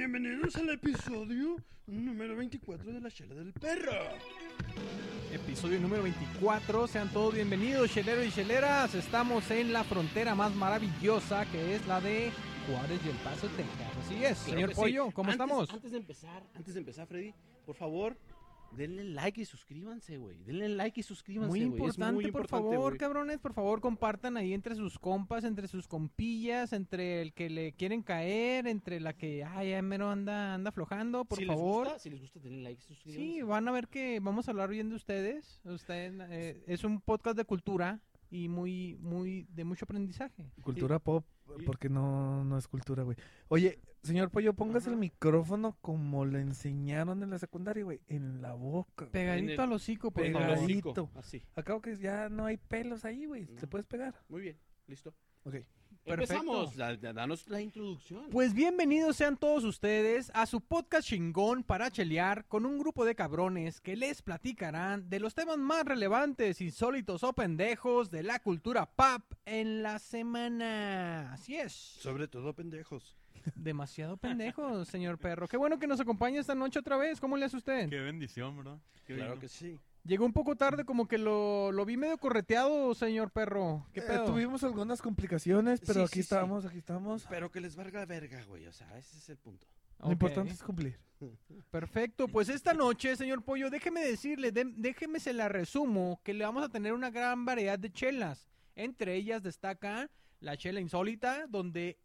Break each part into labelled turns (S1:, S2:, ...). S1: Bienvenidos al episodio número 24 de La Chela del Perro.
S2: Episodio número 24. Sean todos bienvenidos, cheleros y cheleras. Estamos en la frontera más maravillosa que es la de Juárez y El Paso, Texas. Así es,
S1: Claro
S2: señor
S1: que sí.
S2: Pollo, ¿cómo
S1: Antes-
S2: estamos?
S1: Antes de empezar, antes de empezar, Freddy, por favor, denle like y suscríbanse, güey. Denle like y suscríbanse,
S2: Muy
S1: güey. Es
S2: importante, por
S1: importante,
S2: favor,
S1: güey.
S2: cabrones, por favor, compartan ahí entre sus compas, entre sus compillas, entre el que le quieren caer, entre la que, ay, ya mero anda, anda aflojando, por
S1: si
S2: favor.
S1: Les gusta, si les gusta, denle like y suscríbanse.
S2: Sí, van a ver que vamos a hablar bien de ustedes. Usted, eh, es un podcast de cultura y muy, muy, de mucho aprendizaje.
S3: Cultura pop,
S1: y-
S3: porque no, no es cultura, güey. Oye, señor Pollo, pongas
S1: Ajá.
S3: el micrófono como le enseñaron en la secundaria, güey, en la boca. güey.
S2: Pegadito
S1: el-
S2: al hocico,
S1: Por
S2: por
S3: Pega-
S2: favor.
S1: favor.
S3: pegadito.
S1: Así.
S3: Acabo que ya no hay pelos ahí, güey.
S1: No.
S3: Te puedes pegar.
S1: Muy bien, listo.
S3: Ok.
S2: Perfecto.
S1: Empezamos. Da- da- danos la introducción.
S2: Pues bienvenidos sean todos ustedes a su podcast chingón para chelear con un grupo de cabrones que les platicarán de los temas más relevantes, insólitos o pendejos de la cultura pop en la semana. Así es.
S1: Sobre todo pendejos.
S2: Demasiado pendejo, señor perro. Qué bueno que nos acompañe esta noche otra vez. ¿Cómo le hace usted?
S4: Qué bendición, bro. Qué
S1: Claro
S4: lindo.
S1: que sí.
S2: Llegó un poco tarde, como que lo, lo vi medio correteado, señor perro. ¿Qué
S3: Eh,
S2: pedo?
S3: tuvimos algunas complicaciones, pero
S1: Sí,
S3: aquí
S1: sí, sí.
S3: estamos, aquí estamos.
S1: Pero que les valga verga, güey. O sea, ese es el punto.
S3: Lo importante
S2: Ok.
S3: es cumplir.
S2: Perfecto, pues esta noche, señor Pollo, déjeme decirle, de- déjeme se la resumo, que le vamos a tener una gran variedad de chelas. Entre ellas destaca la chela insólita, donde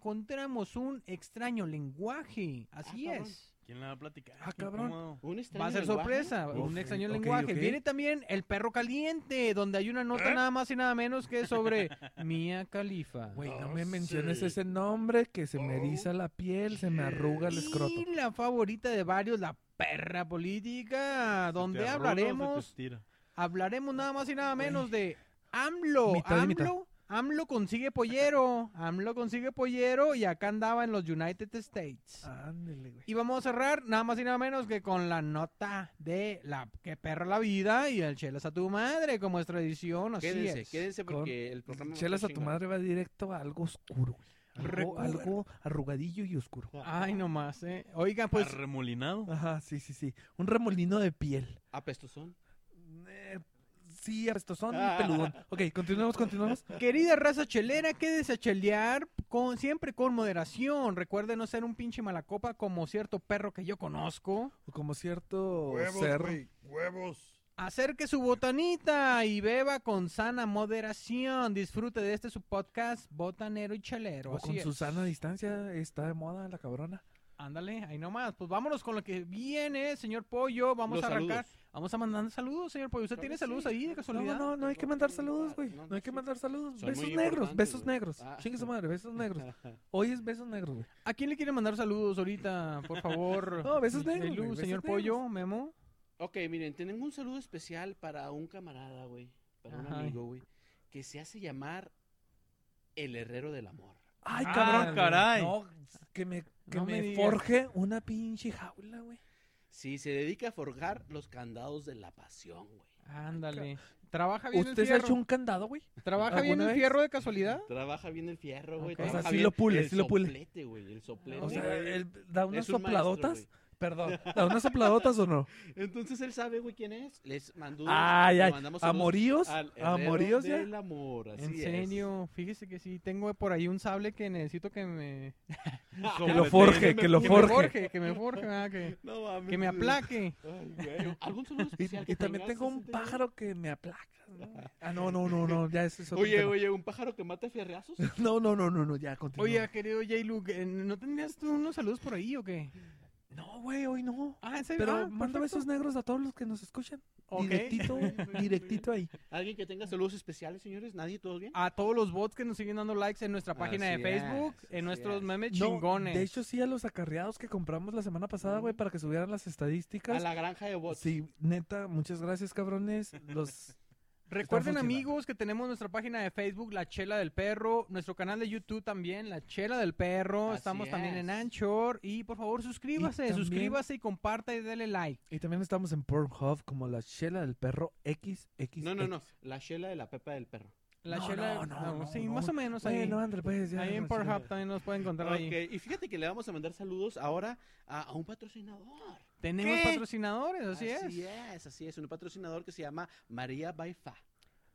S2: encontramos un extraño lenguaje. Así
S1: Ah, cabrón.
S2: es.
S4: ¿Quién la va a platicar?
S3: Ah,
S4: Qué
S3: cabrón.
S4: incómodo.
S1: Un
S2: Va a
S1: extraño
S2: ser
S1: lenguaje.
S2: sorpresa,
S3: Uf,
S2: un extraño
S3: ok,
S2: lenguaje.
S3: ok. ¿Eh?
S2: Viene también el perro caliente, donde hay una nota nada más y nada menos que sobre Mía Califa.
S3: Güey, no
S1: Ah,
S3: me menciones
S1: sí.
S3: ese nombre que se me
S1: Oh,
S3: eriza la piel, se me arruga el escroto.
S2: Y la favorita de varios, la perra política, donde
S4: ¿Se te arruga o se te
S2: hablaremos
S4: estira?
S2: hablaremos nada más y nada menos de AMLO.
S3: Mitad y mitad.
S2: AMLO, AMLO consigue pollero. AMLO consigue pollero y acá andaba en los United States.
S3: Ah. Ándele, güey.
S2: Y vamos a cerrar nada más y nada menos que con la nota de la que perra la vida y el chelas a tu madre, como es tradición, así
S1: Quédense,
S2: es.
S1: quédense porque el programa. va a
S3: Chelas a
S1: estar
S3: tu
S1: chingón.
S3: madre va directo a algo oscuro, güey. Algo,
S2: Recuerda-
S3: algo arrugadillo y oscuro.
S2: Ay, nomás, eh. Oigan, pues
S4: Arremolinado.
S3: Ajá, sí, sí, sí. Un remolino de piel.
S1: Ah, Apestosón.
S3: Eh, sí, apestosón
S1: Ah.
S3: y peludón. Ok, continuamos, continuamos.
S2: Querida raza chelera, quédese a chelear con, siempre con moderación. Recuerde no ser un pinche malacopa como cierto perro que yo conozco.
S3: Como cierto ser.
S1: huevos.
S2: Acerque su botanita y beba con sana moderación. Disfrute de este su podcast botanero y chelero.
S3: O
S2: así
S3: con
S2: es.
S3: Susana a distancia está de moda la cabrona.
S2: Ándale, ahí nomás. Pues vámonos con lo que viene, señor Pollo. Vamos
S1: Los
S2: a arrancar.
S1: saludos.
S2: Vamos a mandar saludos, señor Pollo. ¿Usted
S1: Claro
S2: tiene
S1: que
S2: saludos
S1: sí.
S2: ahí de
S3: No,
S2: casualidad?
S3: no, no hay que mandar saludos, güey.
S1: No, no,
S3: No hay que
S1: sí.
S3: mandar saludos.
S1: Son
S3: besos
S1: muy
S3: negros,
S1: importantes,
S3: besos
S1: güey.
S3: negros.
S1: Ah.
S3: Chingue su madre, besos negros. Hoy es besos negros, güey.
S2: ¿A quién le quiere mandar saludos ahorita? Por favor.
S3: No, besos
S2: Mi-
S3: negros,
S2: Milu,
S3: güey, besos
S2: señor
S3: negros.
S2: Pollo, Memo.
S1: Ok, miren, tengo un saludo especial para un camarada, güey. Para un
S2: Ajá.
S1: amigo, güey. Que se hace llamar el herrero del amor.
S3: Ay,
S4: Ah,
S3: cabrón.
S4: caray.
S3: No, que me, que
S2: No me
S3: me,
S2: digas.
S3: forje una pinche jaula, güey.
S1: Sí, se dedica a forjar los candados de la pasión, güey.
S2: Ándale.
S1: Ah,
S2: ¿Trabaja bien
S3: ¿Usted
S2: el
S3: se ha
S2: fierro?
S3: hecho un candado, güey?
S2: ¿Trabaja bien
S3: alguna
S2: el
S3: vez?
S2: fierro de casualidad?
S1: Trabaja bien el fierro, güey.
S2: Ok. O sea,
S1: trabaja
S3: sí
S1: bien
S3: lo pule,
S1: el
S3: sí lo pule.
S1: soplete, güey. El soplete.
S3: O sea,
S1: güey.
S3: él da unas
S1: Es un maestro,
S3: sopladotas. Perdón, ¿da unas sopladotas o no?
S1: güey. Entonces él sabe, güey, quién es. Les mandó.
S3: Ay,
S1: le
S3: ay,
S1: mandamos saludos
S3: amoríos,
S1: al herrero
S3: amoríos ya.
S1: del amor. Así
S2: en
S1: es.
S2: serio, fíjese que sí, tengo por ahí un sable que necesito que me...
S3: Que lo forje, que lo
S2: que me
S3: forje.
S2: forje, que me forje, ah, que,
S1: No mames.
S2: que me
S1: güey.
S2: aplaque.
S1: Ay, güey. ¿Algún saludo especial?
S3: Y,
S1: que
S3: y también
S1: tengas,
S3: tengo un
S1: este?
S3: pájaro que me aplaca. ¿no? Ah, no, no, no, no, ya eso es otro
S1: Oye,
S3: tema.
S1: oye, un pájaro que mata fierreazos.
S3: No, no, no, no, no, ya continúa.
S2: Oye, querido J. Luke, eh, ¿no tendrías tú unos saludos por ahí o qué?
S3: no, güey, hoy no.
S2: Ah, en serio.
S3: Pero
S2: ah,
S3: manda
S2: perfecto.
S3: besos negros a todos los que nos escuchan.
S2: Ok.
S3: Directito, directito ahí.
S1: ¿Alguien que tenga saludos especiales, señores? ¿Nadie? ¿Todo
S3: Ah,
S1: bien?
S2: A todos los bots que nos siguen dando likes en nuestra página
S1: Así
S2: de Facebook,
S1: es, así
S2: en nuestros
S1: es.
S2: memes
S3: No,
S2: chingones.
S3: de hecho, sí, a los acarreados que compramos la semana pasada, güey, para que subieran las
S1: Mm. A
S3: estadísticas.
S1: la granja de bots.
S3: Sí, neta, muchas gracias, cabrones. Los
S2: Recuerden,
S3: están funcionando.
S2: amigos, que tenemos nuestra página de Facebook, La Chela del Perro, nuestro canal de YouTube también, La Chela del Perro.
S1: Así
S2: Estamos también en
S1: es.
S2: Anchor. Y por favor, suscríbase,
S3: también-
S2: suscríbase y comparta y dele like.
S3: Y también estamos en Pornhub como la chela del perro XX. eh.
S1: No, no, no. La chela de la pepa del perro.
S2: La
S3: No,
S2: chela.
S3: no, no,
S2: no,
S3: no,
S2: sí,
S3: no.
S2: más o menos ahí.
S3: Bueno, ándale, pues. ya,
S2: ahí en
S3: no, sí,
S2: Pornhub también nos pueden encontrar ahí.
S1: Ok, Y fíjate que le vamos a mandar saludos ahora a, a un patrocinador.
S2: Tenemos
S4: ¿Qué?
S2: patrocinadores, así,
S1: así
S2: es.
S1: es. Así es, un patrocinador que se llama María Baifa.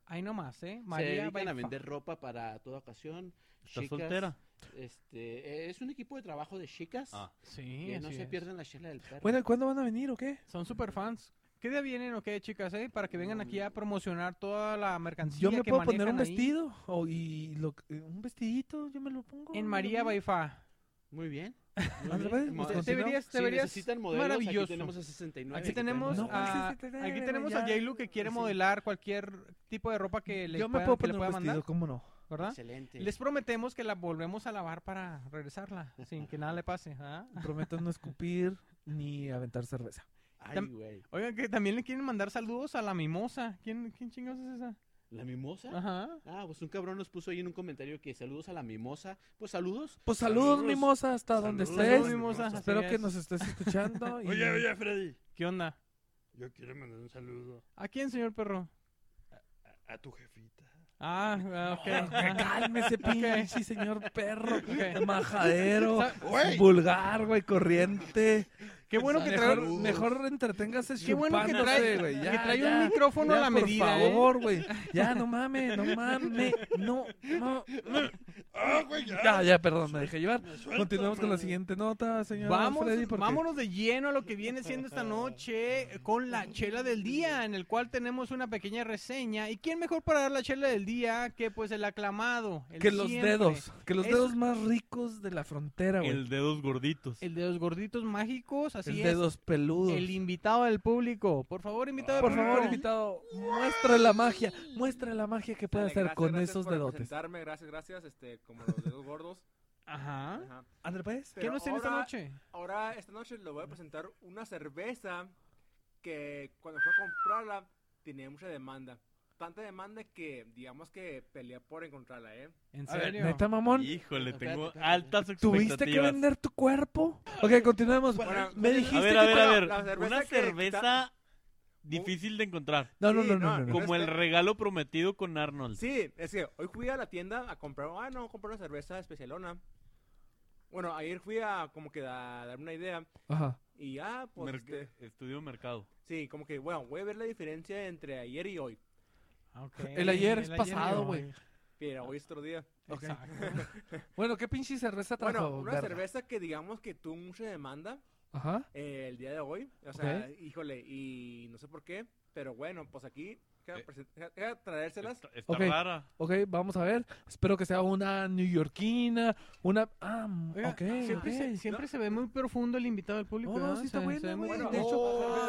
S2: Ahí nomás, ¿eh?
S1: Se dedican
S2: Baifa.
S1: a vender ropa para toda ocasión.
S4: ¿Estás
S1: chicas,
S4: soltera?
S1: Este, eh, es un equipo de trabajo de chicas
S4: Ah.
S2: Sí,
S1: que no
S2: así
S1: se
S2: es.
S1: pierden la chela del perro.
S3: Bueno, ¿y ¿cuándo van a venir o qué?
S2: Son super fans. ¿Qué día vienen o qué, chicas, eh? Para que vengan aquí a promocionar toda la mercancía
S3: Yo me
S2: que
S3: puedo poner
S2: manejan
S3: un
S2: ahí
S3: vestido o, y lo- eh, un vestidito, yo me lo pongo.
S2: En María Baifá.
S1: muy bien. Muy
S3: Ándale,
S1: bien.
S3: pues,
S1: Mo-
S3: pues,
S2: Te
S3: continúa.
S2: deberías,
S1: si
S2: deberías.
S1: necesitan modelos,
S2: maravilloso.
S1: aquí tenemos a 69.
S2: Aquí tenemos
S3: No, pues,
S2: a,
S3: sí, sí, sí,
S2: aquí
S3: sí,
S2: tenemos a
S3: ya.
S2: J-Lu que quiere
S3: Sí.
S2: modelar cualquier tipo de ropa que le
S3: Yo me
S2: puedan-
S3: puedo
S2: que le
S3: poner un
S2: pueda
S3: vestido,
S2: mandar,
S3: ¿cómo no?
S2: ¿verdad?
S1: Excelente.
S2: Les prometemos que la volvemos a lavar para regresarla, sin que nada le pase. ¿ah?
S3: Prometo no escupir ni aventar cerveza.
S1: Ay,
S2: tam-
S1: güey.
S2: Oigan, que también le quieren mandar saludos a la mimosa. ¿Quién, quién chingados es esa?
S1: ¿La mimosa?
S2: Ajá.
S1: Ah, pues un cabrón nos puso ahí en un comentario que saludos a la mimosa. Pues saludos.
S3: Pues saludos,
S1: Saludos.
S3: mimosa, hasta donde
S1: Saludos,
S3: estés.
S2: Saludos, mimosa.
S1: mimosa.
S3: Espero
S2: Así
S3: que
S2: es.
S3: nos estés escuchando. y-
S4: Freddy.
S2: ¿Qué onda?
S4: Yo quiero mandar un saludo
S2: ¿A quién, señor perro?
S4: a tu jefita.
S2: Ah, ah, ok.
S3: Que
S2: ajá.
S3: Cálmese, pinche señor perro.
S2: Ok.
S3: Majadero.
S2: Sa-
S3: Vulgar, güey, corriente.
S2: Qué bueno que trae,
S3: mejor, mejor entreténgase
S2: Qué bueno que trae-
S3: chupándose, güey.
S2: que
S3: Ya,
S2: trae
S3: ya.
S2: un micrófono
S3: Ya,
S2: a la medida.
S3: Por
S2: ¿eh?
S3: favor, güey. Ya, no mames, no mames. No, no.
S4: Ah,
S3: Ya, ya, perdón, me dejé llevar. Continuamos con la siguiente nota, señor
S2: Vamos,
S3: Freddy. porque-
S2: vámonos de lleno a lo que viene siendo esta noche eh, con la chela del día, en el cual tenemos una pequeña reseña. ¿Y quién mejor para dar la chela del día que pues el aclamado? el
S3: Que los
S2: siempre,
S3: dedos, que los
S2: Es-
S3: dedos más ricos de la frontera, güey.
S4: El dedos gorditos.
S2: El de los gorditos mágicos, así
S3: El
S2: es.
S3: dedos peludos.
S2: El invitado del público. Por favor, invitado del
S3: Por
S2: público.
S3: favor, invitado, muestra la magia, muestra la magia que puede
S5: Dale,
S3: hacer
S5: gracias,
S3: con
S5: gracias
S3: esos
S5: por
S3: dedotes.
S5: representarme, gracias, gracias, este, como los dedos gordos.
S2: Ajá.
S5: Ajá.
S3: André Pérez.
S2: ¿Qué
S5: Pero
S2: nos tiene esta
S5: ahora-
S2: noche?
S5: Ahora, esta noche le voy a presentar una cerveza que cuando fue a comprarla tenía mucha demanda. Tanta demanda que, digamos que peleé por encontrarla, ¿eh?
S2: ¿En
S4: A ver,
S2: serio?
S3: Neta, mamón,
S4: Híjole,
S1: Espérate,
S4: tengo
S1: espérate.
S4: altas expectativas.
S3: ¿tuviste que vender tu cuerpo? Ok, continuemos.
S5: Bueno,
S3: Me
S5: bueno,
S3: dijiste
S4: A ver,
S3: que
S4: a ver, a ver.
S5: Bueno, la cerveza
S4: Una
S5: que-
S4: cerveza difícil de encontrar.
S3: No, no,
S5: Sí,
S3: no, no, no,
S5: no,
S3: no.
S4: Como el
S5: Este-
S4: regalo prometido con Arnold.
S5: Sí, es que hoy fui a la tienda a comprar, ah, no, comprar una cerveza especialona. Bueno, ayer fui a como que a darme una idea
S3: Ajá.
S5: y ah, pues,
S4: Merc-
S5: este,
S4: Estudio mercado.
S5: sí, como que, bueno, voy a ver la diferencia entre ayer y hoy.
S2: Ok.
S3: Ah, El ayer es
S2: y
S3: pasado,
S2: hoy.
S3: güey.
S5: Pero hoy es otro día.
S2: Exacto.
S3: Bueno, ¿qué pinche cerveza trajo?
S5: Bueno, una
S3: verga?
S5: cerveza que digamos que tuvo mucha demanda
S3: Ajá.
S5: eh, el día de hoy. O sea, híjole, y no sé por qué, pero bueno, pues aquí, queda
S4: Eh.
S5: presen- queda- queda traérselas.
S4: Está, está
S3: Ok.
S4: rara.
S3: Ok, vamos a ver. Espero que sea una neoyorquina, una... Ah,
S2: Oiga,
S3: ok,
S2: Siempre,
S3: ok.
S2: se, siempre se ve muy profundo el invitado del público.
S3: No, no,
S2: ¿verdad?
S3: sí está
S2: Se- se
S3: bueno,
S2: ve muy-
S3: güey.
S5: bueno.
S3: de hecho,
S5: Oh,
S3: vamos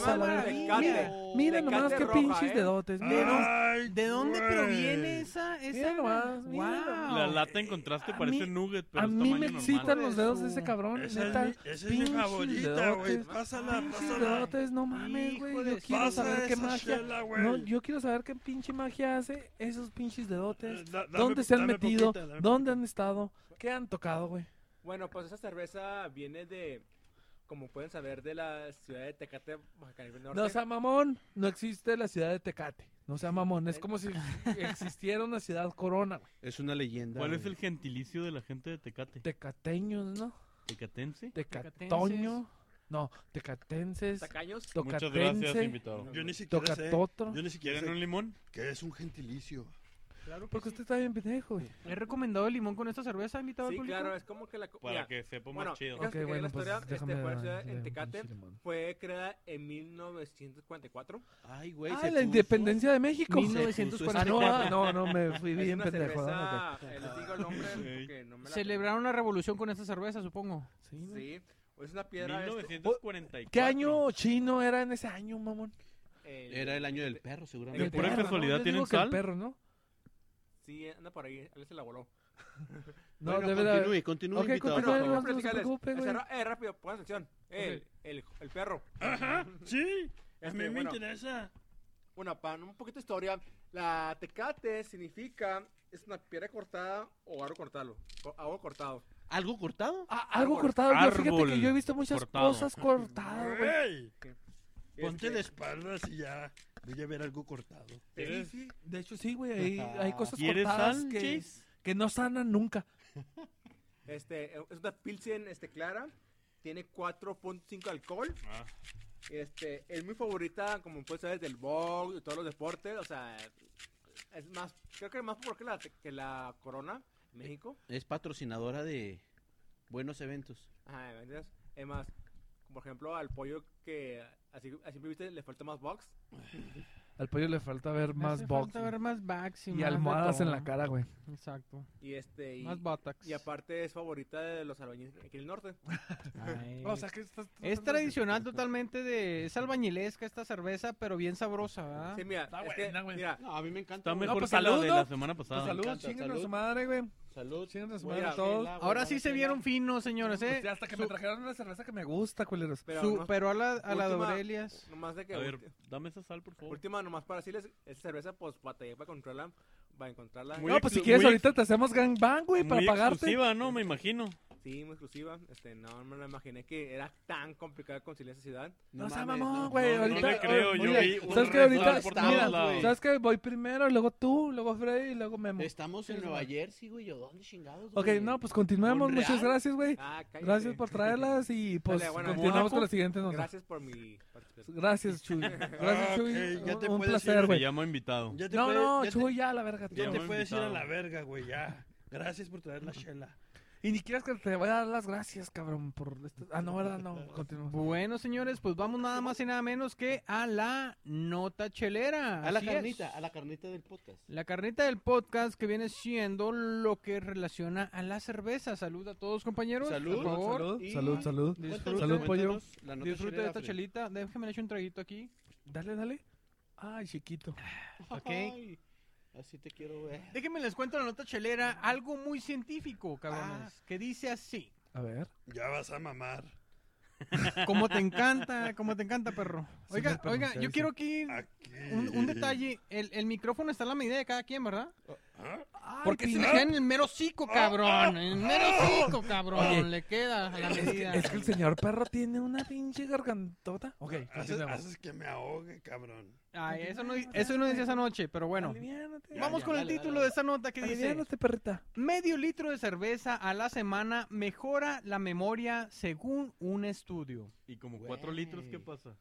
S5: se llama
S3: a la
S5: Tecate.
S3: verga. Mira
S5: Tecate
S3: nomás qué
S5: roja,
S3: pinches
S5: ¿eh?
S3: dedotes.
S6: Ah,
S3: Mira,
S4: Ay,
S2: ¿De dónde
S4: güey.
S2: proviene esa? esa?
S3: Mira nomás, mira
S2: Guau.
S3: nomás.
S4: La lata en contraste
S3: eh, A
S4: parece
S3: mí-
S4: nugget, pero
S3: a
S4: es
S3: mí
S4: tamaño
S3: me
S4: normal.
S3: excitan
S2: Hijo
S3: los
S2: de
S3: dedos
S2: su-
S3: de ese cabrón, neta.
S4: esa
S3: pinches dedotes.
S4: Pásala,
S3: Pinches dedotes, no mames,
S2: Hijo
S3: güey.
S2: de
S3: Yo
S2: su-
S3: quiero
S2: Pasa
S3: saber qué magia.
S4: chela, güey.
S3: No, yo quiero saber qué pinche magia hace esos pinches dedotes.
S4: Da- dame-
S3: ¿Dónde se han
S4: dame
S3: metido?
S4: poquita, dame
S3: ¿Dónde han estado? ¿Qué han tocado, güey?
S5: Bueno, pues esa cerveza viene de, como pueden saber, de la ciudad de Tecate, Baja California Norte.
S3: No sea mamón, no existe la ciudad de Tecate. No sea mamón, es como si existiera una ciudad corona, güey.
S1: Es una leyenda.
S4: ¿Cuál es
S1: güey.
S4: el gentilicio de la gente de Tecate?
S3: Tecateños, ¿no?
S4: ¿Tecatense?
S3: Tecatoño. No, tecatenses.
S5: Tacaños.
S4: Muchas gracias,
S3: Tocatense.
S4: invitado.
S6: Yo ni siquiera sé
S3: Tocatotro.
S4: Yo ni siquiera en un limón.
S6: que es un gentilicio.
S2: Claro que
S3: Porque
S2: sí.
S3: usted está bien pendejo, güey.
S2: ¿He recomendado el limón con esta cerveza, invitado
S5: Sí,
S2: al público?
S5: claro, es como que la... co-
S4: Para
S5: mira,
S4: que sepa más
S5: bueno,
S4: chido.
S5: ya-
S3: Ok,
S5: que
S3: bueno,
S5: la
S3: pues
S5: historia, este,
S3: déjame
S5: fue la
S3: darle
S5: ciudad en
S3: un
S5: Tecate.
S3: pinche limón.
S5: Fue creada en 1944.
S1: Ay, güey.
S3: Ah,
S1: se
S3: la
S1: puso-
S3: independencia de México.
S1: Se puso
S2: 1944.
S3: Ah,
S1: este cabrón.
S3: no, ah, no, no, me fui
S5: es
S3: bien
S5: una
S3: pendejo. ah,
S5: cerveza, eh, les digo el nombre porque no me la...
S2: Celebraron la revolución con esta cerveza, supongo.
S3: ok. Sí, ¿no?
S5: Sí, es una piedra... este,
S4: 1944.
S3: ¿Qué año chino era en ese año, mamón?
S5: eh,
S1: Era el año del perro,
S4: De
S3: El
S1: seguramente.
S4: pura
S3: perro, ¿no?
S4: casualidad
S3: Yo
S4: tienen
S3: digo que el
S4: sal.
S3: perro, ¿no?
S5: Sí, anda por ahí, él se la voló.
S3: No,
S1: Bueno,
S3: debe de haber-
S1: Continúe, continúe,
S3: Ok,
S1: invitado.
S3: continúe,
S1: por
S3: no,
S1: favor.
S3: no se
S5: Platicarles.
S3: preocupe, güey.
S5: Ese ra- eh, rápido, pon atención. El, el, el perro.
S6: Ajá, sí.
S5: Este, bueno,
S6: interesa.
S5: bueno, para un poquito de historia, la tecate significa, es una piedra cortada o algo cortado. o Algo cortado.
S1: ¿Algo cortado?
S3: Ah, algo cortado. Yo fíjate
S4: Árbol
S3: que yo he visto muchas
S4: cortado.
S3: cosas cortadas, güey.
S6: Güey. Ah, Ponte
S5: Este-
S6: de espaldas y ya voy a ver algo cortado.
S4: ¿Quieres-
S3: De hecho, sí, güey. Hay, hay cosas
S4: ¿Quieres
S3: cortadas
S4: sal,
S3: que,
S4: Chase?
S3: que no sanan nunca.
S5: Este, es una Pilsen este, clara. Tiene 4.5 alcohol.
S4: Ah.
S5: Este, es muy favorita, como puedes saber, del box, de todos los deportes. O sea, es más, creo que más popular que la, que la Corona en México.
S1: Es patrocinadora de buenos eventos.
S5: Ajá, ¿me entiendes? Es más, como por ejemplo, al pollo que así, así viste le falta más box.
S3: Al pollo le falta ver
S2: Me
S3: más
S2: hace
S3: box.
S2: falta ver más backs y,
S3: güey, Y
S2: más de
S3: almohadas en
S2: todo.
S3: la cara, güey.
S2: Exacto.
S5: Y este, y,
S2: Más buttocks.
S5: y aparte es favorita de los albañiles aquí en el norte.
S2: Ay.
S3: que estás-
S2: es tradicional totalmente de... Es albañilesca esta cerveza, pero bien sabrosa, ¿verdad?
S5: Sí, mira,
S3: Ah, Está
S5: es que,
S3: buena, güey.
S5: mira,
S1: No, a mí me encanta.
S4: Está
S1: güey.
S4: mejor
S3: pues,
S4: que la de
S3: saludo.
S4: la semana pasada.
S3: Pues salud,
S1: encanta,
S3: chinguen a su
S1: salud.
S3: madre, güey.
S1: Salud.
S3: Chinguen a su
S5: Voy
S3: madre
S5: a
S3: a todos.
S1: chela, güey.
S2: Ahora
S1: buena
S2: sí se
S1: chela.
S2: vieron finos, señores,
S1: Pues
S2: ¿eh?
S3: Hostia, hasta que me
S2: Su-
S3: trajeron una cerveza que me gusta, culeros.
S5: pero
S2: Su-
S5: no-
S2: pero a la, a la de
S5: última-
S2: Aurelia es-
S5: nomás de que
S4: A ver,
S5: ulti-
S4: dame esa sal, por favor.
S5: última, nomás para decirles, es cerveza, pues batallé para encontrarla, para encontrarla.
S4: Muy
S3: no, pues si
S4: exclu-
S3: quieres,
S4: muy
S3: ahorita te hacemos gangbang, güey, para
S4: Muy
S3: pagarte.
S4: exclusiva, ¿no? Me imagino.
S5: Sí, muy exclusiva. Este, no me lo imaginé que era tan complicado conciliar esa ciudad.
S3: No, sea
S1: mames,
S3: mamón,
S1: no,
S3: güey.
S1: no, no,
S3: ahorita.
S4: le creo, yo
S3: oye,
S4: vi un
S3: ¿Sabes qué?
S4: Red
S3: Ahorita.
S4: Bull por
S1: todos
S3: Mira,
S1: lados, güey.
S3: ¿sabes qué? Voy primero, luego tú, luego Freddy y luego Memo.
S1: Estamos en
S3: Sí,
S1: Nueva
S3: sí.
S1: Jersey, güey. ¿Yo dónde chingados?
S3: Ok,
S1: güey?
S3: no, pues continuemos.
S1: Monreal.
S3: Muchas gracias, güey.
S5: Ah, cállate.
S3: Gracias por traerlas y pues
S5: Dale, bueno,
S3: continuamos
S5: Mónaco.
S3: con la siguiente nota.
S5: Gracias por mi participación.
S3: Gracias, Chuy. Gracias,
S6: Ah,
S3: Chuy.
S6: ok, ya te
S3: un un
S6: puedes
S3: placer,
S6: ir.
S4: Me
S3: güey.
S4: llamo invitado.
S6: Ya te
S3: No,
S6: puede-
S3: no,
S6: ya te-
S3: Chuy, ya, la verga. tú.
S6: Ya te
S4: Llamo
S6: puedes ir a
S4: invitado.
S6: la verga, güey, ya. Gracias por traer la chela.
S3: Y ni quieres que te voy a dar las gracias, cabrón, por esto. Ah, no, verdad, no. Continuamos.
S2: Bueno, señores, pues vamos nada más y nada menos que a la nota chelera.
S1: A la
S2: Así es.
S1: carnita, a la carnita del podcast.
S2: La carnita del podcast que viene siendo lo que relaciona a la cerveza. Salud a todos, compañeros.
S1: Salud.
S2: Por favor.
S3: Salud,
S1: y-
S3: salud, salud.
S1: Cuéntanos,
S3: Salud, pollo.
S1: cuéntanos la nota
S2: Disfruta
S1: chelera,
S2: de esta
S1: Freddy.
S2: chelita. Déjame le echo un traguito aquí.
S3: Dale, dale. Ay, chiquito.
S2: Ok.
S1: Ay, así te quiero ver.
S2: Déjenme les cuento la nota chelera. Algo muy científico, cabrones.
S1: Ah.
S2: Que dice así.
S3: A ver.
S6: Ya vas a mamar.
S2: Como te encanta, como te encanta, perro.
S3: Sí,
S2: Oiga,
S3: me perro,
S2: oiga,
S3: sí,
S2: yo
S3: sí.
S2: quiero aquí
S6: Aquí.
S2: un, un detalle. El, el micrófono está a la medida de cada quien, ¿verdad?
S6: ¿Ah?
S2: Porque si
S3: pinche-
S2: le queda en el mero cico, cabrón. En el mero cico, cabrón.
S3: Ah. Oye,
S2: le queda a la
S3: Es que,
S2: medida.
S3: es que el señor perro tiene una pinche gargantota. Ok,
S6: Haces,
S3: continuamos.
S6: haces que me ahogue, cabrón.
S2: Ay, eso no, eso no decía esa noche, pero bueno.
S3: Aliviánate.
S2: Vamos
S1: ya,
S2: con el
S1: dale,
S2: título
S1: dale,
S2: de esta nota que dice:
S3: Aliviánate, perrita.
S2: Medio litro de cerveza a la semana mejora la memoria según un estudio.
S4: Y como cuatro
S1: Güey.
S4: litros, ¿qué pasa?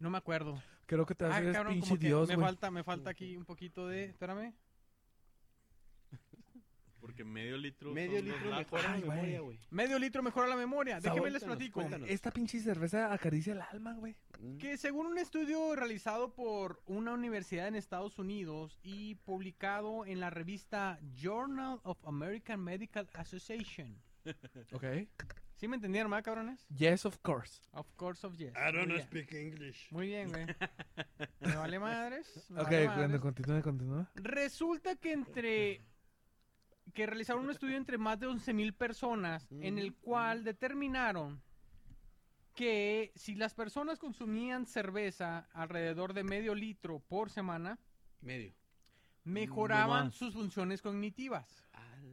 S2: No me acuerdo.
S3: Creo que te vas a
S2: Ah,
S3: hacer
S2: cabrón,
S3: pinche
S2: como que
S3: dios,
S2: me
S3: güey.
S2: falta, me falta aquí un poquito de. Espérame.
S4: Porque medio litro.
S1: Medio
S4: son dos
S1: litro
S4: latas.
S1: mejor la
S3: Ay, güey.
S1: memoria, güey.
S2: Medio litro mejora la memoria.
S3: Sabor,
S2: Déjenme les
S1: cuéntanos,
S2: platico.
S1: cuéntanos. Mm,
S3: Esta pinche cerveza acaricia el alma, güey.
S2: Que según un estudio realizado por una universidad en Estados Unidos y publicado en la revista Journal of American Medical Association.
S3: Ok.
S2: ¿Sí me entendieron, más cabrones?
S3: Yes, of course.
S2: Of course of yes.
S6: I
S2: Muy
S6: don't
S2: bien.
S6: Ah, speak English.
S2: Muy bien, güey. Me vale madres. me
S3: Ok,
S2: vale
S3: cuando
S2: madres.
S3: continúe, continúa.
S2: Resulta que entre que realizaron un estudio entre más de 11.000 personas en el cual determinaron que si las personas consumían cerveza alrededor de medio litro por semana,
S1: Medio.
S2: mejoraban
S4: más.
S2: sus funciones cognitivas.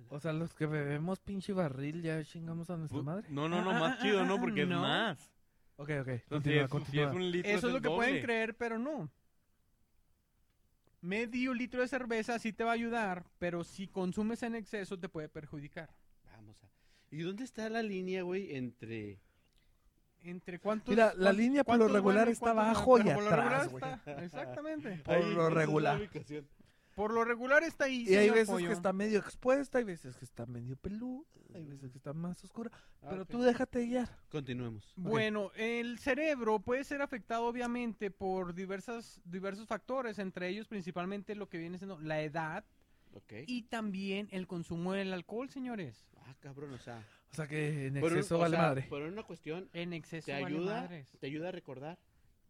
S3: O sea, los que bebemos pinche barril ya chingamos a nuestra
S4: Bu-
S3: madre.
S4: No, no, no,
S2: Ah,
S4: más
S2: ah,
S4: chido,
S2: ah,
S4: ¿no? Porque
S2: no.
S4: es más.
S3: Ok, ok.
S4: Entonces, si
S3: continúa,
S4: es- si
S3: continúa.
S4: es un litro,
S2: Eso es lo
S4: el
S2: que pueden
S4: doble.
S2: creer, pero no. Medio litro de cerveza sí te va a ayudar, pero si consumes en exceso te puede perjudicar.
S1: Vamos a. ¿Y dónde está la línea, güey, entre
S2: ¿Entre cuántos?
S3: Mira, la
S2: cuán-
S3: línea por
S2: cuántos
S3: lo regular
S2: van y
S3: está
S2: cuántos van?
S3: abajo y
S2: Pero por lo regular
S3: atrás, güey.
S2: está- Exactamente.
S3: Por
S1: Ahí,
S3: lo
S1: esa es la
S3: regular.
S1: ubicación.
S2: Por lo regular está ahí.
S3: Y hay
S2: señor
S3: veces
S2: Pollo.
S3: que está medio expuesta, hay veces que está medio peluda, hay veces que está más oscura.
S1: Ah,
S3: Pero
S1: ok.
S3: tú déjate guiar.
S1: Continuemos.
S2: Bueno, el cerebro puede ser afectado obviamente por diversas, diversos factores, entre ellos principalmente lo que viene siendo la edad
S1: Ok.
S2: y también el consumo del alcohol, señores.
S1: Ah, cabrón, o sea.
S3: O sea que en
S1: por un-
S3: exceso
S1: o
S3: vale
S1: sea,
S3: madre.
S1: Por una cuestión,
S2: En exceso
S1: te
S2: vale
S1: ayuda,
S2: madres.
S1: te ayuda a recordar,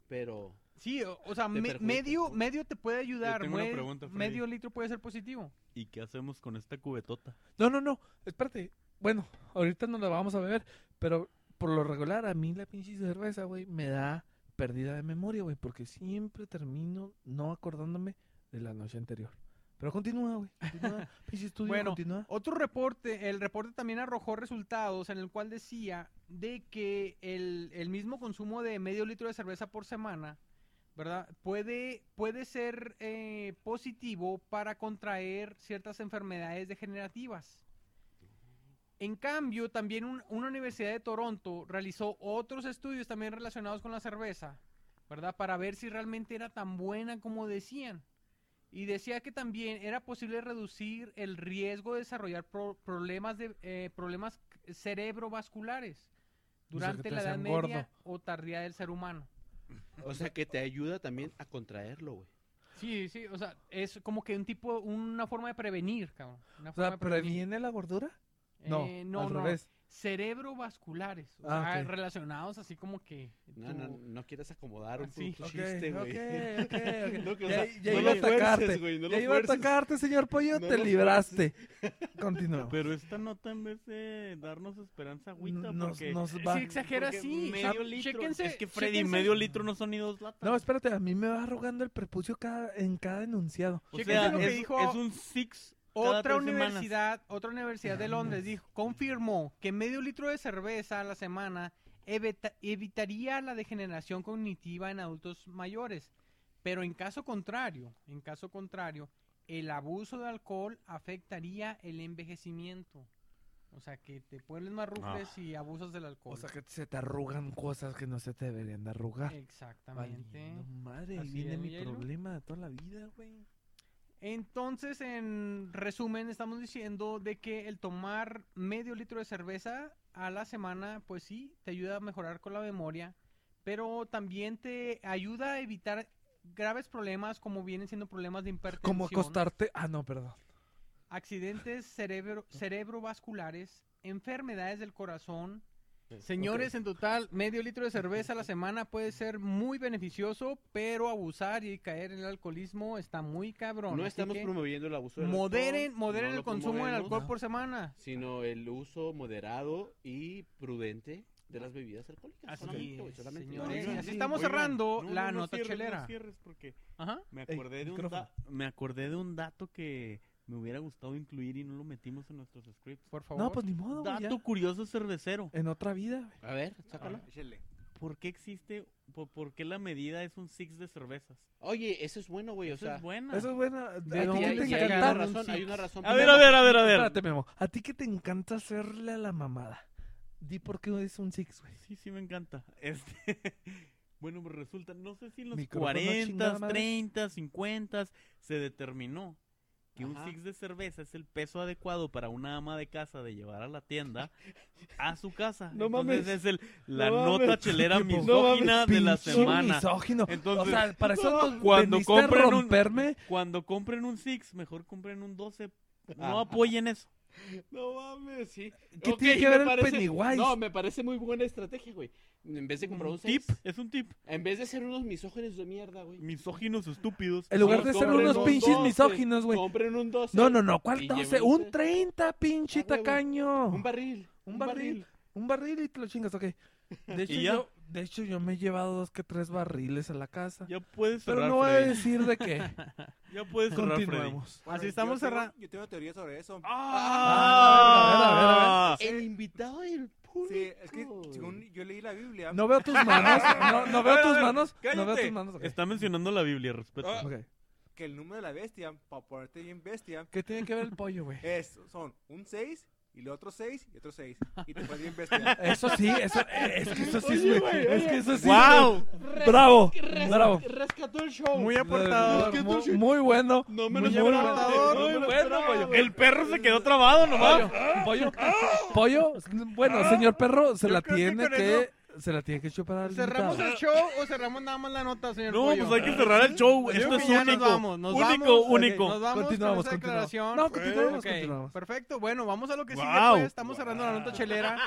S1: pero.
S2: Sí, o, o sea, me-
S1: perjudica,
S2: medio,
S1: ¿no?
S2: medio te puede ayudar.
S4: tengo una
S2: mue-
S4: pregunta, Freddy.
S2: medio litro puede ser positivo.
S4: ¿Y qué hacemos con esta cubetota?
S3: No, no, no. Espérate. Bueno, ahorita no la vamos a beber. Pero por lo regular, a mí la pinche cerveza, güey, me da pérdida de memoria, güey. Porque siempre termino no acordándome de la noche anterior. Pero continúa, güey. Continúa. Pinche estudio,
S2: Bueno,
S3: continúa.
S2: Otro reporte, el reporte también arrojó resultados en el cual decía de que el, el mismo consumo de medio litro de cerveza por semana, ¿verdad? Puede, puede ser eh, positivo para contraer ciertas enfermedades degenerativas. En cambio, también un- una universidad de Toronto realizó otros estudios también relacionados con la cerveza, ¿verdad? Para ver si realmente era tan buena como decían. Y decía que también era posible reducir el riesgo de desarrollar pro- problemas, de, eh, problemas c- cerebrovasculares
S3: O sea, que
S2: durante
S3: te
S2: la edad
S3: hacen
S2: media
S3: gordo.
S2: o tardía del ser humano.
S1: O sea que te ayuda también a contraerlo, güey.
S2: Sí, sí, o sea, es como que un tipo, una forma de prevenir, cabrón. Una forma
S3: O sea,
S2: de prevenir.
S3: ¿previene la gordura?
S2: Eh,
S3: no, al revés.
S2: cerebrovasculares, o
S3: Ah,
S2: sea,
S3: ok.
S2: relacionados así como que
S1: No, no, no quieras acomodar un
S2: Así.
S1: puto
S3: Ok,
S1: chiste, güey.
S3: ok, ok, ok.
S1: Lo que, o
S3: Ya-
S1: sea,
S3: ya
S1: no
S3: iba a
S1: lo fuerces,
S3: atacarte.
S1: güey, no
S3: Ya
S1: lo
S3: iba a
S1: fuerces.
S3: atacarte, señor Pollo,
S1: No
S3: te
S1: lo
S3: libraste. Continúa.
S4: Pero esta nota en vez de darnos esperanza, agüita,
S3: Nos,
S4: porque...
S3: nos va.
S2: si exagera
S4: porque
S2: sí,
S4: Medio
S2: Ah,
S4: litro.
S2: chéquense,
S4: es que Freddy,
S2: chéquense-
S4: medio litro no son ni dos latas.
S3: No, espérate, a mí me va rogando el prepucio cada, en cada enunciado.
S4: o
S2: chéquense
S4: sea,
S2: lo que
S4: es,
S2: dijo
S4: es un six cada
S2: otra
S4: tres semanas.
S2: universidad, otra universidad de Londres
S3: Mames.
S2: dijo, confirmó que medio litro de cerveza a la semana evita- evitaría la degeneración cognitiva en adultos mayores, pero en caso contrario, en caso contrario, el abuso de alcohol afectaría el envejecimiento. O sea, que te pones más rufles si abusas del alcohol.
S3: Ah. O sea que se te arrugan cosas que no se te deberían de arrugar.
S2: Exactamente.
S3: Valiendo madre, ahí
S2: Así
S3: viene
S2: es,
S3: mi
S2: mi Jairo.
S3: problema de toda la vida, güey.
S2: Entonces, en resumen, estamos diciendo de que el tomar medio litro de cerveza a la semana, pues sí, te ayuda a mejorar con la memoria, pero también te ayuda a evitar graves problemas como vienen siendo problemas de hipertensión,
S3: Como acostarte. Ah, no, perdón.
S2: accidentes cerebro, cerebrovasculares, enfermedades del corazón. Señores, en total, medio litro de cerveza a la semana puede ser muy beneficioso, pero abusar y caer en el alcoholismo está muy cabrón.
S1: No
S2: así
S1: estamos
S2: que-
S1: promoviendo el abuso del
S2: Moderen,
S1: alcohol,
S2: moderen
S1: no
S2: el
S1: lo
S2: consumo del
S1: promovemos,
S2: alcohol por semana.
S1: Sino el uso moderado y prudente de las bebidas alcohólicas.
S2: Así
S1: solamente, güey,
S2: es,
S1: solamente.
S2: señores,
S1: Oigan,
S2: y así
S1: sí,
S2: estamos
S1: oigan,
S2: cerrando
S4: No, no,
S2: la
S4: no
S2: nota
S4: cierres, no
S2: chelera.
S4: cierres, porque
S2: Ajá.
S4: me
S3: Ey,
S4: acordé, de un
S3: micrófono.
S4: da- me acordé de un dato que me hubiera gustado incluir y no lo metimos en nuestros scripts.
S2: Por favor.
S3: No, pues ni modo, güey. ya.
S4: Dato curioso cervecero.
S3: En otra vida, güey.
S1: A ver, sácalo.
S5: Échale.
S4: ¿Por qué existe, por, por qué la medida es un six de cervezas?
S1: Oye, eso es bueno, güey. O
S4: Eso
S1: sea,
S4: es bueno.
S3: Eso es bueno. ¿A
S2: De
S3: ti
S2: dónde
S1: hay,
S3: que
S2: te
S1: hay-
S3: te
S1: hay
S2: sacaron
S1: una
S3: encanta?
S1: razón,
S2: un
S1: hay
S2: six?
S1: una razón.
S4: A ver, a ver, a ver, a ver.
S3: Espérate, Memo. A ti que te encanta hacerle a la mamada. Di por qué es un six, güey.
S4: Sí, sí, me encanta. Este, bueno, pues resulta, no sé si en los
S3: Micrófono,
S4: 40,
S3: chingada madre.
S4: 30, 50 se determinó que
S1: Ajá.
S4: un six de cerveza es el peso adecuado para una ama de casa de llevar a la tienda a su casa.
S3: No mames.
S4: Entonces es el, la
S3: No
S4: nota
S3: mames.
S4: chelera
S3: Tipo,
S4: misógina de la
S3: Pinche
S4: semana.
S3: misógino.
S4: Entonces,
S3: o sea, para eso nos
S4: cuando
S3: veniste a
S4: compren un-
S3: romperme.
S4: Cuando compren un six, mejor compren un 12. No
S1: Ah.
S4: apoyen eso.
S1: No mames, sí.
S3: ¿Qué
S1: Ok,
S3: tiene que
S1: me
S3: ver el
S1: parece-
S3: Pennywise?
S1: No, me parece muy buena estrategia, güey. En vez de comprar un
S4: Un tip,
S1: seis,
S4: es un tip.
S1: en vez de ser unos misógenos de mierda, güey.
S4: Misóginos estúpidos.
S3: En lugar
S1: Sí,
S3: de ser
S1: compren
S3: unos
S1: un
S3: pinches
S1: 12,
S3: misóginos, güey.
S1: Compren un 12.
S3: No, no, no. ¿Cuál
S1: Y
S3: 12?
S1: llévense-
S3: Un 30, pinche
S1: Ah, güey, güey.
S3: tacaño.
S1: Un barril.
S3: Un barril. Un barril y te lo chingas, ok. De hecho,
S4: ¿Y ya?
S3: yo, de hecho, yo me he llevado dos que tres barriles a la casa.
S4: Ya puedes cerrar,
S3: pero no voy a
S4: Freddy.
S3: decir de qué.
S4: Ya puedes cerrar, Freddy.
S3: Continuemos.
S5: Bueno,
S2: Así
S5: yo
S2: estamos
S5: tengo-
S2: cerrando.
S5: Yo tengo teoría sobre eso.
S4: ¡Ah!
S1: El invitado del público.
S5: Sí, es que según yo leí la Biblia.
S3: No veo tus manos. No, no
S4: A
S3: veo
S4: ver, a
S3: tus
S4: ver,
S3: manos. No veo
S4: cállate.
S3: tus manos. ok.
S4: Está mencionando la Biblia, respeto.
S2: Ah.
S3: Ok.
S5: que el número de la bestia, para ponerte bien bestia,
S3: ¿Qué tiene que ver el pollo, güey?
S5: es, son un 6 y el otro 6 y otro 6. Y te pones bien bestia.
S3: Eso sí, eso, eh, es que eso sí,
S1: Oye,
S3: güey.
S1: güey,
S3: es
S1: oye.
S3: que eso sí.
S4: ¡Wow!
S3: güey. Bravo,
S1: Res-
S3: bravo.
S1: Rescató el show.
S2: Muy
S3: Bravo,
S2: aportado.
S1: que tú
S3: Muy,
S1: sí-
S3: muy bueno.
S1: No me lo
S3: muy
S1: esperaba, no
S3: bueno.
S1: me
S3: Muy
S1: lo
S3: bueno,
S1: esperaba,
S3: pollo.
S1: güey.
S4: El perro se quedó trabado
S2: Ah,
S4: nomás.
S3: Pollo, pollo, bueno, señor perro, se
S2: Yo
S3: la
S2: creo que
S3: tiene
S2: con
S3: que, se la tiene que chupar al
S2: ¿Cerramos
S3: invitado.
S2: el show o cerramos nada más la nota, señor
S4: No,
S2: Pollo?
S4: pues hay que cerrar el show.
S2: Yo
S4: Esto
S2: creo
S4: es
S2: que ya
S4: único.
S2: Nos vamos, nos
S4: único,
S2: vamos. Ok,
S4: único.
S2: Nos vamos
S3: Continuamos,
S2: con esa
S3: continuamos.
S2: declaración.
S3: No, continuamos,
S2: Ok,
S3: continuamos.
S2: Perfecto. Bueno, vamos a lo que
S4: Guau.
S2: sigue, pues. Estamos cerrando la nota chelera.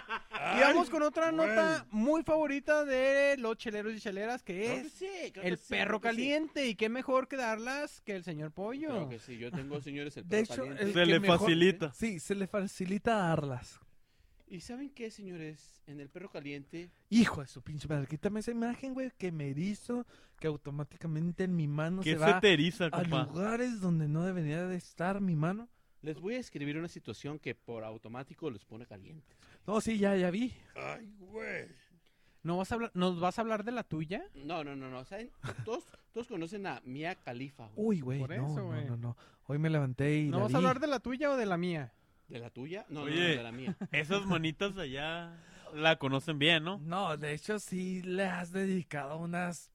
S2: y vamos con otra
S6: güey.
S2: nota muy favorita de los cheleros y cheleras, que
S1: Creo que
S2: es
S1: sí, creo
S2: el
S1: que sí,
S2: perro
S1: creo que sí.
S2: caliente. Y qué mejor que darlas que el señor Pollo.
S1: Creo que sí, yo tengo, señores, el
S3: De
S1: perro
S3: hecho,
S1: caliente.
S3: el
S4: Se
S3: que
S4: le
S3: mejor-
S4: facilita.
S3: Sí, se le facilita darlas.
S1: ¿Y saben qué, señores? En el perro caliente,
S3: Hijo de su pinche madre, quítame esa imagen, güey, que me erizo, que automáticamente en mi mano
S4: ¿Qué
S3: se
S4: se,
S3: va
S4: te eriza,
S3: a
S4: compa?
S3: lugares donde no debería de estar mi mano.
S1: les voy a escribir una situación que por automático los pone calientes.
S3: No, sí, ya, ya vi.
S6: Ay, güey.
S2: ¿No vas a hablar, ¿Nos vas a hablar de la tuya?
S1: No, no, no, no. ¿Saben? Todos, todos conocen a Mia Khalifa, güey.
S3: Uy, güey,
S2: Por
S3: no,
S2: eso,
S3: no,
S2: güey.
S3: no, no. Hoy me levanté y
S2: ¿No
S3: la
S2: vas
S3: vi.
S2: a hablar de la tuya o de la mía?
S1: ¿De la tuya? No, no, no,
S4: Oye.
S1: de la mía.
S4: Esas manitas allá la conocen bien, ¿no?
S3: No, de hecho sí le has dedicado unas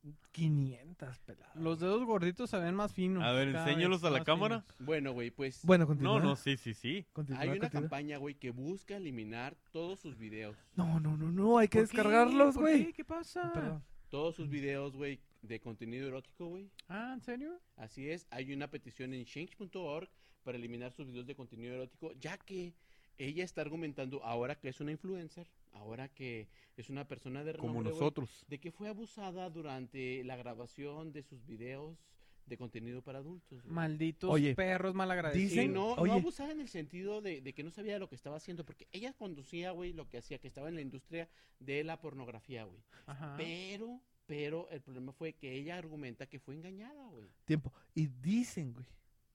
S3: 500 peladas.
S2: Los dedos gorditos se ven más finos.
S4: A ver,
S2: cada vez
S4: enséñalos a la
S2: más
S4: cámara.
S2: finos.
S1: Bueno, güey, pues
S3: Bueno, pues, continúa.
S4: No, no, sí, sí, sí.
S3: continúa,
S1: hay una
S3: continúa.
S1: campaña, güey, que busca eliminar todos sus videos.
S3: No, no, no, no, hay que
S2: ¿Por qué?
S3: descargarlos,
S2: ¿Por
S3: güey.
S2: qué? ¿Qué pasa?
S3: Ah, perdón.
S1: Todos sus videos, güey, de contenido erótico, güey.
S2: Ah, ¿en serio?
S1: Así es, hay una petición en change.org para eliminar sus videos de contenido erótico, ya que ella está argumentando ahora que es una influencer, ahora que es una persona de
S4: Como
S1: renombre, güey,
S4: nosotros.
S1: de que fue abusada durante la grabación de sus videos de contenido para adultos. güey.
S2: Malditos
S3: Oye,
S2: perros malagradecidos.
S1: Y
S3: dicen-
S1: no,
S3: Oye.
S1: no abusada en el sentido de, de que no sabía lo que estaba haciendo, porque ella conducía, güey, lo que hacía, que estaba en la industria de la pornografía, güey.
S3: Ah.
S2: Ajá.
S1: Pero, pero el problema fue que ella argumenta que fue engañada, güey.
S3: Tiempo. Y dicen, güey,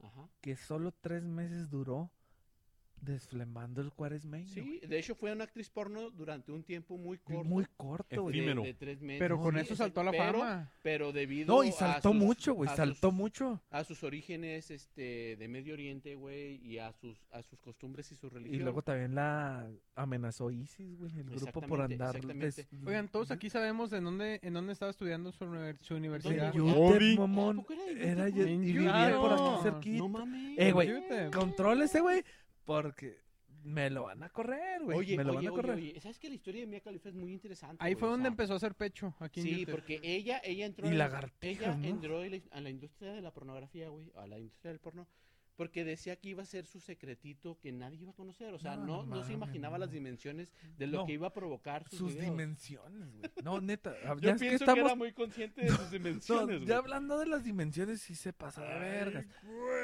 S1: Ajá.
S3: que solo tres meses duró desflemando el cuaresmeño. güey.
S1: Sí, de hecho fue una actriz porno durante un tiempo muy corto.
S3: Muy corto, güey.
S1: de-
S4: Efímero.
S1: de tres meses.
S2: Pero con
S1: Sí,
S2: eso
S1: exacto,
S2: saltó a la
S1: pero-
S2: fama.
S1: Pero debido
S3: No, y
S1: a
S3: saltó
S1: sus-
S3: mucho, güey,
S1: a
S3: saltó
S1: sus-
S3: mucho.
S1: A sus orígenes este, de Medio Oriente, güey, y a sus, a sus costumbres y su
S3: Y
S1: religión.
S3: luego también la amenazó ISIS, güey, el grupo por
S1: Exactamente,
S3: andar.
S1: exactamente.
S3: des-
S2: Oigan, todos aquí sabemos en dónde, en dónde estaba estudiando su, univer- su universidad.
S3: En
S1: Yo-
S3: UTEP,
S4: Obi.
S3: mamón.
S1: ¿Tampoco era de
S3: Era yo,
S1: Yuti?
S2: En
S3: vivía por aquí
S2: Yutepo.
S3: cerquita.
S1: No mames.
S3: Eh, güey,
S2: Yutepo.
S3: contrólese, güey, porque me lo van a correr, güey.
S1: Oye,
S3: me lo
S1: oye,
S3: van a
S1: oye,
S3: correr.
S1: oye, ¿sabes que la historia de Mia Khalifa es muy interesante?
S2: Ahí
S1: güey?
S2: fue
S1: O
S2: donde
S1: sea,
S2: empezó a hacer pecho, aquí en
S1: Ah. Sí,
S2: YouTube.
S1: porque ella, ella entró
S3: Y
S1: a la-
S3: lagartijas,
S1: ella
S3: ¿no?
S1: entró en la- a la industria de la pornografía, güey, a la industria del porno, porque decía que iba a ser su secretito que nadie iba a conocer, o sea, no,
S3: No,
S1: no,
S3: no
S1: se
S3: mames,
S1: imaginaba
S3: no.
S1: las dimensiones de lo
S3: No,
S1: que iba a provocar sus,
S3: Sus
S1: videos.
S3: dimensiones, güey. No, neta, ya
S1: Yo pienso
S3: es que
S1: que
S3: estamos
S1: era muy consciente de sus
S3: No,
S1: dimensiones,
S3: ya
S1: güey.
S3: hablando de las dimensiones, sí se pasa de vergas.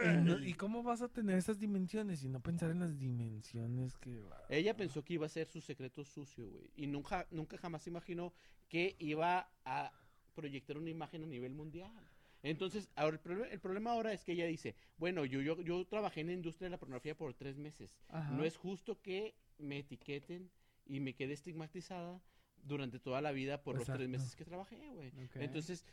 S3: Y, no- ¿y cómo vas a tener esas dimensiones y no pensar en las dimensiones que...
S1: Ella pensó que iba a ser su secreto sucio, güey, y nunca, nunca jamás imaginó que iba a proyectar una imagen a nivel mundial. Entonces, ahora el, problema, el problema ahora es que ella dice, bueno, yo, yo, yo trabajé en la industria de la pornografía por tres meses,
S2: Ajá.
S1: No es justo que me etiqueten y me quede estigmatizada durante toda la vida por los tres
S3: Exacto.
S1: meses que trabajé, güey.
S2: Ok.
S1: Entonces,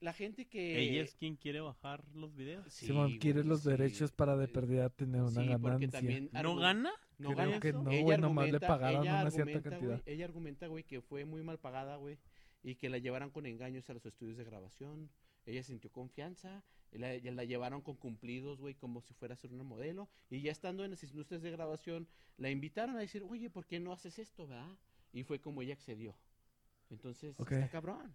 S1: la gente que...
S4: Ella es quien quiere bajar los videos.
S1: Sí,
S3: Simón
S1: güey,
S3: quiere los
S1: sí.
S3: derechos para de
S1: Eh,
S3: perdida tener
S1: Sí,
S3: una
S1: porque
S3: ganancia.
S1: también...
S4: ¿No
S1: argu-
S4: gana?
S1: No
S3: Creo
S1: gana
S3: que
S1: eso.
S3: no,
S1: Ella
S3: güey, nomás le
S1: argumenta-
S3: pagaron
S1: ella
S3: una cierta
S1: argumenta, güey,
S3: cantidad.
S1: ella argumenta, güey, que fue muy mal pagada, güey, y que la llevaron con engaños a los estudios de grabación. Ella sintió confianza, la, ya la llevaron con cumplidos, güey, como si fuera a ser una modelo. Y ya estando en las industrias de grabación, la invitaron a decir, oye, ¿por qué no haces esto, verdad? Y fue como ella accedió. Entonces,
S3: Ok.
S1: está cabrón.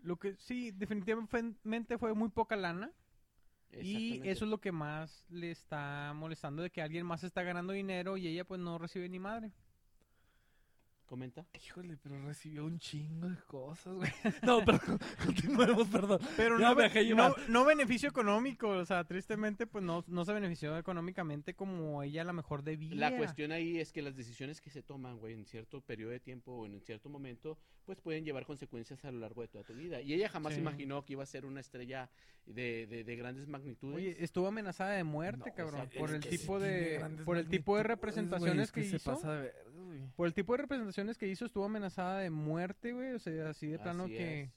S2: Lo que sí, definitivamente fue muy poca lana. Y
S1: Exactamente.
S2: eso es lo que más le está molestando, de que alguien más está ganando dinero y ella pues no recibe ni madre.
S1: Comenta.
S3: Híjole, pero recibió un chingo de cosas, güey. No, pero continuemos, perdón.
S2: Pero
S3: Ya
S2: no, be-
S3: me dejé
S2: no,
S3: llevar.
S2: no beneficio económico, o sea, tristemente pues no, no se benefició económicamente como ella a lo mejor debía.
S1: La cuestión ahí es que las decisiones que se toman, güey, en cierto periodo de tiempo o en cierto momento, pues pueden llevar consecuencias a lo largo de toda tu vida. Y ella jamás
S2: Sí.
S1: imaginó que iba a ser una estrella de, de- de grandes magnitudes.
S2: Oye, estuvo amenazada de muerte,
S3: No,
S2: cabrón,
S1: o sea,
S2: por
S1: es
S2: el
S1: que sí
S2: tipo
S3: tiene
S2: de
S3: grandes
S2: por el tipo de
S3: magnitudes, güey,
S2: representaciones
S3: es que,
S2: que,
S3: se
S2: hizo.
S3: pasa de vergas, güey.
S2: Por el tipo de representaciones que hizo estuvo amenazada de muerte, güey, o sea, así de plano
S1: Así
S2: que
S1: es.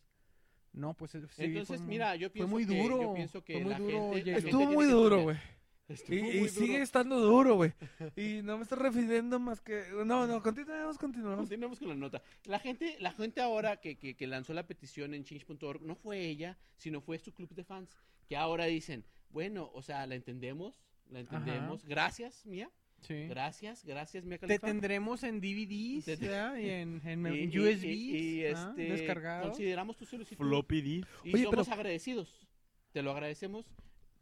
S2: no, pues eh, sí, fue
S1: Entonces,
S2: muy-
S1: mira, yo pienso
S2: muy
S1: que, yo
S2: duro,
S1: pienso que
S2: fue muy
S1: la
S2: duro,
S1: gente- la
S2: Jay.
S1: gente
S3: Estuvo
S1: tiene
S3: muy
S1: que
S3: duro,
S1: cambiar.
S3: güey.
S1: Estuvo
S3: Y,
S1: muy
S3: y
S1: duro.
S3: sigue estando duro, güey. Y no me estoy refiriendo más que... No, no, continuemos, continuemos.
S1: Continuemos con la nota. La gente, la gente ahora que, que- que lanzó la petición en change.org no fue ella, sino fue su club de fans, que ahora dicen, bueno, o sea, la entendemos, la entendemos. Gracias, Mía.
S2: sí.
S1: Gracias, gracias, Mía
S2: Te
S1: Khalifa.
S2: tendremos en DVDs
S1: Te-
S2: ¿verdad? y en, en mem-
S1: Y- y-
S2: USBs
S1: y- y,
S2: ¿ah?
S1: este,
S2: descargados.
S1: Consideramos tu solicitud
S4: Floppy disk.
S1: y
S3: Oye,
S1: somos agradecidos. Te lo agradecemos,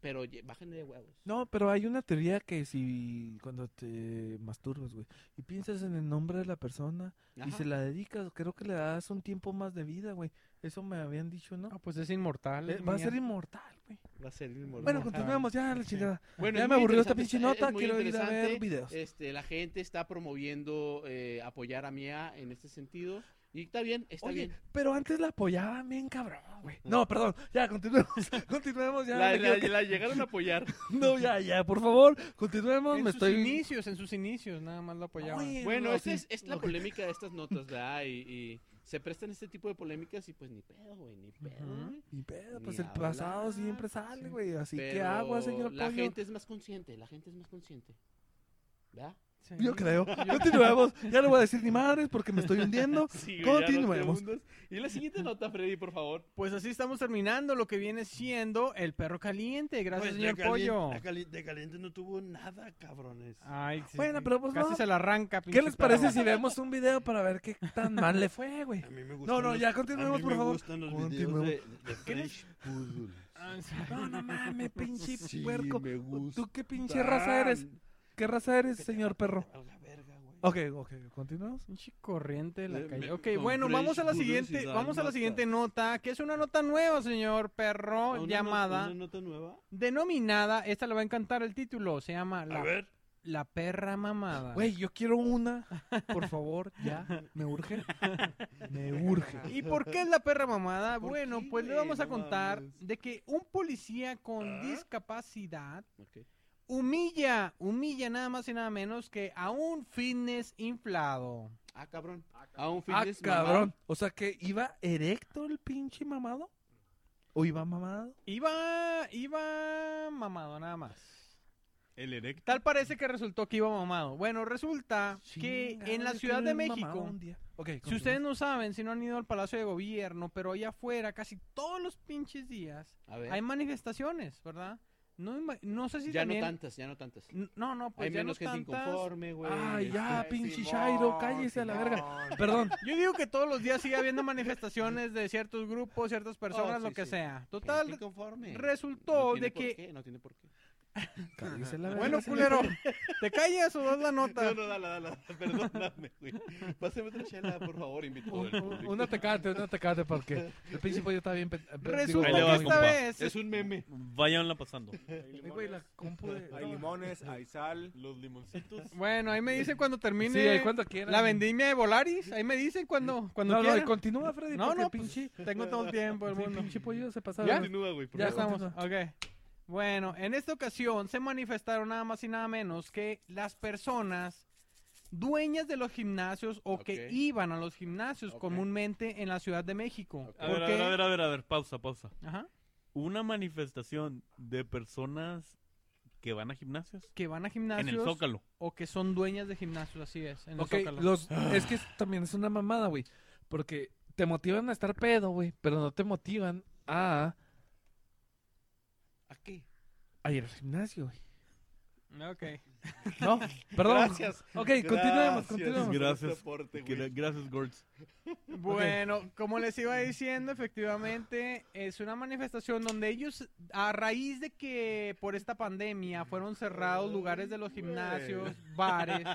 S1: pero ye- bájenle de huevos.
S3: No, pero hay una teoría que si cuando te masturbas, güey, y piensas en el nombre de la persona y
S1: Ajá.
S3: se la dedicas, creo que le das un tiempo más de vida, güey. Eso me habían dicho, ¿no?
S2: Ah, pues es inmortal.
S3: Eh,
S2: es
S3: va a
S2: mía.
S3: ser inmortal, güey.
S1: Va a ser el inmortal.
S3: Bueno,
S1: Ajá.
S3: continuamos, ya la chingada.
S1: Bueno,
S3: Ya
S1: es
S3: me
S1: muy
S3: aburrió esta
S1: interesante, eh,
S3: pinche
S1: es
S3: nota,
S1: muy
S3: quiero ir a ver
S1: interesante.
S3: videos.
S1: Este, la gente está promoviendo eh, apoyar a Mia en este sentido. Y está bien, está
S3: Oye,
S1: bien.
S3: pero antes la apoyaban bien cabrón, güey. No, perdón, ya continuemos, continuemos, ya.
S1: La,
S3: me
S1: la-
S3: equivoqué.
S1: la llegaron a apoyar.
S3: No, ya, ya, por favor, continuemos,
S2: En
S3: me
S2: sus
S3: estoy...
S2: inicios, en sus inicios, nada más lo apoyaban.
S3: Oye,
S1: Bueno,
S3: no,
S1: esa
S3: sí,
S1: es, es la
S3: ok.
S1: polémica de estas notas, ¿verdad? Y, y se prestan este tipo de polémicas y pues ni pedo, güey, ni pedo.
S2: Ujú.
S1: güey.
S3: Ni pedo, pues
S1: Ni
S3: el pasado
S1: hablar,
S3: siempre sale,
S1: sí.
S3: güey. Así que
S1: Pero
S3: agua, señor
S1: La
S3: pollo.
S1: gente es más consciente, la gente es más consciente. ¿Verdad?
S2: Sí.
S3: Yo creo. Continuemos. Ya no voy a decir ni madres porque me estoy hundiendo.
S1: Sí,
S3: güey, ya no te Continuemos.
S1: Y la siguiente nota, Freddy, por favor.
S2: Pues así estamos terminando lo que viene siendo el perro caliente.
S6: Pues,
S2: Gracias,
S6: de
S2: señor
S6: calien-
S2: Pollo.
S6: a cali- de caliente no tuvo nada, cabrones.
S3: Ah.
S2: Ay, sí,
S3: Bueno,
S2: sí.
S3: pero pues
S2: casi
S3: no.
S2: se la arranca.
S3: ¿Qué
S2: pinche
S3: les parece
S2: perro.
S3: si vemos un video para ver qué tan mal le fue, güey?
S6: A mí me gustan
S3: No, no,
S6: los-
S3: ya
S6: a
S3: continuemos,
S6: mí
S3: por
S6: me
S3: favor.
S6: gustan los
S3: Continuemos.
S6: videos de, de
S2: ¿Qué
S6: Fresh Poodles.
S2: Ah, sí.
S3: No, no mames, pinche
S6: Sí,
S3: puerco.
S6: me gusta.
S3: ¿Tú qué pinche raza eres? ¿Qué raza eres, señor perro?
S6: Valga verga, güey.
S3: Ok, ok, continuamos.
S2: Pinche corriente de la
S1: Eh,
S6: Me-
S2: calle.
S6: me-
S2: Ok,
S6: con
S2: bueno, vamos a la
S6: Fresh Gurus y
S2: siguiente, vamos a la
S6: Dalmatas.
S2: siguiente nota, que es una nota nueva, señor perro,
S1: Una no-
S2: llamada,
S1: una nota nueva.
S2: denominada, esta le va a encantar el título, se llama
S6: A
S2: La,
S6: ver,
S2: La perra mamada.
S3: Güey, yo quiero una. Por favor, ya. Me urge. Me urge.
S2: ¿Y por qué es la perra mamada?
S1: ¿Por
S2: Bueno,
S1: qué,
S2: pues le
S1: güey?
S2: vamos a
S1: No
S2: contar
S1: mames.
S2: de que un policía con
S6: ¿Ah?
S2: discapacidad
S1: Ok.
S2: humilla, humilla nada más y nada menos que a un fitness inflado.
S1: Ah, cabrón. A un
S3: Ah,
S1: fitness mamado.
S3: cabrón. O sea que iba erecto el pinche mamado. ¿O iba mamado?
S2: Iba, iba mamado nada más.
S4: El erecto.
S2: Tal parece que resultó que iba mamado. Bueno, resulta Ah, que en la Ciudad de México, si ustedes no saben, si no han ido al Palacio de Gobierno, pero allá afuera casi todos los pinches días
S1: A ver.
S2: hay manifestaciones, ¿verdad? No, ima- no sé si
S1: ya
S2: también...
S1: no tantas, ya no tantas.
S2: N- No, no, pues
S1: Hay
S2: ya
S1: menos
S2: no
S1: gente
S2: tantas.
S1: inconforme, güey.
S3: Ay, ya,
S1: este,
S3: pinche Shairo, cállese a la verga. Perdón.
S2: Yo digo que todos los días sigue habiendo manifestaciones de ciertos grupos, ciertas personas,
S3: Oh,
S1: sí,
S2: lo que
S1: sí.
S2: sea.
S1: gente
S2: Total,
S1: inconforme.
S2: resultó
S1: No tiene
S2: de
S1: por
S2: que-
S1: qué, no tiene por qué.
S3: Cállese a la verga.
S2: bueno, culero, ¿te callas o das la nota?
S1: No, no, dala, dala. Perdóname, güey. Pásame otra chela, por favor, invitado del público.
S3: Una tecate, una tecate, porque el pinche pollo está bien. pe- eh, digo,
S2: Resulta
S4: Ahí le
S2: que
S4: va,
S2: esta
S4: compa.
S2: vez...
S1: Es un meme.
S4: Váyanla pasando.
S3: Ay, güey, la compu de-
S5: Hay limones, hay sal.
S4: Los limoncitos.
S2: Bueno, ahí me dicen cuando termine...
S3: Sí, ahí cuando quieran.
S2: La vendimia de Volaris, ahí me dicen cuando, cuando
S3: No, pues, no,
S2: quieran.
S3: y continúa, Freddy.
S2: No,
S3: porque
S2: no,
S3: pinche.
S2: Tengo todo el tiempo del mundo.
S3: Pinche pollo se pasaba.
S2: ¿Ya?
S3: de-
S1: Continúa, güey. por
S2: Ya
S3: Ya,
S1: favor.
S2: estamos, ok. Bueno, en esta ocasión se manifestaron nada más y nada menos que las personas dueñas de los gimnasios o que
S1: Ok.
S2: iban a los gimnasios
S1: Ok.
S2: comúnmente en la Ciudad de México.
S1: Ok.
S4: A ver, a
S2: Porque-
S4: ver, a ver, a ver, a ver, pausa, pausa.
S2: Ajá,
S4: Una manifestación de personas que van a gimnasios.
S2: que van a
S4: En el
S2: gimnasios
S4: Zócalo.
S2: o que son dueñas de gimnasios, así es, en el
S3: Ok,
S2: Zócalo.
S3: los, es que es- también es una mamada, güey. Porque te motivan a estar pedo, güey. Pero no te motivan a,
S1: ¿A qué?
S3: a ir al gimnasio, güey.
S2: Ok.
S3: No, perdón.
S1: Gracias.
S3: Ok,
S1: Gracias.
S3: continuemos, continuemos.
S1: Gracias.
S4: Gracias.
S1: Soporte,
S4: Que-
S1: güey.
S4: Gracias, Gords.
S2: Bueno, como les iba diciendo, efectivamente es una manifestación donde ellos, a raíz de que por esta pandemia fueron cerrados lugares de los gimnasios, bares,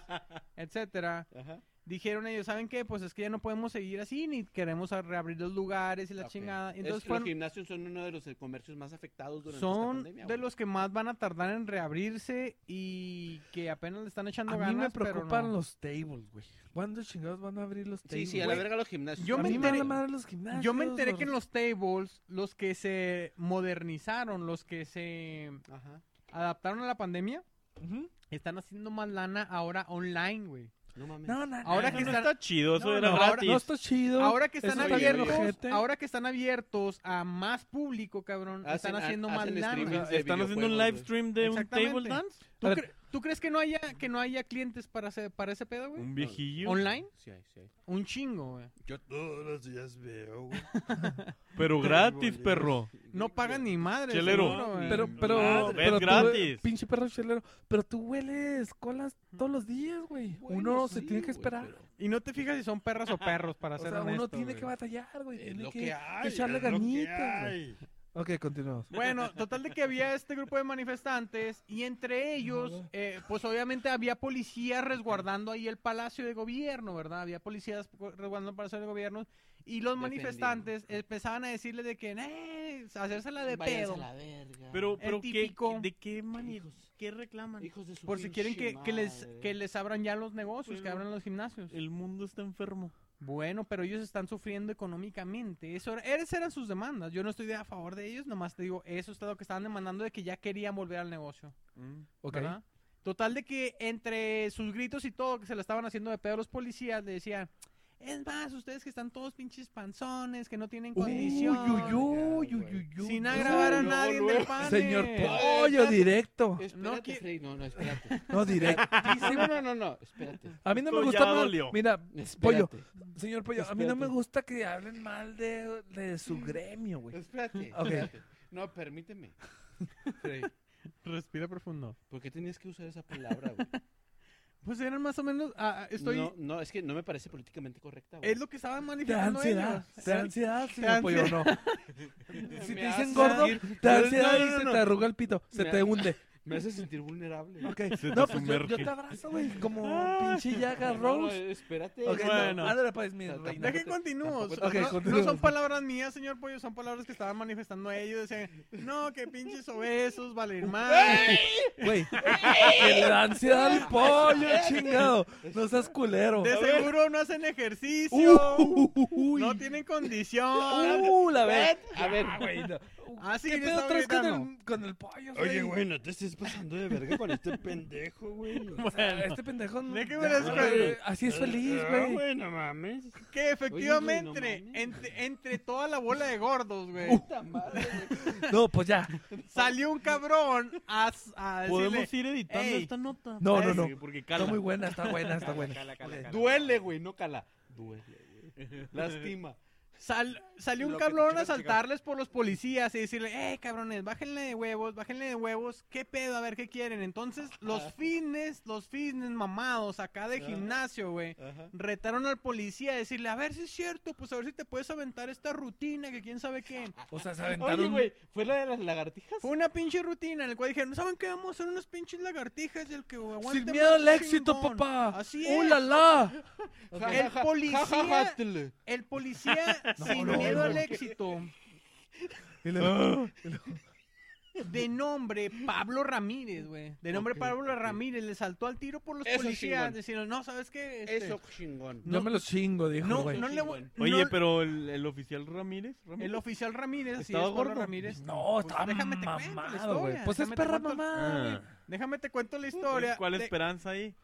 S2: etcétera,
S1: Ajá.
S2: dijeron ellos, ¿saben qué? Pues es que ya no podemos seguir así, ni queremos a- reabrir los lugares y la
S1: Ok.
S2: chingada.
S1: Es-
S2: Entonces
S1: los
S2: fueron-
S1: gimnasios son uno de los eh, comercios más afectados durante esta
S2: son
S1: pandemia.
S2: de
S1: güey.
S2: los que más van a tardar en reabrirse y que apenas le están echando
S3: A
S2: ganas.
S3: mí me
S2: pero
S3: preocupan
S2: no.
S3: los tables, güey. ¿Cuándo chingados van a abrir los
S1: Sí,
S3: tables?
S1: sí, a la
S3: güey?
S1: verga los gimnasios.
S2: Yo
S3: A
S2: me
S3: mí me vale
S2: enteré-
S3: madre los gimnasios.
S2: Yo me enteré que en
S3: los...
S2: los tables, los que se modernizaron, los que se
S1: Ajá.
S2: adaptaron a la pandemia,
S3: Ujú.
S2: están haciendo más lana ahora online, güey.
S1: No mames.
S3: No, no, no.
S2: Ahora
S4: No,
S2: que
S4: no
S2: están-
S4: está chido, eso
S2: No,
S4: era
S2: no, ahora-
S4: gratis.
S3: No, está chido.
S2: Ahora que están
S3: Eso está bien
S2: abiertos,
S3: ojete.
S2: ahora que están abiertos a más público, cabrón,
S1: Hacen-
S2: están
S1: ha-
S2: haciendo más
S1: hacen
S2: lana.
S1: streamings de
S4: Están haciendo un
S1: videojuegos,
S4: live
S1: güey.
S4: stream de un
S2: Exactamente.
S4: table dance.
S2: ¿Tú,
S3: A ver.
S2: cre- tú crees que no haya que no haya clientes para ese para ese pedo, güey?
S4: Un viejillo.
S2: Online,
S1: Sí, hay, sí. hay.
S2: un chingo, güey.
S6: Yo todos los días veo, güey.
S4: Pero gratis, perro.
S2: No pagan ni madre.
S4: Chelero.
S2: seguro, güey.
S3: Pero, pero, pero
S4: Madre, ves
S3: tú,
S4: gratis.
S3: pinche perro chelero, pero tú hueles colas todos los días, güey. uno se tiene que esperar.
S2: y no te fijas si son perras o perros para
S3: o
S2: ser
S3: sea, uno
S2: honesto,
S3: tiene
S2: güey.
S3: que batallar, güey.
S1: Es
S3: Tiene
S1: lo
S3: que,
S1: que hay.
S3: echarle
S6: es lo que
S3: ganitas, güey.
S6: hay.
S3: Ok, continuamos.
S2: Bueno, total de que había este grupo de manifestantes y entre ellos,
S3: Ajá.
S2: eh, pues obviamente había policías resguardando ahí el Palacio de Gobierno, ¿verdad? Había policías resguardando el Palacio de Gobierno y los manifestantes empezaban a decirle de que, "Eh, de hacérsela de
S1: Váyanse
S2: pedo.
S1: a la verga.
S4: Pero, pero ¿qué,
S2: típico.
S4: ¿de qué mani ¿Qué reclaman?
S1: Hijos de su
S2: Por si quieren que,
S1: pinche
S2: que les,
S1: madre.
S2: que les abran ya los negocios, que
S4: Bueno.
S2: abran los gimnasios.
S4: El mundo está enfermo.
S2: Bueno, pero ellos están sufriendo económicamente. Eso era- esas eran sus demandas. Yo no estoy de a favor de ellos, nomás te digo, eso es lo que estaban demandando de que ya querían volver al negocio.
S1: Mm.
S3: Ok.
S2: ¿verdad? Total de que entre sus gritos y todo que se le estaban haciendo de pedo a los policías, le decían, es más, ustedes que están todos pinches panzones, que no tienen condición.
S3: uy, uy,
S1: Verga,
S3: uy, uy,
S2: Sin
S3: uy.
S2: agravar a
S1: Luego,
S2: nadie
S1: luego.
S2: del panel.
S3: Señor
S1: Eh,
S3: Pollo,
S1: espérate.
S3: directo.
S1: Espérate,
S2: No qui-
S1: Frey, no, no, espérate.
S3: No, directo.
S1: no, no, no, no, no, espérate.
S3: A mí no me
S4: Esto
S3: gusta
S4: ya
S3: mal.
S4: dolió.
S3: Mira, Pollo,
S1: Espérate.
S3: señor Pollo, a mí no me
S1: Espérate.
S3: gusta que hablen mal de, de su gremio, güey.
S1: Espérate.
S3: Ok.
S1: espérate. No, permíteme. Frey,
S2: Respira profundo.
S1: ¿por qué tenías que usar esa palabra, güey?
S2: Pues eran más o menos, ah, ah, estoy...
S1: No, no, es que no me parece políticamente correcta, güey.
S2: Es lo que estaban
S3: Te da
S2: manifestando
S3: ansiedad,
S2: ellos.
S3: te da ansiedad, señor
S2: ansiedad.
S3: Pollo, no. Si
S1: Me
S3: te dicen
S1: hace
S3: gordo,
S1: sentir-
S3: te da
S1: No,
S3: ansiedad
S1: no,
S3: y
S1: no,
S3: se
S1: no.
S3: te arruga el pito, se
S1: Me-
S3: te hunde.
S1: Me hace sentir vulnerable.
S3: Ok,
S4: Se te
S3: no, pues yo, yo
S4: sumerge.
S3: te abrazo, güey, como pinche llaga
S1: No,
S3: Rose.
S1: eh, espérate.
S3: Ok, bueno.
S4: Bueno.
S3: no, ándale, pues, mi
S1: Tampoco-
S3: reina.
S2: Ya que continúo.
S1: Tampoco
S2: so-
S3: te-
S2: no-
S3: Ok,
S2: no,
S3: continúa.
S2: son palabras mías, señor Pollo, son palabras que estaban manifestando ellos. Decían, no, que pinches obesos, valer
S3: ¡Eh!
S2: más.
S3: Güey, que le da ansiedad al pollo, chingado. No seas culero.
S2: De seguro no hacen ejercicio.
S3: Uy.
S2: No tienen condición.
S3: Uh, la vez.
S1: A ver,
S3: Ah, güey, no.
S2: Así
S3: ¿Qué
S2: que
S3: pedo
S2: estaba
S3: traes con
S2: gritando.
S3: el, con el pollo,
S6: Oye, güey, no te estés pasando de verga con este pendejo, güey.
S3: O sea, este pendejo. no-
S2: Déjeme
S3: Ya,
S2: descubrir.
S3: güey, Así es feliz,
S6: Ah,
S3: güey.
S6: güey, no mames.
S2: Que
S1: Oye,
S2: efectivamente,
S1: güey, no mames.
S2: entre, entre toda la bola de gordos, güey,
S1: puta madre, güey.
S3: No, pues ya.
S2: salió un cabrón a, a decirle,
S4: Podemos ir editando
S2: "Ey".
S4: esta nota.
S3: No, no, no.
S4: Sí, Porque
S3: Está
S4: cala.
S3: muy buena, está buena, está buena.
S5: Cala, cala,
S3: Ok.
S5: cala.
S1: Duele, güey, no cala. Duele, güey. Lastima.
S2: sal- salió un
S5: Lo que te
S2: cabrón a
S5: quieras,
S2: saltarles por los policías y decirle, eh, cabrones, bájenle de huevos, bájenle de huevos, qué pedo, a ver qué quieren. Entonces, los fitness, los fitness mamados acá de gimnasio, güey,
S1: Ajá.
S2: retaron al policía a decirle, a ver si es cierto, pues a ver si te puedes aventar esta rutina que quién sabe qué.
S3: O sea, se
S1: Oye,
S3: aventaron.
S1: güey, ¿fue la de las lagartijas?
S2: Fue una pinche rutina en la cual dijeron, ¿saben qué? Vamos a hacer unas pinches lagartijas y el que aguante
S3: Sin
S2: más
S3: miedo al
S2: chingón".
S3: éxito, papá.
S2: Así
S3: ¡Uh,
S2: es.
S3: la, la!
S1: Ja,
S2: El
S1: ja, ja,
S2: policía-
S1: ja, ja, ja, tele.
S2: El policía
S3: No,
S2: sin
S3: no,
S2: miedo
S3: no.
S2: al éxito,
S3: Y luego-
S2: de nombre Pablo Ramírez, güey. De nombre Pablo Ramírez, le saltó al tiro por los
S1: Eso
S2: policías,
S1: chingón.
S2: diciendo, no, ¿sabes qué? Este,
S1: Eso chingón.
S3: Yo me lo chingo, dijo,
S2: no,
S3: güey.
S2: no le voy-
S1: Chingón.
S2: no-
S4: Oye, pero el, el oficial Ramírez.
S2: El oficial Ramírez, así es,
S4: ¿Estaba
S2: Pablo
S4: gordo?
S2: Ramírez.
S3: No, estaba
S2: Pues, déjame te cuento la
S3: mamado, güey.
S2: historia,
S3: Pues es
S2: déjame te
S3: perra
S2: cuento- Ah.
S3: mamá.
S2: Déjame te cuento la historia.
S4: Ah, ¿Cuál
S2: de-
S4: esperanza ahí?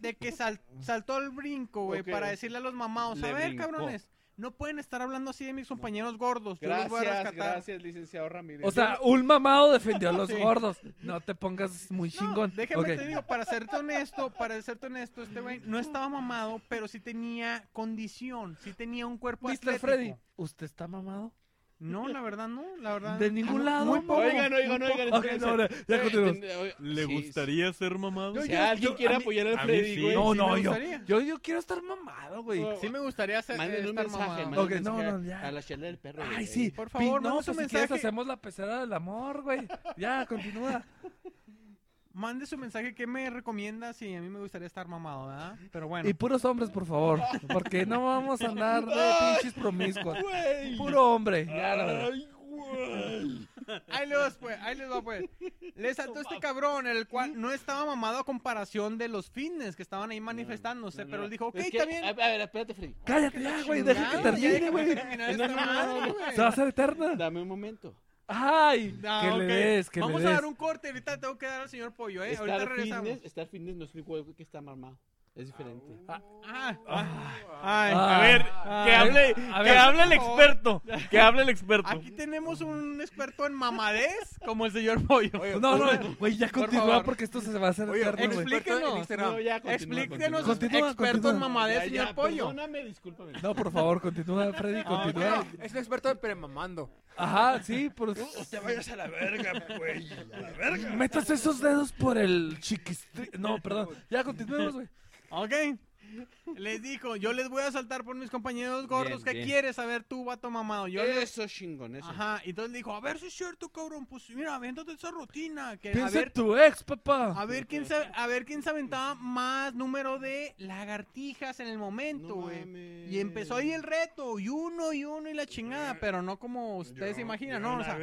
S2: de que sal- saltó al brinco, güey,
S1: Ok.
S2: para decirle a los mamados, a
S1: Le
S2: ver,
S1: brincó.
S2: cabrones, no pueden estar hablando así de mis compañeros gordos, yo los voy a
S1: Gracias,
S2: rescatar.
S1: gracias, licenciado Ramírez.
S3: O sea, un mamado defendió a los
S2: Sí.
S3: gordos. No te pongas muy
S2: No,
S3: chingón.
S2: déjame
S3: Ok.
S2: te digo, para serte honesto, para serte honesto, este güey no estaba mamado, pero sí tenía condición, sí tenía un cuerpo
S3: Mr.
S2: atlético.
S3: Freddy, ¿usted está mamado?
S2: No, la verdad no, la verdad.
S3: De ningún
S2: Muy-
S3: lado.
S2: muy poco.
S1: Oigan, oigan, oigan,
S3: Ok,
S1: espérense.
S3: no, no, ya
S1: Eh,
S3: continuamos.
S1: ten- oiga,
S4: ¿Le
S1: sí,
S4: gustaría ser mamado?
S1: sí. Si
S3: yo-
S1: alguien
S3: yo-
S1: quiere
S3: a mí-
S1: apoyar
S4: a
S1: al
S4: mí
S1: Freddy,
S4: sí.
S1: güey.
S3: No,
S2: sí
S3: Oh, no,
S2: me
S3: yo,
S2: gustaría.
S3: yo, yo quiero estar mamado, güey.
S1: No.
S2: Sí me gustaría ser, eh,
S1: Mándenle un
S2: estar
S1: mensaje,
S2: mamado.
S1: mándenle
S3: Ok,
S1: un
S3: no,
S1: mensaje
S3: no, ya.
S1: a la chela del perro.
S3: Ay,
S1: güey.
S3: sí.
S2: Por favor,
S3: Pi- no,
S2: manda
S3: pues
S2: su
S3: si quieres
S2: mensaje.
S3: hacemos la pecera del amor, güey. Ya, continúa.
S2: Mande su mensaje que me recomienda si a mí me gustaría estar mamado, ¿verdad? Pero bueno.
S3: Y puros hombres, por favor. Porque no vamos a andar de pinches promiscuos. Puro hombre. Ya, la verdad.
S6: Ay, güey.
S2: Ahí les, va, pues, ahí les va pues. Le saltó este cabrón, el cual no estaba mamado a comparación de los fitness que estaban ahí manifestándose,
S1: No, no,
S2: pero
S1: no.
S2: él dijo, ok,
S1: Es que-
S2: está bien.
S1: A a ver, espérate, Freddy.
S3: Cállate ya, güey. Deja
S2: Chingado,
S3: que
S2: ya
S3: termine,
S2: déjame
S3: güey.
S2: terminar
S1: No,
S2: esta
S1: no, no,
S2: madre,
S1: no,
S2: güey.
S3: Se va a hacer eterna.
S1: Dame un momento.
S3: Ay,
S2: Ah,
S3: que
S2: ok.
S3: le des, que
S2: Vamos
S3: le
S2: a
S3: des.
S2: dar un corte, ahorita tengo que dar al señor Pollo, ¿eh? Ahorita
S1: Estar
S2: regresamos.
S1: fitness, estar fitness no es igual que estar mamado. Es diferente.
S2: Ah,
S4: Ay,
S3: Ah.
S4: a ver,
S2: Ah.
S4: que hable,
S3: A
S4: que
S3: ver.
S4: hable el
S2: Por favor.
S4: experto. Que hable el experto.
S2: Aquí tenemos un experto en mamadez como el señor Pollo.
S3: No, no, güey, ya
S2: Por
S3: continúa
S2: favor.
S3: porque esto se va a hacer
S5: Oye,
S3: eterno, güey.
S5: explica-
S2: Explíquenos.
S5: En Instagram.
S1: No, ya, continúa,
S2: Explíquenos,
S1: continúa.
S3: Continúa,
S2: experto
S3: continúa.
S2: en mamadez,
S1: Ya,
S2: señor
S1: ya,
S2: Pollo.
S1: Perdóname, discúlpame.
S3: No, por favor, continúa, Freddy, continúa.
S5: Es un experto en premamando.
S3: Ajá, sí, pues, por...
S6: Te vayas a la verga, güey. A la verga.
S2: Eh,
S3: Metas esos dedos por el chiquistri... No, perdón. Ya continuemos, güey.
S2: Ok. Les dijo, yo les voy a saltar por mis compañeros
S1: Bien,
S2: gordos. ¿Qué
S1: bien.
S2: quieres saber tú, vato mamado? Yo les...
S1: Eso es chingón, eso.
S2: Ajá, y entonces le dijo, a ver si es cierto, cabrón, pues mira, aviéntate esa rutina. Que, a
S3: Piensa
S2: ver,
S3: tu ex, papá.
S2: a ver quién se, a ver quién se aventaba más número de lagartijas en el momento, güey.
S1: mames.
S2: y empezó ahí el reto, y uno y uno y la chingada, pero no como ustedes se imaginan, no, o sea,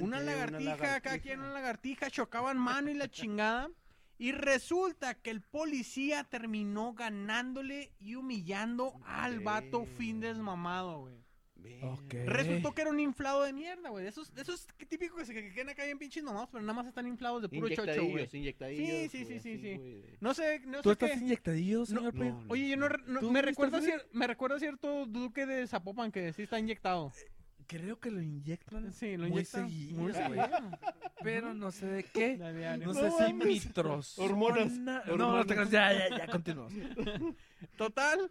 S2: una lagartija, cada quien una lagartija, chocaban mano y la chingada. Y resulta que el policía terminó ganándole y humillando al vato
S1: Ok.
S2: fin desmamado, güey.
S1: Ve.
S3: Ok.
S2: Resultó que era un inflado de mierda, güey. Esos, esos típicos que se que quedan acá bien pinches mamados, pero nada más están inflados de puro chocho,
S1: Inyectadillos,
S2: güey.
S1: inyectadillos,
S2: Sí, sí,
S1: güey,
S2: sí,
S1: así,
S2: sí.
S1: güey, de- Pues,
S2: No sé, no
S3: ¿Tú
S2: sé
S3: estás
S2: qué.
S3: inyectadillo, señor
S1: no,
S3: Pollo?
S1: no.
S2: Oye, yo no, re- no-
S3: ¿Tú
S2: me
S3: viste
S2: recuerda
S3: ese?
S2: cier- me recuerda cierto duque de Zapopan que sí está inyectado.
S3: Creo que lo inyectan.
S2: Sí, lo
S3: muy
S2: inyectan
S3: seguido,
S2: muy
S3: güey.
S2: seguido.
S3: Pero no sé de qué.
S2: La diaria. No
S3: No, sé si
S1: mames.
S3: mitros.
S1: Hormonas,
S3: No, no
S1: hormonas.
S3: te creas, Ya, ya, ya, continuamos.
S2: Total,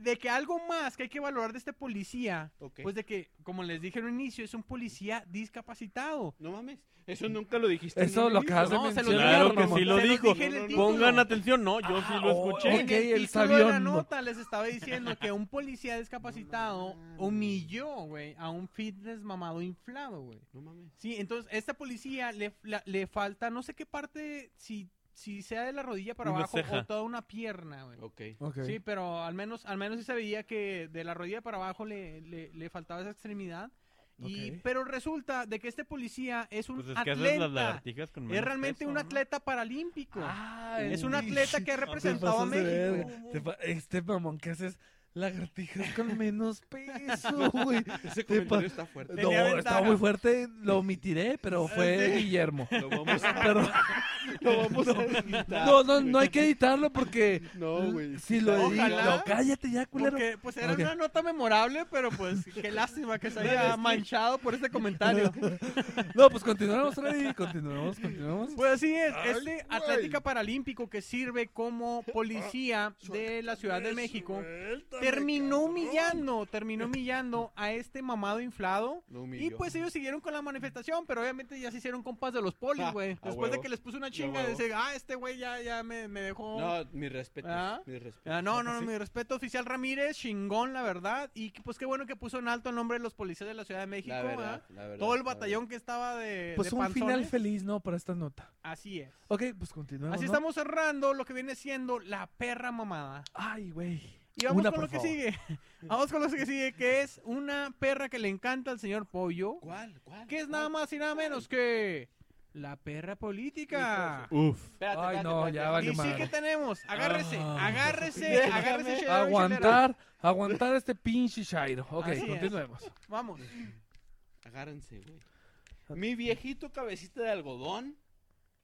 S2: de que algo más que hay que valorar de este policía,
S1: Ok.
S2: pues de que, como les dije en un inicio, es un policía discapacitado.
S1: No mames, eso nunca lo dijiste. en
S3: Eso
S1: un
S3: lo
S1: inicio.
S3: acabas de
S2: No, se lo
S3: mencionar.
S2: dijeron,
S4: Claro que
S2: mamá.
S4: sí lo
S2: Se los
S4: dijo.
S2: dije en el
S4: Pongan
S2: título.
S4: atención, no, yo sí lo
S3: Ah,
S4: escuché.
S3: ok,
S2: En el
S3: el
S2: título de la
S3: sabión.
S2: nota les estaba diciendo que un policía discapacitado humilló, güey, a un fitness mamado inflado, güey.
S1: No mames.
S2: Sí, entonces, esta policía le, la- le falta, no sé qué parte, si, si sea de la rodilla para
S4: Una
S2: abajo
S4: ceja.
S2: o toda una pierna, güey.
S1: Ok.
S3: Ok.
S2: Sí, pero al menos, al menos sí se veía que de la rodilla para abajo le, le, le faltaba esa extremidad. Y,
S3: Ok.
S2: Pero resulta de que este policía es un
S4: Pues es que haces las
S2: atleta.
S4: lagartijas con
S2: es
S4: menos
S2: realmente
S4: peso,
S2: un
S4: ¿no?
S2: atleta paralímpico.
S3: Ah,
S2: es un
S3: uy,
S2: atleta que ha representado a
S3: te pasaste de
S2: México.
S3: verga. Te pa- Este mamón que haces lagartijas con menos peso, güey.
S1: Ese
S3: Te pa-
S1: comentario está fuerte.
S3: No,
S2: ventaja.
S3: estaba muy fuerte, lo omitiré, pero fue Guillermo.
S1: Ah, Lo vamos a,
S3: Perdón.
S1: lo vamos a editar,
S3: No, no,
S1: güey.
S3: no hay que editarlo porque
S1: No, güey.
S3: si lo
S2: Ojalá.
S3: edito, cállate ya, culero.
S2: Porque, pues era
S3: Ok.
S2: una nota memorable, pero pues qué lástima que se haya manchado por este comentario.
S3: No, pues continuamos, Freddy, continuamos, continuamos.
S2: Pues así es,
S6: Ay,
S2: este
S6: güey.
S2: atlética paralímpico que sirve como policía de la Ciudad de México terminó humillando, terminó humillando a este mamado inflado
S1: Lo
S2: Y
S1: humilló.
S2: pues ellos siguieron con la manifestación, pero obviamente ya se hicieron compas de los polis,
S1: Ah,
S2: güey.
S1: a
S2: Después de
S1: huevo.
S2: que les puse una chinga de
S1: huevo.
S2: decir, ah, este güey ya, ya me, me dejó. Ah,
S1: No, mi respeto.
S2: ¿Ah?
S1: Mi respeto.
S2: No, no, no, mi respeto, oficial Ramírez, chingón, la verdad. Y que, pues qué bueno que puso en alto el nombre de los policías de la Ciudad de México,
S1: La
S2: ¿verdad?
S1: verdad, la verdad,
S2: Todo el
S1: la
S2: batallón que estaba de.
S3: Pues
S2: de
S3: un final
S2: panzones.
S3: feliz, ¿no? Para esta nota.
S2: Así es.
S3: Ok, pues continuamos.
S2: Así
S3: ¿no?
S2: estamos cerrando lo que viene siendo la perra mamada.
S3: Ay, güey.
S2: Y vamos
S3: Una,
S2: con
S3: por
S2: lo que
S3: favor.
S2: sigue. Vamos con lo que sigue, que es una perra que le encanta al señor Pollo.
S1: verdad. ¿Cuál? ¿Cuál?
S2: que es nada más y nada menos que la perra política.
S4: Uf.
S1: Espérate,
S3: Ay,
S1: espérate,
S3: no,
S1: espérate.
S3: ya vale
S2: Y sí
S3: madre.
S2: que tenemos, agárrese,
S3: Ah.
S2: agárrese, agárrese. chelero y chelera.
S3: Aguantar, aguantar este pinche Shairo. Ok,
S2: Así es.
S3: continuemos.
S2: Vamos.
S1: Agárrense, güey. Mi viejito cabecita de algodón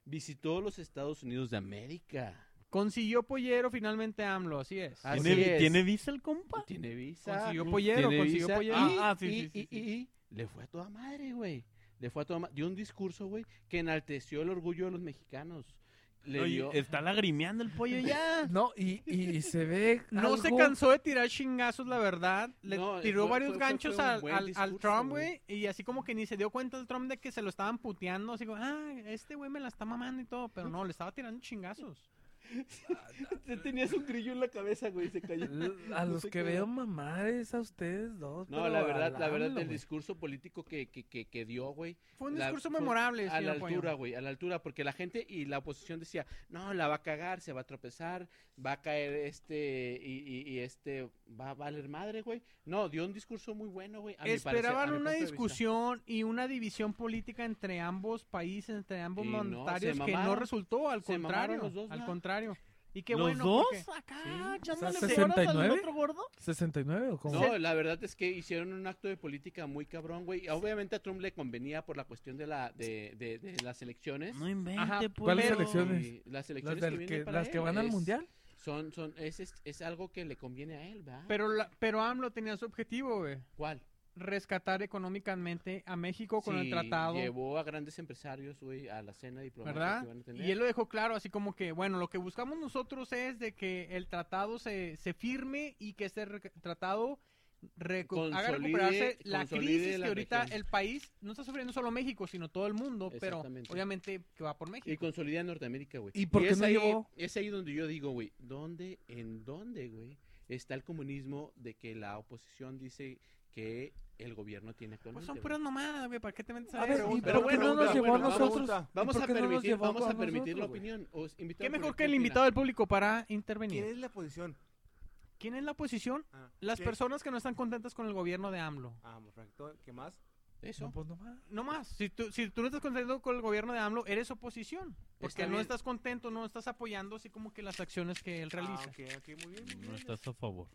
S1: visitó los Estados Unidos de América.
S2: Consiguió pollero finalmente AMLO, así es.
S1: Así
S4: ¿Tiene,
S1: es.
S4: ¿Tiene visa el compa?
S1: Tiene visa.
S2: Consiguió pollero,
S1: Tiene
S2: consiguió
S1: visa,
S2: pollero.
S1: Y,
S4: Ah, ah, sí,
S1: y-
S4: sí, sí,
S1: y- y- y le fue a toda madre, güey. Le fue a toda madre. Dio un discurso, güey, que enalteció el orgullo de los mexicanos. Le
S4: Oye,
S1: dio.
S4: Está lagrimeando el pollo ya.
S1: ya.
S3: No, y, y se ve.
S2: No se
S3: algo-
S2: cansó de tirar chingazos, la verdad. Le
S1: No,
S2: tiró
S1: fue-
S2: varios
S1: fue- fue-
S2: ganchos
S1: fue un
S2: al-
S1: buen
S2: al, al
S1: discurso,
S2: Trump,
S1: güey.
S2: güey. Y así como que ni se dio cuenta el Trump de que se lo estaban puteando. Así como, ah, este güey me la está mamando y todo. Pero no, le estaba tirando chingazos.
S1: Te tenías un grillo en la cabeza, güey, se cayó.
S3: L- A
S1: No
S3: los
S1: sé
S3: que
S1: qué-
S3: veo mamar es a ustedes dos.
S1: No,
S3: pero
S1: la verdad,
S3: al
S1: la verdad,
S3: AMLO,
S1: el
S3: güey.
S1: discurso político que, que, que, que dio, güey,
S2: Fue un
S1: La-
S2: discurso
S1: fue
S2: memorable,
S1: a la
S2: señor Pollo.
S1: altura, güey, a la altura, porque la gente y la oposición decía, no, la va a cagar, se va a tropezar, va a caer este, y, y- y este, va a valer madre, güey. No, dio un discurso muy bueno, güey. a mi parecer,
S2: Esperaban
S1: a mi
S2: una
S1: punto de vista.
S2: discusión y una división política entre ambos países, entre ambos
S1: Y no, se
S2: mandatarios, que no
S1: mamaron.
S2: resultó, al
S1: Se mamaron
S2: contrario,
S1: los dos,
S2: al
S1: ¿no?
S2: contrario. Y qué
S4: ¿Los
S2: bueno,
S4: dos?
S2: porque-
S3: echándole
S4: Acá, echándole
S3: porras al
S4: al
S3: otro
S4: otro gordo.
S3: ¿69 o cómo?
S1: No, la verdad es que hicieron un acto de política muy cabrón, güey. Obviamente a Trump le convenía por la cuestión de, la, de, de- de las elecciones.
S4: No invente, pues.
S2: Ajá,
S3: ¿Cuáles
S4: pollo.
S3: elecciones?
S1: Y Las
S3: ¿Las,
S1: elecciones
S3: del
S1: que,
S3: que-
S1: vienen para
S3: las que
S1: él
S3: van al
S1: es-
S3: mundial?
S1: Son, son, es, es, es algo que le conviene a él, ¿verdad?
S2: Pero, la- pero AMLO tenía su objetivo, güey.
S1: ¿Cuál?
S2: Rescatar económicamente a México con el
S1: Sí,
S2: tratado,
S1: Llevó a grandes empresarios, güey, a la cena diplomática
S2: ¿verdad?
S1: que van a tener.
S2: Y él lo dejó claro, así como que, bueno, lo que buscamos nosotros es de que el tratado se, se firme y que este re- tratado recu- haga
S1: Consolide-
S2: recuperarse la
S1: consolide
S2: crisis
S1: la
S2: que ahorita
S1: región.
S2: el país no está sufriendo solo México, sino todo el mundo, pero
S1: Exactamente.
S2: obviamente que va por
S1: Y
S2: México. Pues
S1: consolida en Norteamérica, güey.
S3: ¿Y por qué
S1: es
S3: no
S1: ahí,
S3: llevó?
S1: Es ahí donde yo digo, güey, ¿dónde, en dónde, güey, está el comunismo de que la oposición dice que el gobierno tiene
S2: Pues
S1: actualmente?
S2: son
S1: güey?
S2: puras mamadas, güey, ¿para qué te metes a
S3: A ver,
S2: eso?
S3: ¿y
S1: pero
S3: por qué
S1: bueno,
S3: no nos
S1: pero
S3: llevó a
S1: bueno,
S3: nosotros?
S1: Vamos
S3: ¿Y por
S1: a
S3: qué no nos
S1: permitir,
S3: llevó
S1: vamos
S3: a
S1: a permitir la
S3: nosotros, güey?
S1: opinión. Os invitamos
S2: ¿Qué
S1: por
S2: mejor que el
S1: Argentina.
S2: invitado del público para
S5: ¿Quién
S2: intervenir?
S5: es la posición?
S2: ¿Quién es la oposición?
S5: Ah,
S2: Las
S5: ¿qué?
S2: personas que no están contentas con el gobierno de AMLO.
S5: Ah, perfecto. ¿Qué más?
S1: Eso.
S3: No, pues no más.
S2: No más, si tú, si tú no estás contento con el gobierno de AMLO, eres oposición. Porque
S1: Está
S2: no
S1: bien.
S2: estás contento, no estás apoyando así como que las acciones que él realiza.
S5: Ah, ok, ok, muy bien, muy bien.
S4: No estás a favor.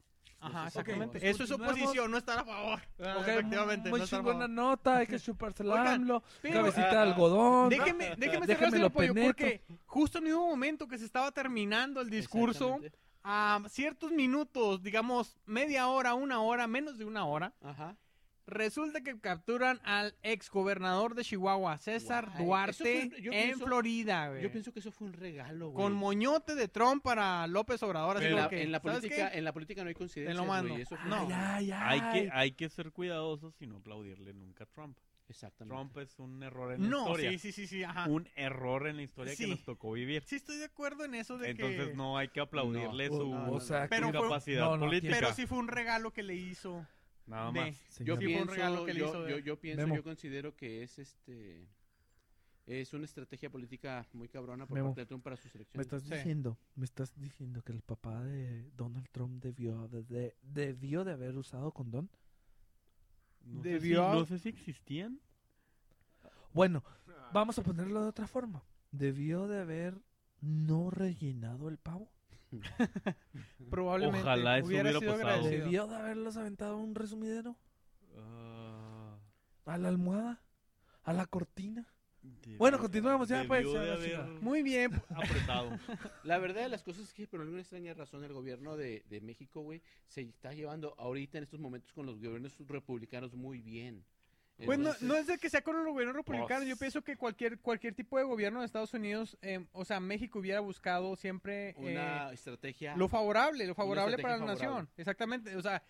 S1: Eso es
S2: Ajá, exactamente.
S3: ok,
S2: Eso es
S3: continuamos.
S2: oposición, no estar a favor. Ah,
S3: Ok,
S2: efectivamente,
S3: muy
S2: no estar a
S3: chingona
S2: favor.
S3: nota, hay que chupársela
S2: Oigan,
S3: AMLO,
S2: Pero- ah,
S3: cabecita de algodón.
S2: Déjeme, déjeme
S3: Déjeme
S2: cerrar
S3: lo
S2: el pollo,
S3: peneto.
S2: porque justo en el mismo momento que se estaba terminando el discurso,
S1: Exactamente.
S2: a ciertos minutos, digamos media hora, una hora, menos de una hora,
S1: Ajá.
S2: resulta que capturan al exgobernador de Chihuahua, César
S1: Guay.
S2: Duarte,
S1: Eso fue- yo
S2: en
S1: pienso-
S2: Florida, güey.
S1: Yo pienso que eso fue un regalo, güey.
S2: Pues Con moñote de Trump para López Obrador. así
S1: en, la,
S2: como que,
S1: en la
S2: ¿sabes
S1: política,
S2: qué?
S1: en la política no hay coincidencias,
S2: mando.
S1: güey. Eso fue-
S2: No.
S3: Ay, ay,
S4: Hay que,
S3: ay.
S4: hay que ser cuidadosos y no aplaudirle nunca a Trump.
S1: Exactamente.
S4: Trump es un error en la
S2: No,
S4: historia.
S2: sí, sí, sí, sí, ajá.
S4: Un error en la historia
S2: Sí.
S4: que nos tocó vivir.
S2: Sí estoy de acuerdo en eso de que...
S4: Entonces no hay que
S1: No, pues,
S4: aplaudirle su,
S1: no, no, no.
S4: su
S3: sea,
S2: Pero fue-
S4: capacidad
S3: no, no,
S4: política.
S2: Pero sí fue un regalo que le hizo.
S4: Nada
S2: de-
S4: más.
S1: Yo
S2: Sí, fue un
S1: pienso,
S2: regalo que le
S1: yo,
S2: hizo de-
S1: yo- yo pienso,
S3: Memo.
S1: yo considero que es este es una estrategia política muy cabrona por
S3: Memo.
S1: parte de Trump para sus
S3: Me
S1: elecciones.
S3: estás
S2: Sí.
S3: diciendo, me estás diciendo que el papá de Donald Trump debió de, de- debió de haber usado condón.
S4: No, sé si,
S2: Debió-
S4: no sé si existían.
S3: Bueno,
S5: Ah,
S3: vamos a ponerlo de otra forma. Debió de haber no rellenado el pavo.
S2: Probablemente.
S4: Ojalá eso hubiera pasado.
S2: Oh,
S4: Agradecido.
S3: Debió de haberlos aventado a un resumidero,
S4: Ah,
S3: a la almohada, a la cortina.
S4: debió-
S3: Bueno, continuemos ya,
S4: debió
S3: pues,
S4: de
S3: a la
S4: haber
S3: chingada.
S2: Muy bien.
S4: apretado.
S1: La verdad de las cosas es que por alguna extraña razón el gobierno de, de México, güey, se está llevando ahorita en estos momentos con los gobiernos republicanos muy bien.
S2: Pues no,
S1: Entonces,
S2: no es de que sea con el gobierno republicano. Yo
S4: Pues-
S2: pienso que cualquier cualquier tipo de gobierno de Estados Unidos, eh, o sea, México hubiera buscado siempre eh,
S1: una estrategia
S2: lo favorable, lo favorable para la
S1: Ah. estrategia
S2: nación. Exactamente. O sea,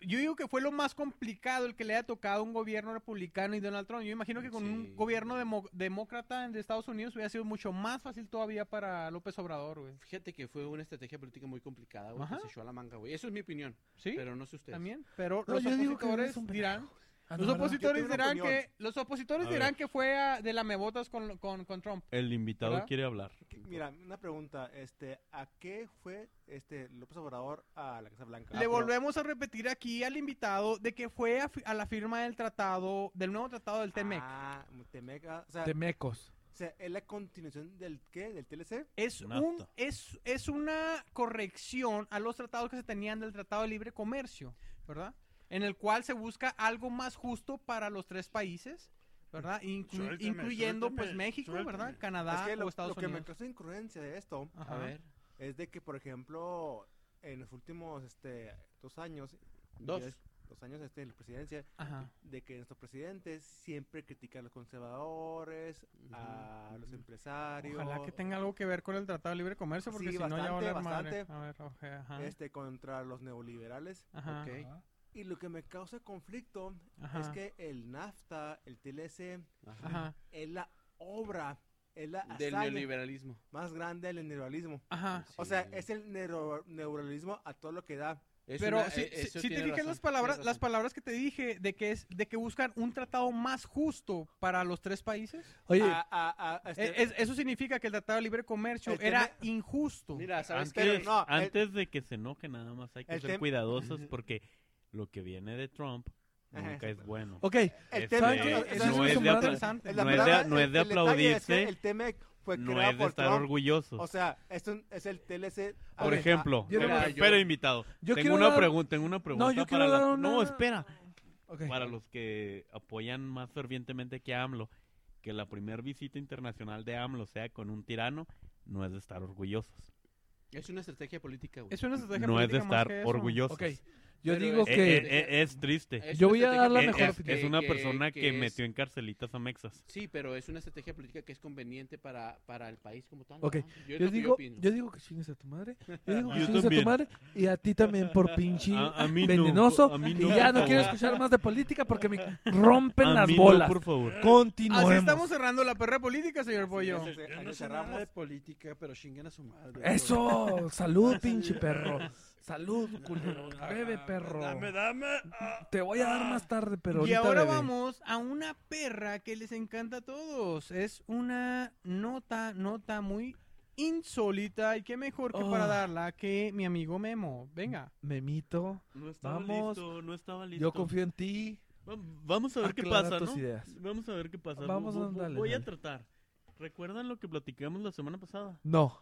S2: yo digo que fue lo más complicado el que le haya tocado a un gobierno republicano y Donald Trump. Yo imagino que con
S1: Sí.
S2: un gobierno demo- demócrata de Estados Unidos hubiera sido mucho más fácil todavía para López Obrador, güey.
S1: Fíjate que fue una estrategia política muy complicada, güey, que
S2: Ajá.
S1: se echó a la manga, güey. Eso es mi opinión,
S2: Sí,
S1: pero pues, no sé ustedes.
S2: también. Pero
S3: No,
S2: los
S3: yo digo que
S2: opositores
S3: es un
S2: dirán.
S3: Ah, no,
S2: Los
S3: ¿verdad?
S2: opositores
S5: Yo tengo una
S2: dirán
S5: opinión.
S2: que los opositores
S4: A
S2: dirán
S4: ver.
S2: que fue a- de lamebotas con, con, con Trump.
S4: El invitado
S2: ¿Verdad?
S4: quiere hablar.
S5: que- Mira, una pregunta, este, ¿a qué fue este López Obrador a la Casa Blanca? Ah,
S2: Le volvemos a repetir aquí al invitado de que fue a, fi- a la firma del tratado del nuevo tratado del TEMEC.
S5: Ah, Temec, ah, o sea,
S3: Temecos.
S5: o sea, es la continuación del qué, del TLC.
S2: Es
S4: Nafta.
S2: un es es una corrección a los tratados que se tenían del Tratado de Libre Comercio, ¿verdad? En el cual se busca algo más justo para los tres países, ¿verdad?
S1: Mm,
S2: Inclu-
S6: Suéltame,
S2: incluyendo pues
S6: suéltame,
S2: México, ¿verdad?
S6: suéltame.
S2: Canadá
S5: es que lo,
S2: o Estados
S5: lo que me
S2: Unidos.
S5: causa incongruencia de esto
S2: Ajá.
S1: A ver,
S5: es de que, por ejemplo, en los últimos este, dos años,
S1: dos.
S5: ya es- dos años este, en la presidencia,
S2: Ajá.
S5: de que nuestros presidentes siempre critican a los conservadores,
S1: Ujú,
S5: a los
S1: ujú.
S5: empresarios.
S2: Ojalá que tenga algo que ver con el Tratado de Libre Comercio, porque
S5: Sí,
S2: si no ya va a
S5: bastante,
S2: hablar madre.
S5: bastante.
S2: A ver, oje, ajá.
S5: este, contra los neoliberales.
S2: Ajá.
S1: Ok.
S5: Y lo que me causa conflicto
S2: Ajá.
S5: es que el NAFTA, el TLC,
S1: Ajá.
S2: Ajá.
S5: es la obra, es la
S1: Del
S5: hazaña
S1: neoliberalismo.
S5: más grande del neoliberalismo.
S2: Ajá.
S5: Ah, O sea,
S1: Sí.
S5: es el neuro- neoliberalismo a todo lo que da.
S1: Es
S2: Pero
S1: una-
S2: si,
S1: eh,
S2: si-
S1: eso
S2: si te
S1: tiene
S2: fijas
S1: razón,
S2: las palabras,
S1: tienes
S2: las
S1: razón.
S2: palabras que te dije de que es de que buscan un tratado más justo para los tres países,
S3: Oye,
S5: A- a- a- a este-
S2: e- es- eso significa que el tratado de libre comercio
S5: El tema-
S2: era injusto.
S1: Mira, ¿sabes
S4: Antes,
S1: qué?
S5: Pero no, el-
S4: antes de que se enoje, nada más hay que
S5: el
S4: ser
S5: tem-
S4: cuidadosos porque lo que viene de Trump
S5: Ajá,
S4: nunca es
S5: exacto.
S4: bueno.
S3: ok,
S5: el
S4: es
S5: tema-
S4: de-
S2: Eh,
S5: eh, no,
S4: no
S5: o sea,
S4: es
S5: es
S4: de
S5: una-
S4: apla-
S2: interesante.
S5: la
S4: no es de-
S5: palabra-
S4: no es de
S5: el detalle es que
S4: aplaudirse,
S5: el TEMEC fue
S4: No
S5: creado
S4: es de
S5: por
S4: estar
S5: Trump.
S4: orgullosos.
S5: O sea, es, un- es el TLC.
S4: Por
S5: Ok,
S4: ejemplo,
S3: yo
S4: espera,
S1: no-
S4: espera,
S1: yo-
S4: invitado.
S3: yo
S4: tengo
S3: quiero
S4: una
S3: dar-
S4: pregunta, tengo una pregunta
S3: yo quiero
S4: para las-
S3: dar una-
S4: No, espera.
S3: ok.
S4: Para los que apoyan más fervientemente que AMLO, que la primer visita internacional de AMLO sea con un tirano, no es de estar orgullosos.
S1: Es una estrategia política, güey.
S2: es una estrategia
S4: No es de
S2: política más
S4: estar
S2: que eso.
S4: orgullosos.
S3: Ok, Yo
S1: Pero
S3: digo
S1: es-
S3: que-
S4: pues, Eh, eh, eh, es triste.
S1: Es
S3: Yo
S1: una
S3: voy a
S1: estrategia
S3: dar la
S4: Eh,
S1: política
S3: mejor
S4: es,
S3: opinión.
S4: es una
S1: que-
S4: persona que,
S1: es-
S4: metió en carcelitas a Mexas.
S1: Sí, pero es una estrategia política que es conveniente para, para el país como tal.
S3: Ok,
S1: ¿verdad? Yo, es lo
S3: Yo
S1: que
S3: digo,
S1: opino.
S3: yo digo que chingues a tu madre. Yo digo que
S4: Yo
S3: chingues a tu
S4: también.
S3: madre. Y a ti también por pinche
S4: A- a mí no,
S3: venenoso.
S4: a mí
S3: y
S4: no,
S3: ya
S4: por
S3: no quiero
S4: favor.
S3: escuchar más de política porque me rompen
S4: A
S3: las
S4: mí no,
S3: bolas.
S4: por favor.
S3: Continuemos.
S2: Así estamos cerrando la perra política, señor Pollo.
S5: Así es,
S6: Yo
S5: así
S6: no sé nada
S5: cerramos.
S6: de política, pero chinguen a su madre.
S3: Eso, salud, pinche perro. Salud, culero. Bebe, perro.
S6: Dame, dame. Ah,
S3: Te voy a dar más tarde, pero
S2: Y
S3: ahorita
S2: ahora
S3: bebe.
S2: vamos a una perra que les encanta a todos. Es una nota, nota muy insólita y qué mejor que para
S3: Oh.
S2: darla que mi amigo Memo. Venga.
S3: Memito,
S4: No estaba
S3: Vamos.
S4: listo, no estaba listo.
S3: yo confío en ti.
S4: Va- Vamos a ver qué
S3: Aclara
S4: pasa,
S3: tus
S4: ¿no?
S3: ideas.
S4: Vamos a ver qué pasa.
S3: Vamos,
S4: Vo- vo- vo-
S3: ándale,
S4: Voy a
S3: dale.
S4: tratar. ¿Recuerdan lo que platicamos la semana pasada?
S3: No.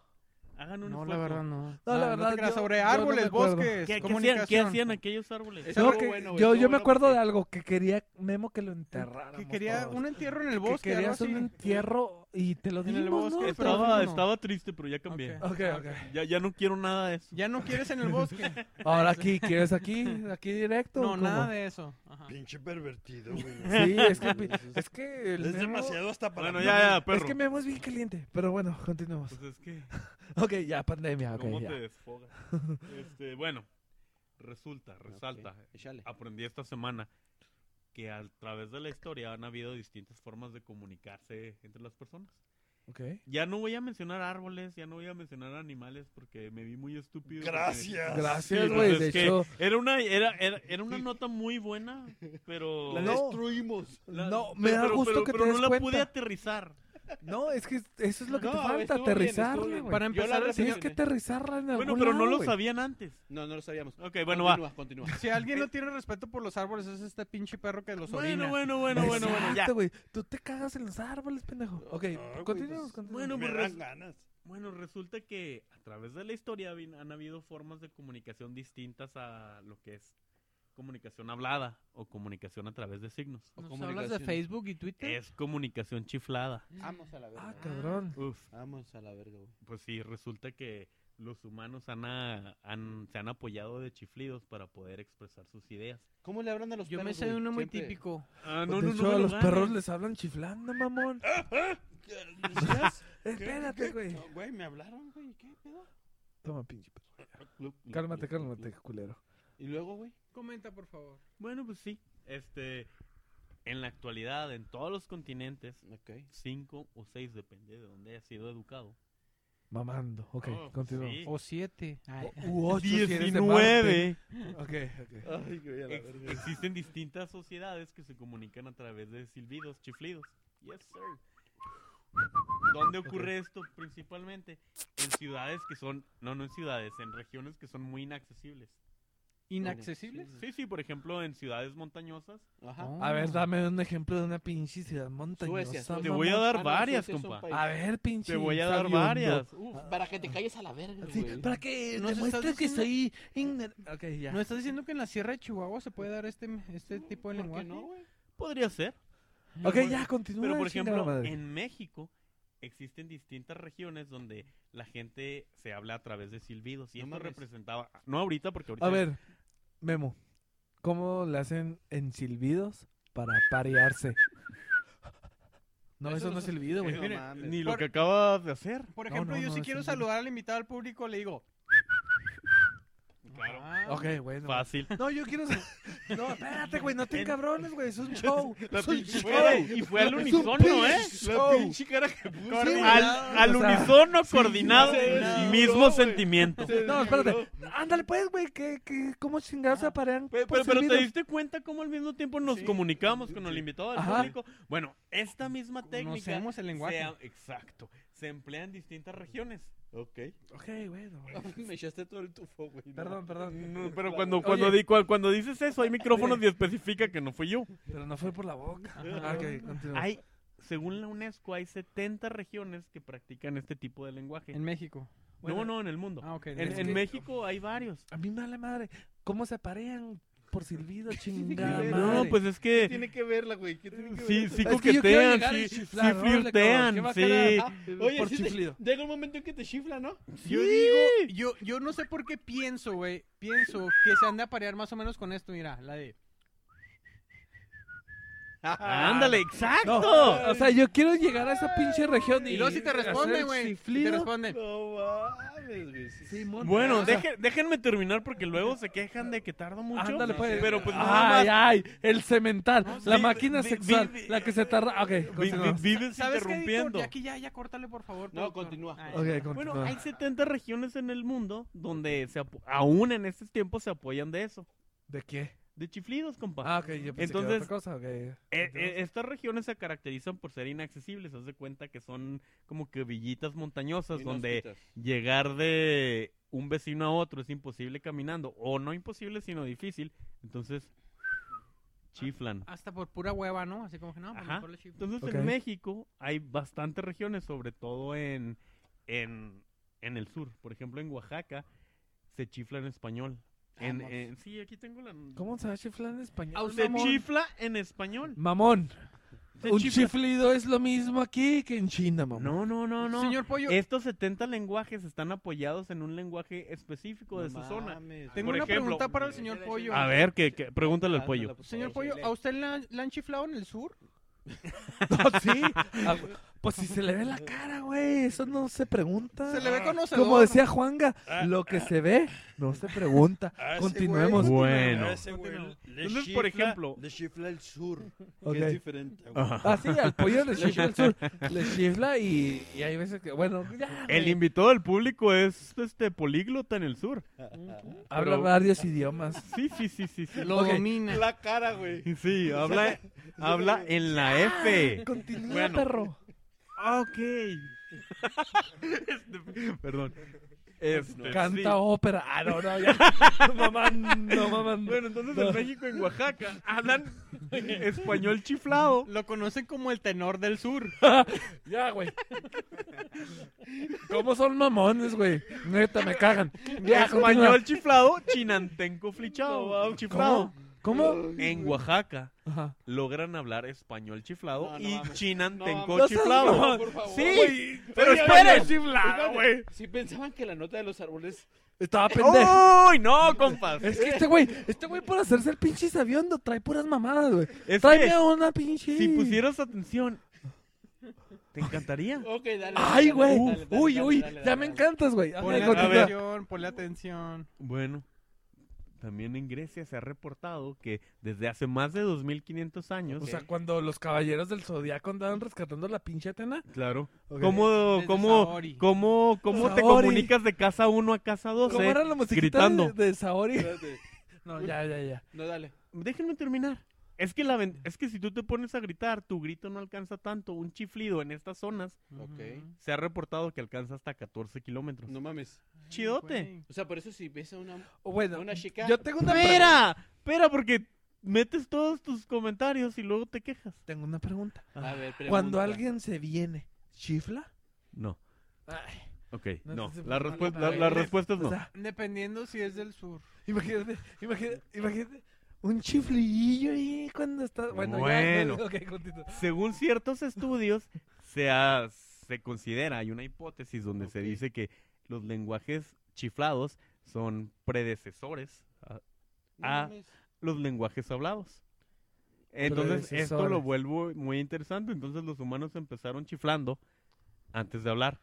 S4: Hagan un
S2: No, la
S4: esfuerzo.
S2: verdad no.
S3: No, la verdad,
S2: te creas.
S3: yo-
S2: sobre
S3: yo no me
S2: árboles,
S3: acuerdo.
S2: bosques,
S4: ¿Qué, qué hacían,
S2: comunicación.
S4: qué hacían aquellos árboles?
S1: Es
S3: Yo,
S1: algo
S3: que-
S1: bueno, güey,
S3: yo,
S1: estuvo
S3: yo me
S1: bueno
S3: acuerdo
S1: porque-
S3: de algo que quería Memo que lo enterrara.
S2: Que quería un entierro en el bosque.
S3: que quería
S2: algo
S3: hacer un
S2: así.
S3: entierro y te lo
S2: En el
S3: dijimos,
S2: bosque,
S3: ¿no?
S2: pero-
S3: Te lo
S4: Estaba,
S2: no.
S4: estaba triste, pero ya cambié.
S2: Ok.
S3: Ok, ok.
S4: Ya, ya no quiero nada de eso.
S2: Ya no quieres en el bosque.
S3: Ahora aquí, ¿quieres aquí? ¿Aquí directo? o
S2: No,
S3: cómo?
S2: nada de eso. Ajá.
S6: Pinche pervertido, güey.
S3: Sí, es que, pi- es que el
S6: Es
S3: Memo-
S6: demasiado hasta para
S4: Bueno,
S6: mí.
S4: ya, ya, perro.
S3: Es que Memo es bien caliente, pero bueno, continuemos.
S4: Pues es que...
S3: Ok, ya, pandemia, ok,
S4: ¿Cómo
S3: ya.
S4: te desfogas? Este, bueno, resulta, resalta. Ah.
S1: Ok, échale.
S4: Aprendí esta semana que a través de la historia han habido distintas formas de comunicarse entre las personas.
S3: Ok.
S4: Ya no voy a mencionar árboles, ya no voy a mencionar animales porque me vi muy estúpido. porque-
S6: Gracias.
S3: Gracias,
S4: Sí,
S3: güey.
S4: pues
S3: De
S4: es que
S3: hecho,
S4: Era una, era, era, era una nota muy buena, pero...
S6: La
S3: No.
S6: destruimos.
S4: la-
S3: no, me da
S4: pero-
S3: gusto
S4: pero-
S3: que
S4: pero
S3: te
S4: no
S3: des
S4: la
S3: cuenta.
S4: pude aterrizar.
S3: No, es que es- eso es lo que te
S1: No,
S3: falta,
S1: estuvo bien,
S3: aterrizarla,
S1: estuvo bien.
S3: güey.
S2: Para
S1: Yo la
S2: empezar, el
S3: Tienes
S1: reseñé.
S2: señor-
S3: que aterrizarla en algún
S4: Bueno, pero no
S3: lado,
S4: lo
S3: Ah, güey.
S4: sabían antes.
S1: No, no lo sabíamos.
S4: Ok, bueno, va.
S1: Continúa, continúa.
S2: si alguien no tiene respeto por los árboles, es este pinche perro que los orina.
S4: Bueno, bueno, bueno, bueno, bueno, ya.
S3: Exacto, güey. Tú te cagas en los árboles, pendejo. Ok,
S6: güey,
S3: continuemos,
S6: pues,
S3: continuemos.
S4: Bueno,
S6: Me
S4: pues
S6: dan
S4: res-
S6: ganas.
S4: Bueno, resulta que a través de la historia habin- han habido formas de comunicación distintas a lo que es comunicación hablada o comunicación a través de signos.
S1: O
S2: ¿Nos hablas de
S1: comunicación.
S2: Facebook y Twitter?
S4: Es comunicación chiflada.
S1: Vamos a la verga.
S3: Ah, cabrón.
S4: Uf,
S1: Vamos a la verga, güey.
S4: pues sí, resulta que los humanos han a- han- se han apoyado de chiflidos para poder expresar sus ideas.
S1: ¿Cómo le hablan a los
S2: Yo me
S1: perros,
S2: sé
S1: güey?
S2: uno muy
S1: Siempre-
S2: típico.
S4: Ah,
S3: Pues de hecho, a los perros les hablan chiflando, mamón.
S4: ah.
S6: ¿Qué?
S3: Espérate,
S6: ¿Qué?
S3: güey.
S6: No, Güey, me hablaron, güey. ¿Qué pedo?
S3: Toma, pinche perro.
S1: Clup, clup,
S3: Cálmate,
S1: clup, clup,
S3: cálmate,
S1: clup.
S3: culero.
S1: Y luego, güey.
S2: Comenta, por favor.
S4: Bueno, pues sí. Este, en la actualidad, en todos los continentes,
S1: Ok.
S4: cinco o seis, depende de dónde haya sido educado.
S3: Mamando. Ok,
S4: Oh,
S3: continuamos.
S4: sí.
S2: O siete. Ay.
S3: U ocho, si eres de Marte.
S4: 19.
S3: Ok, ok.
S1: Ay, güey, a la
S4: Ex-
S1: verga.
S4: Existen distintas sociedades que se comunican a través de silbidos, chiflidos. Yes, sir. ¿Dónde ocurre esto principalmente? En ciudades que son, no, no en ciudades, en regiones que son muy inaccesibles.
S2: ¿Inaccesibles?
S4: Sí, sí, por ejemplo, en ciudades montañosas.
S1: Ajá.
S2: Oh.
S3: A ver, dame un ejemplo de una pinche ciudad montañosa.
S1: Suecia, Suecia.
S4: Te voy a
S3: mamón.
S4: dar
S1: Ah, no,
S4: varias,
S1: Suecia es un
S4: compa.
S1: país.
S3: A ver, pinche.
S4: Te voy a dar
S3: sabiondo.
S4: varias. Uf,
S1: Para que te calles a la verga,
S3: Sí,
S1: güey.
S3: para que
S2: ¿Nos
S3: no demuestres
S2: estás
S3: que
S2: diciendo-
S3: soy ignorante. Ok, ya.
S2: ¿No estás diciendo que en la Sierra de Chihuahua se puede dar este, este tipo
S1: ¿Por
S2: de
S1: qué
S2: lenguaje?
S1: no, güey?
S4: podría ser.
S3: ok, ya, continúa.
S4: Pero por
S3: chingada
S4: ejemplo,
S3: madre.
S4: en México existen distintas regiones donde la gente se habla a través de silbidos. Y
S1: No
S4: esto
S1: mames.
S4: representaba, no ahorita, porque ahorita
S3: A ver, Memo, ¿cómo le hacen en silbidos para parearse? No, eso,
S1: Eso
S3: no
S1: no
S3: es
S1: se-
S3: silbido, güey.
S1: No
S4: Mire,
S1: mames.
S4: ni lo
S2: Por-
S4: que acabas de hacer.
S2: Por
S3: No,
S2: ejemplo,
S3: no,
S2: yo
S3: no,
S2: si
S3: es
S2: quiero
S3: un-
S2: saludar al invitado al público, le digo...
S4: Claro.
S2: "Ah,
S3: Ok, bueno.
S4: Fácil.
S3: No, yo quiero. No, espérate, güey, no te encabrones, güey, es un show.
S4: La
S3: es un
S4: pinche-
S3: show.
S4: Oye, y fue al unisono, ¿eh?
S1: La pinche cara que
S4: Cor-
S1: puse.
S3: güey.
S4: al al
S3: O sea,
S4: unisono coordinado,
S1: sí, sí,
S4: mismo
S1: bro, güey.
S4: sentimiento.
S3: No, espérate. Ándale, pues, güey, que, que, ¿cómo chingados se aparean?
S4: Pero,
S3: por
S4: pero- pero te
S3: silbidos?
S4: diste cuenta cómo al mismo tiempo nos comunicamos con el invitado del
S3: Ajá.
S4: público. Bueno, esta misma técnica.
S2: Conocemos el lenguaje.
S4: se ha- exacto. Se emplea en distintas regiones.
S1: Ok.
S3: Ok, bueno. güey.
S1: Me echaste todo el tufo, güey. no.
S3: Perdón, perdón.
S4: No, pero cuando,
S3: Oye.
S4: cuando, di- cua- cuando dices eso, hay micrófonos y especifica que no fui yo.
S3: Pero no fue por la boca. Ah,
S2: Ajá.
S3: Ok, continúa.
S4: Hay, según la UNESCO, hay 70 regiones que practican este tipo de lenguaje.
S2: En México.
S4: no, no, en el mundo.
S2: Ah, ok.
S4: En,
S3: Es
S4: en
S3: que-
S4: México hay varios.
S3: A mí me vale madre. ¿Cómo se aparean? por silbido,
S1: Ah,
S3: chingada.
S4: no,
S3: madre.
S4: pues es
S1: ¿Qué
S4: que
S1: tiene que verla, güey? ¿Qué tiene que
S4: sí,
S1: ver?
S4: sí
S3: Es que yo quiero
S4: coquetean,
S3: llegar y
S4: sí, sí
S3: chiflar, órale, cabrón, qué
S4: flirtean,
S3: bacana.
S4: sí.
S3: Ah,
S1: Oye,
S3: por
S1: sí te-
S3: chiflido.
S1: llega un momento en que te chifla, ¿no?
S3: Ah,
S2: Yo digo, yo, yo no sé por qué pienso, güey. Pienso que se anda a parear más o menos con esto, mira, la de.
S4: Ándale,
S3: Ah, No,
S4: exacto.
S3: o sea, yo quiero llegar a esa pinche región y.
S2: Y luego si te
S3: hacer
S2: responden, güey. si Te
S3: chiflido.
S2: responden.
S1: No mames, güey. sí.
S3: Simón.
S4: Bueno,
S3: O sea,
S4: deje- déjenme terminar porque luego se quejan de que tardo mucho.
S3: Ándale, pues.
S4: Pero pues nada
S3: Ay,
S4: más.
S3: ay, el cemental, la
S4: vi-
S3: máquina
S4: vi-
S3: sexual,
S4: vi- vi-
S3: la que se tarda. Ok,
S4: vi- vi-
S3: continuamos.
S2: ¿Sabes
S4: Vives
S2: qué, editor?
S4: interrumpiendo.
S2: Ya aquí ya, ya córtale, por favor.
S1: No,
S2: productor.
S1: continúa.
S2: Ah,
S3: Ok,
S2: ya.
S4: Bueno,
S3: continúa.
S4: hay 70 regiones en el mundo donde se apo- aún en estos tiempos se apoyan de eso,
S3: ¿De qué?
S4: de chiflidos, compa.
S3: Ah, ok, yo pensé que era
S4: Entonces,
S3: otra cosa. ok.
S4: Eh, eh,
S3: Continuamos.
S4: estas regiones se caracterizan por ser inaccesibles, haz de cuenta que son como que villitas montañosas donde
S1: Inhóspitas.
S4: llegar de un vecino a otro es imposible caminando, o no imposible sino difícil, entonces chiflan.
S2: Hasta por pura hueva, ¿no? Así como que no, pues
S4: Ajá.
S2: mejor le chiflo.
S4: Entonces
S3: Ok.
S4: en México hay bastantes regiones, sobre todo en, en, en el sur. Por ejemplo, en Oaxaca se chifla en español. En,
S1: Vamos.
S4: en- sí, aquí tengo la...
S3: ¿Cómo se va a chiflar en español?
S2: Ah,
S4: Se
S2: mamón?
S4: chifla en español.
S3: Mamón,
S4: Se
S3: un
S4: chifla-
S3: chiflido es lo mismo aquí que en China, mamón.
S4: No, no, no, no.
S2: Señor Pollo,
S4: Estos 70 lenguajes están apoyados en un lenguaje específico de su zona.
S1: mames,
S2: tengo
S1: por
S2: una
S1: ejemplo,
S2: pregunta para el señor Pollo.
S4: A ver, que, que- pregúntale al
S1: Ándale,
S4: pollo.
S1: por
S2: Señor
S1: favor.
S2: Pollo, ¿a usted la, la han chiflado en el sur?
S3: No, sí. Ah, güey, Pues si se le ve la cara, güey, eso no se pregunta.
S2: Se le ve conocedor.
S3: Como decía Juanga,
S4: Ah.
S3: lo que se ve no se pregunta.
S6: Ah, ese
S3: Continuemos.
S6: güey.
S4: Bueno.
S6: Ah, ese güey le
S4: Entonces, por
S6: chifla-
S4: ejemplo-
S6: Le chifla el sur.
S3: Ok.
S6: Que es diferente. güey.
S4: Ajá.
S3: Ah, sí, al pollo le chifla el sur. Le chifla y, y hay veces que, bueno, ya,
S4: El
S3: güey,
S4: invitado del público es este políglota en el sur.
S3: habla
S4: pero-
S3: varios idiomas.
S4: Sí, sí, sí, sí. sí.
S2: Lo
S3: Ok.
S2: domina.
S1: La cara, güey.
S4: Sí, habla, habla en la F.
S3: Continúa,
S4: Bueno.
S3: perro.
S4: Ok. Este, perdón. Este, sí.
S3: Canta ópera. Ah, no, no, ya. mamá, no, mamá.
S4: Bueno, entonces en México, en Oaxaca, hablan español chiflado.
S2: Lo conocen como el tenor del sur.
S3: Ya, güey. ¿Cómo son mamones, güey? Neta, me cagan. Ya, continúa.
S4: Español chiflado, chinantenco flichado. Chiflado.
S3: ¿Cómo? ¿Cómo?
S4: En Oaxaca
S3: Ajá.
S4: logran hablar español chiflado
S1: No, no
S4: y
S1: mames.
S4: chinantenco
S1: No,
S3: no seas
S4: chiflado.
S3: mamón.
S1: Por favor, güey.
S3: Sí,
S4: pero
S1: Oye,
S4: español
S1: oye,
S4: chiflado,
S1: espérate,
S4: güey.
S1: Si pensaban que la nota de los árboles.
S3: estaba pendejo.
S4: ¡Uy, no, compas!
S3: Es que este güey, este güey por hacerse el pinche sabiendo trae puras mamadas, güey.
S4: Es
S3: Tráeme
S4: que
S3: a una pinche.
S4: si pusieras atención, te encantaría.
S1: Ok, dale.
S3: Ay,
S1: dale,
S3: güey.
S1: dale, dale, dale,
S3: Uy,
S1: dale,
S3: uy,
S1: dale, dale,
S3: ya me
S1: dale.
S3: encantas, güey. Ok,
S2: Ponle
S4: a
S3: continúa.
S4: ver.
S2: atención, ponle atención.
S4: Bueno, también en Grecia se ha reportado que desde hace más de 2500 años.
S3: O sea, cuando los caballeros del zodiaco andaban rescatando la pinche Atena.
S4: Claro.
S3: Ok.
S4: ¿Cómo,
S2: Desde
S4: cómo,
S2: Saori.
S4: cómo, cómo te
S3: Saori.
S4: comunicas de casa 1 a casa 12?
S3: ¿Cómo era la musiquita
S4: gritando.
S3: de, de Saori?
S1: Espérate.
S3: No, ya, ya, ya.
S1: No, dale.
S4: Déjenme terminar. Es que, la ven- es que si tú te pones a gritar, tu grito no alcanza tanto. Un chiflido en estas zonas
S1: Ok.
S4: se ha reportado que alcanza hasta 14 kilómetros.
S1: No mames.
S4: Chidote.
S1: O sea, por eso si ves a una,
S3: O Bueno,
S1: a una chica.
S3: yo tengo una pregunta.
S4: Espera, espera, porque metes todos tus comentarios y luego te quejas.
S3: Tengo una pregunta.
S1: A ver, pregunta.
S3: Cuando alguien se viene, ¿chifla?
S4: No.
S3: Ay,
S4: Ok,
S3: No,
S4: no.
S3: entonces,
S4: La
S3: pues,
S4: respu-
S3: no,
S4: la-
S3: no,
S4: las
S3: no.
S4: respuestas
S3: o
S4: no.
S3: sea,
S2: Dependiendo si es del sur.
S3: imagínate, imagínate, imagínate un chiflillo ahí cuando está... Bueno, ya.
S4: Bueno.
S3: no, ok, continúa.
S4: Según ciertos estudios, se, ha- se considera, hay una hipótesis donde se dice que los lenguajes chiflados son predecesores a,
S1: No
S4: a
S1: mames.
S4: los lenguajes hablados. Entonces, esto
S3: Predecesores.
S4: lo vuelvo muy interesante. Entonces, los humanos empezaron chiflando antes de hablar.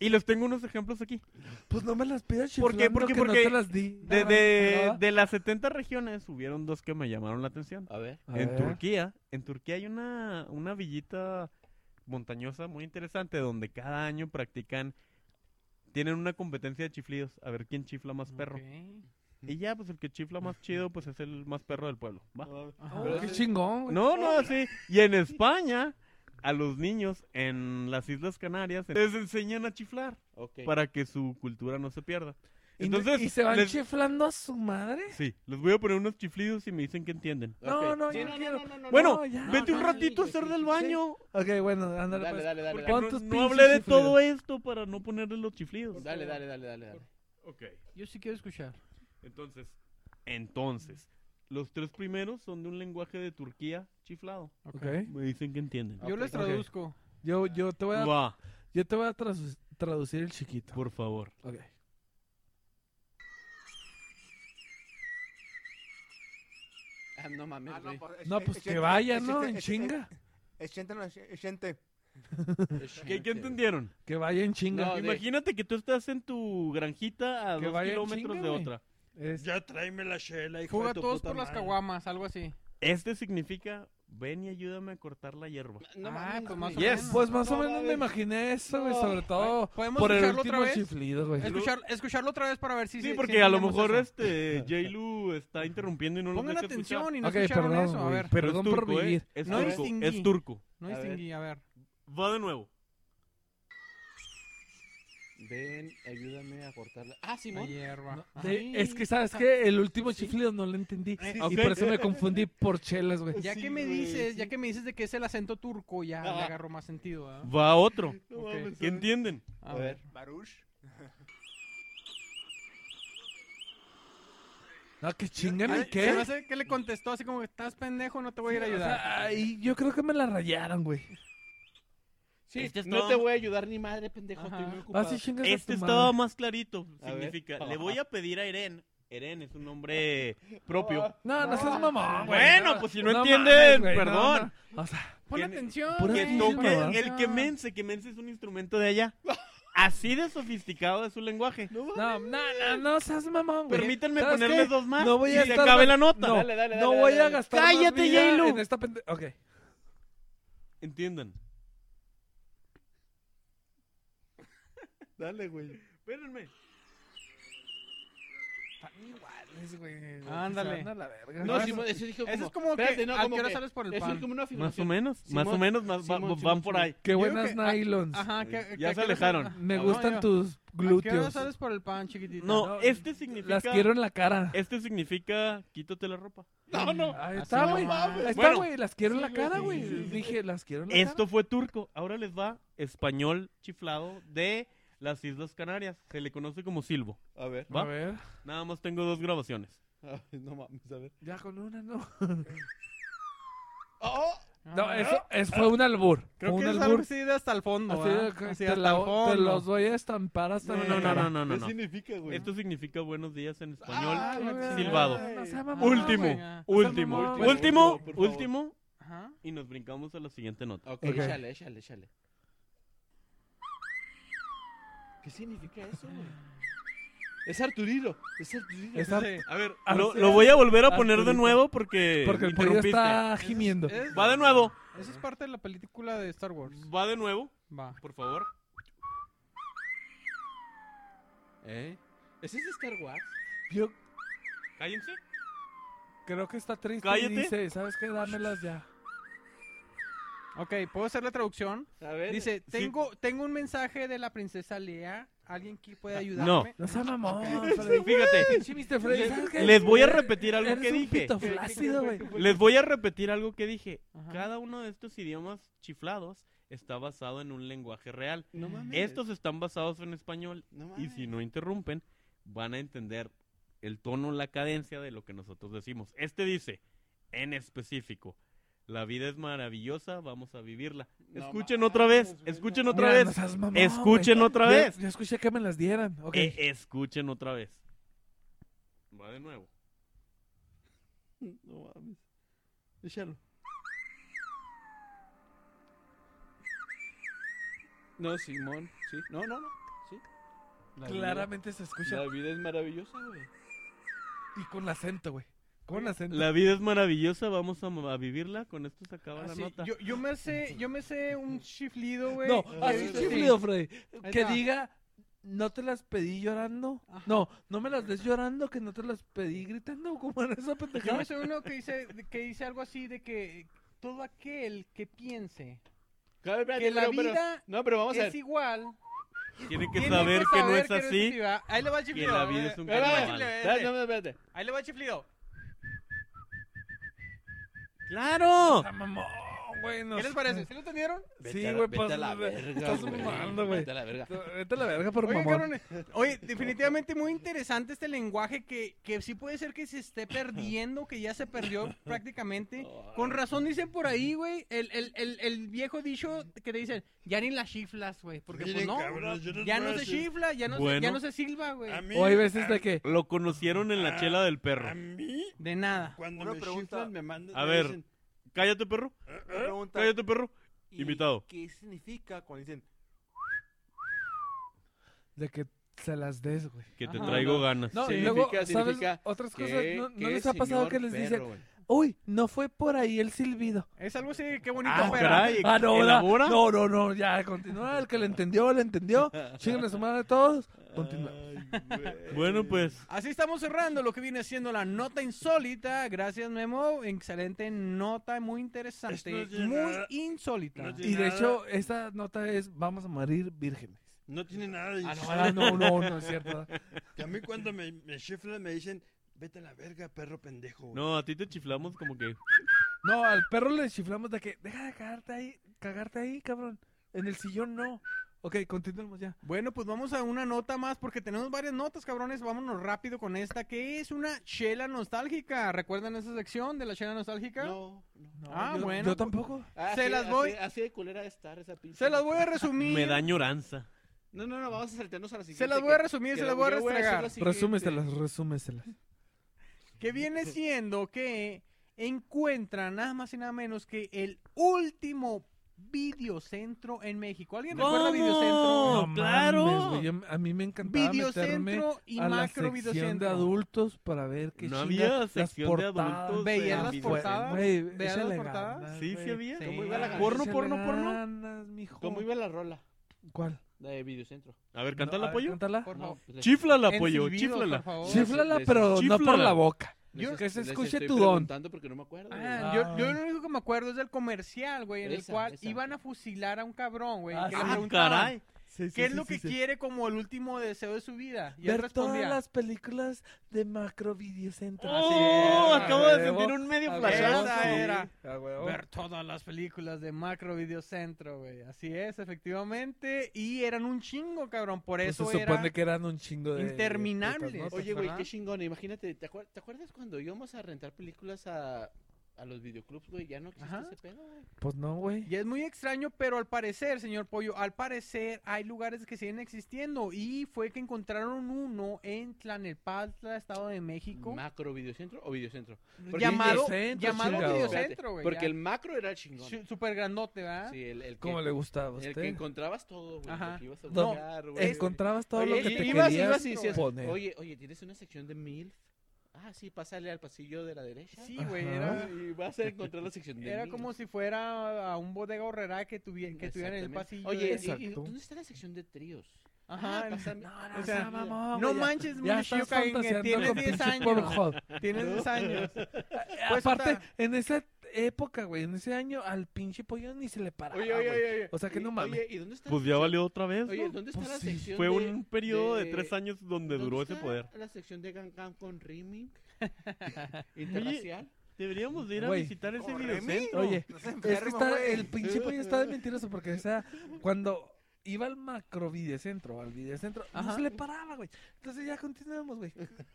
S4: Y les tengo unos ejemplos aquí.
S3: Pues no me las pidas
S4: ¿Por
S3: chiflando
S4: qué? Porque-
S3: que
S4: porque
S3: no te las di.
S4: De,
S3: Ah,
S4: de-
S3: ah,
S4: de las 70 regiones hubieron dos que me llamaron la atención.
S1: A ver.
S3: a
S4: en
S3: ver.
S4: Turquía, en Turquía hay una, una villita montañosa muy interesante donde cada año practican, tienen una competencia de chiflidos, a ver quién chifla más perro.
S2: Ok.
S4: Y ya, pues el que chifla más chido, pues es el más perro del pueblo. ¿va?
S2: Ajá.
S3: Oh, qué chingón, güey.
S4: No, no, sí. Y en España, a los niños en las Islas Canarias les enseñan a chiflar
S1: Ok.
S4: para que su cultura no se pierda.
S3: Y no-
S4: Entonces,
S3: ¿Y se van
S4: les-
S3: chiflando a su madre?
S4: Sí, les voy a poner unos chiflidos y me dicen que entienden.
S1: Ok.
S3: No, no,
S1: Sí,
S3: yo
S1: no, no,
S3: quiero-
S1: no, no, no,
S4: Bueno,
S3: no, ya.
S4: vete
S1: No,
S4: un
S1: no, sí,
S4: ratito a
S1: sí,
S4: hacer
S1: sí,
S4: del
S1: sí.
S4: baño.
S3: Ok, bueno, ándale.
S1: Dale,
S3: pues.
S1: dale, dale, dale.
S3: ¿Cuánto?
S4: Porque
S3: ¿Cuántos
S4: no, no
S3: pinches
S4: hablé de
S3: chiflidos?
S4: todo esto para no ponerle los chiflidos.
S1: Dale, dale, dale, dale, dale.
S4: Ok,
S2: Yo sí quiero escuchar.
S4: entonces. Entonces, Los tres primeros son de un lenguaje de Turquía chiflado.
S3: Ok.
S4: Me dicen que entienden.
S2: Yo les
S3: Ok.
S2: traduzco.
S3: Yo, yo te voy a,
S4: Va,
S3: yo te voy a tradu- traducir el
S1: Pues,
S3: chiquito.
S4: por favor.
S3: Ok.
S1: Ah, no mames,
S5: Ah,
S1: güey.
S5: no, pues,
S3: No,
S5: es-
S1: eh,
S3: pues
S5: es-
S3: que
S5: es-
S3: vaya,
S5: es-
S3: ¿no?
S5: es-
S3: En
S5: es-
S3: chinga.
S5: es- es- gente, no, es- es gente.
S4: ¿Eh? ¿Qué, qué entendieron?
S3: Que vaya en chinga.
S1: No, de-
S4: Imagínate que tú estás en tu granjita a
S3: Que
S4: dos
S3: vaya en
S4: kilómetros
S3: chinga,
S4: de
S3: güey.
S4: otra.
S3: Es-
S6: Ya tráeme la chela, hijo
S2: Fuga
S6: de tu
S2: todos
S6: puta
S2: por las
S6: madre.
S2: caguamas, algo así.
S4: Este significa, ven y ayúdame a cortar la hierba.
S1: No
S2: Ah,
S1: mames,
S2: pues
S1: güey.
S2: más o
S1: Yes.
S2: menos.
S3: Pues más o
S1: No
S3: menos me
S1: mames.
S3: imaginé eso, güey.
S1: No.
S3: Sobre todo
S2: ¿Podemos
S3: por el
S2: escucharlo otra
S3: último
S2: vez?
S3: chiflido, güey.
S2: Escuchar- escucharlo otra vez para ver si
S4: Sí,
S2: si-
S4: porque
S2: si
S4: a lo
S2: entendemos
S4: mejor
S2: eso.
S4: este J-Lu está interrumpiendo y no lo
S2: Pongan
S4: deja escuchar.
S2: atención y no
S3: Ok,
S2: escucharon
S3: perdón,
S2: eso. A
S3: güey.
S2: ver,
S4: Pero
S3: Perdón
S4: es
S3: por
S4: turco, ¿eh?
S3: vivir.
S4: Es
S2: No
S4: turco,
S2: distinguí.
S4: es turco.
S2: no
S1: A ver.
S2: distinguí, a ver.
S4: Va de nuevo.
S1: Ven, ayúdame a cortarla. Ah,
S2: La
S1: Simón.
S2: hierba.
S3: No,
S2: Ajá.
S3: de- es que, ¿sabes qué? El último
S1: Sí.
S3: chiflido no lo entendí.
S1: Sí,
S3: Y
S4: sí.
S3: por eso me confundí por chelas, güey.
S2: Ya
S1: Sí,
S2: que me
S1: güey,
S2: dices, ya
S1: sí.
S2: que me dices de que es el acento turco, ya le
S1: Ah.
S2: agarro más sentido. ¿ah?
S4: Va otro.
S1: No
S2: Ok.
S1: mames,
S4: ¿Qué
S1: a ver.
S4: entienden?
S2: A,
S1: A
S2: ver.
S1: ver.
S5: Baruch.
S3: No, que chingan y
S2: Ah, Se me
S3: qué.
S2: hace que le contestó así como que estás pendejo, no te voy a ir a
S3: O
S2: ayudar.
S3: sea, ay, yo creo que me la rayaron, güey.
S1: Sí,
S4: Este es
S1: no
S4: todo.
S1: te voy a ayudar ni madre, pendejo.
S2: Ajá.
S1: Estoy muy
S2: Ah,
S1: ocupado.
S3: Así chingas a tu
S4: Este
S3: madre.
S4: estaba más clarito.
S1: A ver.
S4: Significa, le voy a pedir a Eren. Eren es un nombre propio.
S3: No, no seas mamón, güey.
S4: Bueno,
S3: Ah, No,
S4: pues si no
S3: mames,
S4: entienden,
S3: güey, no,
S4: perdón.
S3: no. O sea,
S2: Pon
S4: que-
S2: atención.
S3: pura
S2: güey,
S4: Que
S3: Sí,
S2: pon
S3: sí, mamá.
S4: toque el
S2: atención.
S4: quemense. Quemense es un instrumento de allá. Así de sofisticado es su lenguaje.
S3: no, no, no, no seas mamón, güey.
S4: Permítanme
S3: ¿Sabes qué?
S4: ponerles dos más
S3: No voy
S4: y
S3: a
S4: se
S3: gastar
S4: acabe
S3: más-
S4: la nota.
S3: No,
S1: Dale, dale,
S3: no
S1: dale,
S3: voy a
S1: dale.
S3: gastar más
S4: Cállate,
S3: vida
S4: J-Lo.
S3: en esta pende... Ok.
S4: Entiendan.
S1: Dale, güey.
S4: Espérenme.
S3: Están iguales, güey.
S2: Ándale.
S3: Se van a la verga.
S1: No,
S2: Ah,
S1: Simón, eso dije como...
S2: Eso es como que
S1: Espérate, no,
S2: a
S1: como
S2: qué hora
S1: que-
S2: sales por el
S1: Eso
S2: pan.
S1: es como una
S4: Más o
S1: afirmación.
S4: menos, más o
S1: Simón,
S4: menos, más- va-
S1: Simón,
S4: va-
S1: Simón,
S4: van por
S1: Simón.
S4: ahí.
S3: Qué
S2: Yo
S3: buenas
S2: creo que- ah,
S3: nylons.
S2: Ajá, que,
S4: Ya
S2: que-
S4: se
S2: que-
S4: alejaron.
S3: Me
S2: No,
S3: gustan
S2: ya.
S3: tus
S2: ¿A qué hora
S3: glúteos.
S2: sales por el pan, chiquitito?
S4: No,
S3: No,
S4: este significa.
S3: Las quiero en la cara.
S4: Este significa quítate la ropa.
S1: No, no.
S3: Ahí
S2: Así
S3: está,
S2: no
S3: güey.
S2: mames.
S3: Ahí está,
S4: Bueno.
S3: güey. Las quiero en
S1: Sí,
S3: la
S1: güey,
S3: cara,
S1: sí,
S3: güey.
S1: sí, sí, sí.
S3: Dije, las quiero en la
S4: Esto fue turco. Ahora les va español chiflado de las Islas Canarias. Se le conoce como silbo.
S1: A ver.
S3: cara.
S4: ¿va?
S3: A ver.
S4: Nada más tengo dos grabaciones.
S1: A ver, No mames, a ver.
S3: Ya con una, no.
S1: ¡Oh!
S2: Ah,
S3: No, eso, es- fue un albur.
S2: Creo
S3: Fue
S2: que
S3: un
S2: es algo
S3: albur.
S2: así de hasta el fondo,
S3: Así de que
S2: ¿verdad? Así
S3: te,
S2: hasta
S3: la-
S2: el
S3: te
S2: fondo.
S3: los voy a estampar hasta
S4: No, no, no, no, no.
S1: ¿Qué
S4: no.
S1: significa, güey?
S4: Esto significa buenos días en español.
S1: Ah,
S2: güey.
S1: no,
S4: silbado.
S1: güey.
S3: No sea mamón,
S4: último,
S2: güey, ah.
S4: último,
S3: Pues,
S1: mamá,
S4: último,
S1: por favor.
S4: último.
S2: Ajá.
S4: Y nos brincamos a la siguiente nota.
S1: Ok,
S3: Ok.
S1: échale, échale, échale. ¿Qué significa eso, güey? Es Arturilo. Es Arturilo.
S3: Esa-
S4: A ver,
S3: Ah,
S4: lo,
S3: sí.
S4: lo voy a volver a
S3: Ah,
S4: poner de
S3: ahorita.
S4: nuevo porque,
S3: Porque el pollo
S4: interrumpiste.
S3: está gimiendo.
S2: Es-
S4: Va de nuevo.
S2: Eso es parte de la película de Star Wars.
S4: Va de nuevo,
S2: Va.
S4: por favor.
S1: ¿Eh? ¿Ese es de Star Wars?
S3: Yo
S4: Cállense.
S3: creo que está triste.
S4: Cállate.
S3: Y dice, ¿sabes qué? Dámelas ya.
S2: Ok, ¿puedo hacer la traducción?
S1: A ver.
S2: Dice, tengo, tengo un mensaje de la princesa Lea. ¿Alguien que puede
S4: No.
S2: ayudarme?
S3: Ah, No sea mamón, Freddy.
S4: Fíjate,
S3: Sí, Mr. Freddy, ¿sabes qué?
S4: les voy a repetir algo
S3: Eres
S4: que
S3: un
S4: dije.
S3: pito flácido, güey.
S4: Les voy a repetir algo que dije.
S2: Ajá.
S4: Cada uno de estos idiomas chiflados está basado en un lenguaje real.
S1: No
S2: Ah,
S1: mames.
S4: Estos están basados en español
S1: No mames.
S4: y si no interrumpen, van a entender el tono, la cadencia de lo que nosotros decimos. Este dice, en específico, la vida es maravillosa, vamos a vivirla.
S1: No
S4: escuchen
S1: mames,
S4: otra vez,
S1: güey, no
S4: escuchen
S1: mames.
S4: otra
S3: Mira,
S4: vez,
S3: no seas mamón,
S4: escuchen
S3: güey.
S4: otra
S3: Yo-
S4: vez,
S3: Yo, escuché que me las dieran. Ok.
S4: Eh, escuchen otra vez. Va de nuevo.
S1: No mames. Déjalo. No, Simón. Sí. No, no, no. Sí. La vida-
S3: Claramente se escucha.
S1: La vida es maravillosa, güey.
S3: Y con acento, güey. Con acento.
S4: La vida es maravillosa, vamos a, a vivirla. Con esto se acaba
S2: Ah,
S4: la
S2: sí,
S4: nota.
S2: yo, yo me sé, yo me sé un chiflido, güey.
S3: No,
S2: que
S3: así
S2: dice-
S3: chiflido, Freddy.
S2: Ahí
S3: Que
S2: está.
S3: diga, no te las pedí llorando.
S2: Ajá.
S3: No, no me las des llorando, que no te las pedí gritando, como en esa
S2: Yo me
S3: pendejada.
S2: sé uno que dice, que dice algo así de que todo aquel que piense
S1: Cabe,
S4: Ah,
S1: espérate,
S2: que la
S1: pero- pero-
S2: vida
S1: No, pero vamos a
S2: es
S1: ver.
S2: igual.
S4: Tiene que
S2: tiene
S4: saber que no es así,
S2: ¿verdad? Ahí le va el
S4: que
S2: chiflido.
S4: la vida es un
S1: Ahí va,
S4: carnaval.
S2: chile.
S1: Espérate, no, no, espérate.
S2: Ahí le va el chiflido.
S4: ¡Claro!
S3: Ah, mamón, güey. nos-
S2: ¿Qué les parece? ¿Sí lo entendieron?
S3: Sí,
S1: a la-
S3: güey,
S1: Vete a
S3: pues,
S1: la
S3: güey,
S1: verga.
S3: estás
S1: güey.
S3: mamando, güey.
S1: Vete a la verga.
S3: Vete a la verga por
S2: Oye,
S3: mamón.
S2: cabrones, eh, oye, definitivamente muy interesante este lenguaje que, que sí puede ser que se esté perdiendo, que ya se perdió prácticamente. Con razón dicen por ahí, güey, el, el, el, el viejo dicho que te dicen, ya ni las chiflas, güey, porque pues
S6: Miren,
S2: no,
S6: cabrones, yo les
S2: ya
S6: voy a
S2: no se
S6: decir,
S2: chifla, ya no, se, ya
S4: Bueno.
S2: no se silba, güey,
S6: a mí-
S3: O hay veces de
S6: a-
S3: que.
S4: Lo conocieron en la chela del perro.
S6: A mí,
S2: de nada.
S6: cuando
S5: Una
S6: me
S5: pregunta.
S6: chiflan, me mandan.
S4: A
S6: me
S4: ver.
S6: dicen,
S4: Cállate, perro.
S5: Una pregunta,
S4: Cállate, perro.
S5: ¿y
S4: invitado.
S5: ¿Qué significa cuando dicen
S3: De que se las des, güey.
S4: Que te
S2: Ajá.
S4: traigo ganas.
S3: No, y
S1: Significa-
S3: luego, ¿sabes?
S1: significa
S3: Otras cosas,
S1: ¿Qué-
S3: ¿no, no
S1: qué
S3: les ha pasado
S1: señor
S3: que les dicen,
S1: perro, güey?
S3: uy, no fue por ahí el silbido?
S2: Es algo así, qué bonito,
S4: Ah,
S2: pero-
S4: caray.
S3: Ah, no, ¿verdad?
S4: ¿Elabora?
S3: no, no, no, ya, continúa, el que le entendió, le entendió, siguen a su madre todos,
S6: ¿eh?
S3: continúa.
S4: Bueno, pues.
S2: Así estamos cerrando lo que viene siendo la nota insólita. Gracias, Memo. Excelente nota, muy interesante.
S6: Esto no tiene
S2: muy
S6: nada-
S2: insólita.
S6: no tiene-
S3: Y de
S6: nada.
S3: hecho, esta nota es, vamos a morir vírgenes.
S6: No tiene nada de
S3: Ah, no, ah, no, no, no es cierto.
S6: Que a mí cuando me, me chiflan me dicen, vete a la verga, perro pendejo. güey".
S4: No, a ti te chiflamos como que.
S3: No, al perro le chiflamos de que, deja de cagarte ahí, cagarte ahí, cabrón, en el sillón no. Ok, continuemos ya.
S2: Bueno, pues vamos a una nota más porque tenemos varias notas, cabrones. Vámonos rápido con esta, que es una chela nostálgica. ¿Recuerdan esa sección de la chela nostálgica?
S1: No, no.
S3: No,
S2: Ah,
S3: yo-
S2: bueno.
S3: Yo tampoco.
S1: Ah,
S2: Se
S1: sí,
S2: las voy-
S1: Así, así de culera de estar esa pinche.
S2: Se las voy a resumir.
S4: Me da añoranza.
S1: No, no, no, vamos a saltarnos a la siguiente.
S2: Se las
S1: que-
S2: voy a resumir,
S1: que
S2: se
S1: la-
S2: las voy a
S1: yo hacer la
S2: restregar.
S1: siguiente.
S3: Resúmeselas, resúmeselas.
S2: Que viene siendo que encuentran nada más y nada menos que el último videocentro en México. ¿Alguien recuerda
S4: ¿Cómo?
S2: videocentro?
S4: No, claro.
S3: mames, güey, yo- a mí me encantaba meterme
S2: Videocentro y
S3: a la
S2: macro
S3: sección de
S2: videocentro.
S3: adultos para ver qué chinga-
S4: No había
S3: las
S4: sección de
S3: portadas,
S4: adultos en
S2: Veías las
S4: video-
S3: güey,
S2: portadas.
S3: güey,
S2: ¿Veías
S3: échale
S2: las portadas?
S3: ganas,
S4: Sí,
S3: güey.
S4: sí había.
S2: Sí.
S1: ¿Cómo iba la
S2: Ah,
S1: canción?
S4: Porno,
S3: Échale
S4: porno, porno.
S3: ganas, mijo.
S1: ¿Cómo iba la rola?
S3: ¿Cuál?
S1: La de Videocentro.
S4: A ver,
S3: No,
S4: cántala,
S3: a ver,
S4: pollo.
S3: cántala.
S2: Por favor.
S1: les-
S4: Chiflala,
S2: En
S4: pollo,
S2: silbidos,
S4: chiflala.
S2: por favor.
S3: Chiflala,
S1: les-
S3: pero no por
S4: chiflala.
S3: la boca.
S1: les est-
S3: que se
S1: les
S3: escuche
S1: estoy
S3: tu don.
S1: preguntando porque no me acuerdo.
S2: Ah,
S1: güey.
S2: Yo, yo lo único que me acuerdo es del comercial, güey, en el
S1: Esa,
S2: cual
S1: esa.
S2: iban a fusilar a un cabrón, güey.
S3: Ah,
S2: que le
S3: sí.
S4: Ah,
S2: preguntaban,
S4: caray.
S2: ¿qué es lo que quiere como el último deseo de su vida? Y él
S3: Ver
S2: respondía,
S3: todas las películas de macro videocentro.
S4: Oh,
S2: Así es,
S4: acabo
S2: a
S4: de sentir un medio
S3: a
S4: flashazo.
S2: esa era.
S3: Ver-
S2: Ver todas las películas de Macro Videocentro, güey. Así es, efectivamente. Y eran un chingo, cabrón. Por
S3: Pues
S2: eso
S3: se supone
S2: era...
S3: que eran un chingo de.
S2: interminables.
S3: putas notas.
S1: Oye, güey,
S2: ¿verdad?
S1: qué chingón. Imagínate, ¿te, acuer- te acuerdas cuando íbamos a rentar películas a, a los videoclubs, güey? Ya no existe
S2: Ajá.
S1: ese pedo, güey.
S3: Pues no, güey.
S2: Y es muy extraño, pero al parecer, señor Pollo, al parecer hay lugares que siguen existiendo. Y fue que encontraron uno en Tlanepantla, Estado de México,
S1: ¿Macro Videocentro o Videocentro? Porque-
S2: llamado,
S3: Videocentro,
S2: llamado
S3: chingado.
S2: Videocentro, güey.
S1: Porque
S2: ya.
S1: el macro era el chingón.
S2: Su- Súper grandote, ¿verdad?
S1: Sí, el, el que,
S3: ¿Cómo le gustaba a usted?
S1: el que encontrabas todo, güey.
S2: Ajá.
S1: Lo que ibas a
S3: No,
S1: buscar, güey.
S3: Encontrabas todo
S1: Oye,
S3: lo que
S1: y-
S3: te
S1: ibas,
S3: querías
S1: ibas y decías,
S3: poner.
S1: Oye, oye, ¿tienes una sección de MILF? Ah, sí, pásale al pasillo de la derecha. Ah,
S2: Sí, güey,
S3: Ajá.
S2: era...
S1: Y vas a encontrar la sección de
S2: Era
S1: MILF.
S2: como si fuera a un bodega horrera que, tuviera que tuviera en el
S1: Exactamente.
S2: pasillo.
S1: Oye,
S2: de-
S1: ¿y- y
S3: Exacto.
S1: ¿dónde está la sección de tríos?
S2: Ajá,
S1: Ah,
S2: el-
S1: pásame-
S3: no,
S2: o
S3: o
S2: sea,
S3: sea, mamón,
S2: No
S3: Ah, güey, ya-
S2: manches,
S3: ya
S2: mira,
S3: estás
S2: Shioka, que
S3: fantaseando
S2: tienes
S3: con
S2: 10
S3: pinche
S2: años.
S3: Pornhub.
S2: Tienes 10 años. Pues,
S3: Aparte,
S2: o sea,
S3: en esa época, güey, en ese año, al pinche pollo ni se le paraba.
S1: Oye, oye,
S3: güey.
S1: oye, oye.
S3: O sea, que
S1: Y-
S3: no mames.
S1: Oye, ¿y dónde está? la
S4: Pues ya
S1: sección-
S4: valió otra vez.
S1: Oye,
S4: ¿no?
S1: ¿dónde está
S3: Pues
S1: la
S3: sí.
S1: sección
S4: Fue
S1: de-
S4: un periodo de
S1: de-
S4: tres años donde
S1: ¿dónde
S4: duró ese
S1: está
S4: poder.
S1: La sección de Gangnam con Reming. Interracial.
S4: Deberíamos de ir a
S3: Güey.
S4: visitar ese
S5: Corre,
S4: videocentro.
S3: Oye,
S5: No se
S3: Es que
S5: enferma,
S3: está,
S5: güey.
S3: el pinche pollo está de mentiroso porque, o sea, cuando iba al macro videocentro, al videocentro,
S2: Ajá.
S3: no se le paraba, güey. Entonces ya continuamos, güey.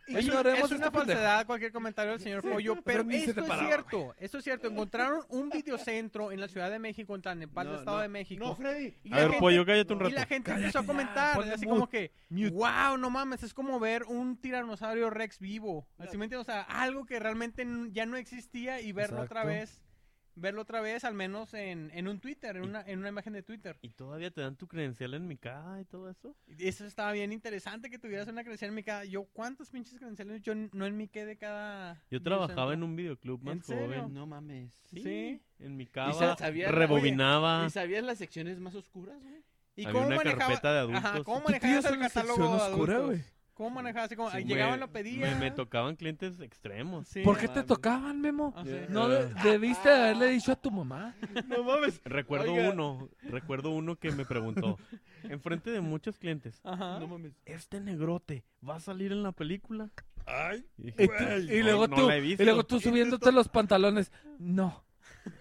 S2: Es, un-
S3: Ignoremos
S2: es una
S3: este pendejo.
S2: falsedad cualquier comentario del señor Pollo, pero
S3: ni se
S2: esto
S3: te
S2: es
S3: paraba,
S2: cierto, esto es cierto. Encontraron un videocentro en la Ciudad de México, en Tlanepal,
S1: No,
S2: Estado
S1: no,
S2: de México.
S1: No, Freddy.
S2: Y
S4: A
S2: la
S4: ver,
S2: gente-
S4: pollo, cállate un
S2: Y
S4: rato.
S2: la gente
S3: Cállate
S2: empezó a
S3: ya,
S2: comentar,
S3: ponle
S2: así
S3: mute.
S2: como que, wow, no mames, es como ver un tiranosaurio Rex vivo. Así
S1: No.
S2: me entiendes, o sea, algo que realmente n- ya no existía y verlo otra
S3: Exacto.
S2: vez, verlo otra vez, al menos en, en un Twitter, en una, en una imagen de Twitter.
S4: ¿Y todavía te dan tu credencial en mi casa y todo eso?
S2: Y Eso estaba bien interesante que tuvieras una credencial en mi cada. Yo, ¿cuántas pinches credenciales yo n- no en mi de cada.
S4: Yo trabajaba en un videoclub más
S2: ¿En serio?
S4: joven.
S1: No mames.
S4: Sí,
S2: Sí.
S4: en mi
S1: sa-
S4: cava
S1: sabía-
S4: rebobinaba.
S1: ¿Y sabías las secciones más oscuras, güey?
S2: ¿Y
S4: Había
S2: cómo
S4: una
S2: manejaba?
S4: carpeta de
S2: Ajá,
S4: adultos.
S2: ¿Cómo
S3: Tu tío
S2: manejabas
S3: es
S2: el
S3: una
S2: catálogo
S3: sección oscura,
S2: adultos?
S3: güey.
S2: ¿Cómo manejabas? Así como,
S4: Sí,
S2: ah,
S4: me-
S2: llegaban, lo
S4: me,
S2: pedían.
S4: me tocaban clientes extremos.
S2: Sí.
S3: ¿Por qué
S1: No
S3: te
S1: mames.
S3: tocaban, Memo?
S2: Ah, sí.
S3: No de- debiste haberle dicho a tu mamá.
S1: No mames.
S4: Recuerdo
S1: Oiga.
S4: uno, recuerdo uno que me preguntó, enfrente de muchos clientes,
S2: Ajá.
S1: No mames.
S4: ¿este negrote va a salir en la película?
S6: Ay,
S4: Y,
S3: Y,
S6: Güey,
S3: y
S4: no,
S3: luego
S4: no
S3: tú,
S4: la he
S3: y
S4: visto.
S3: luego tú subiéndote los pantalones. No.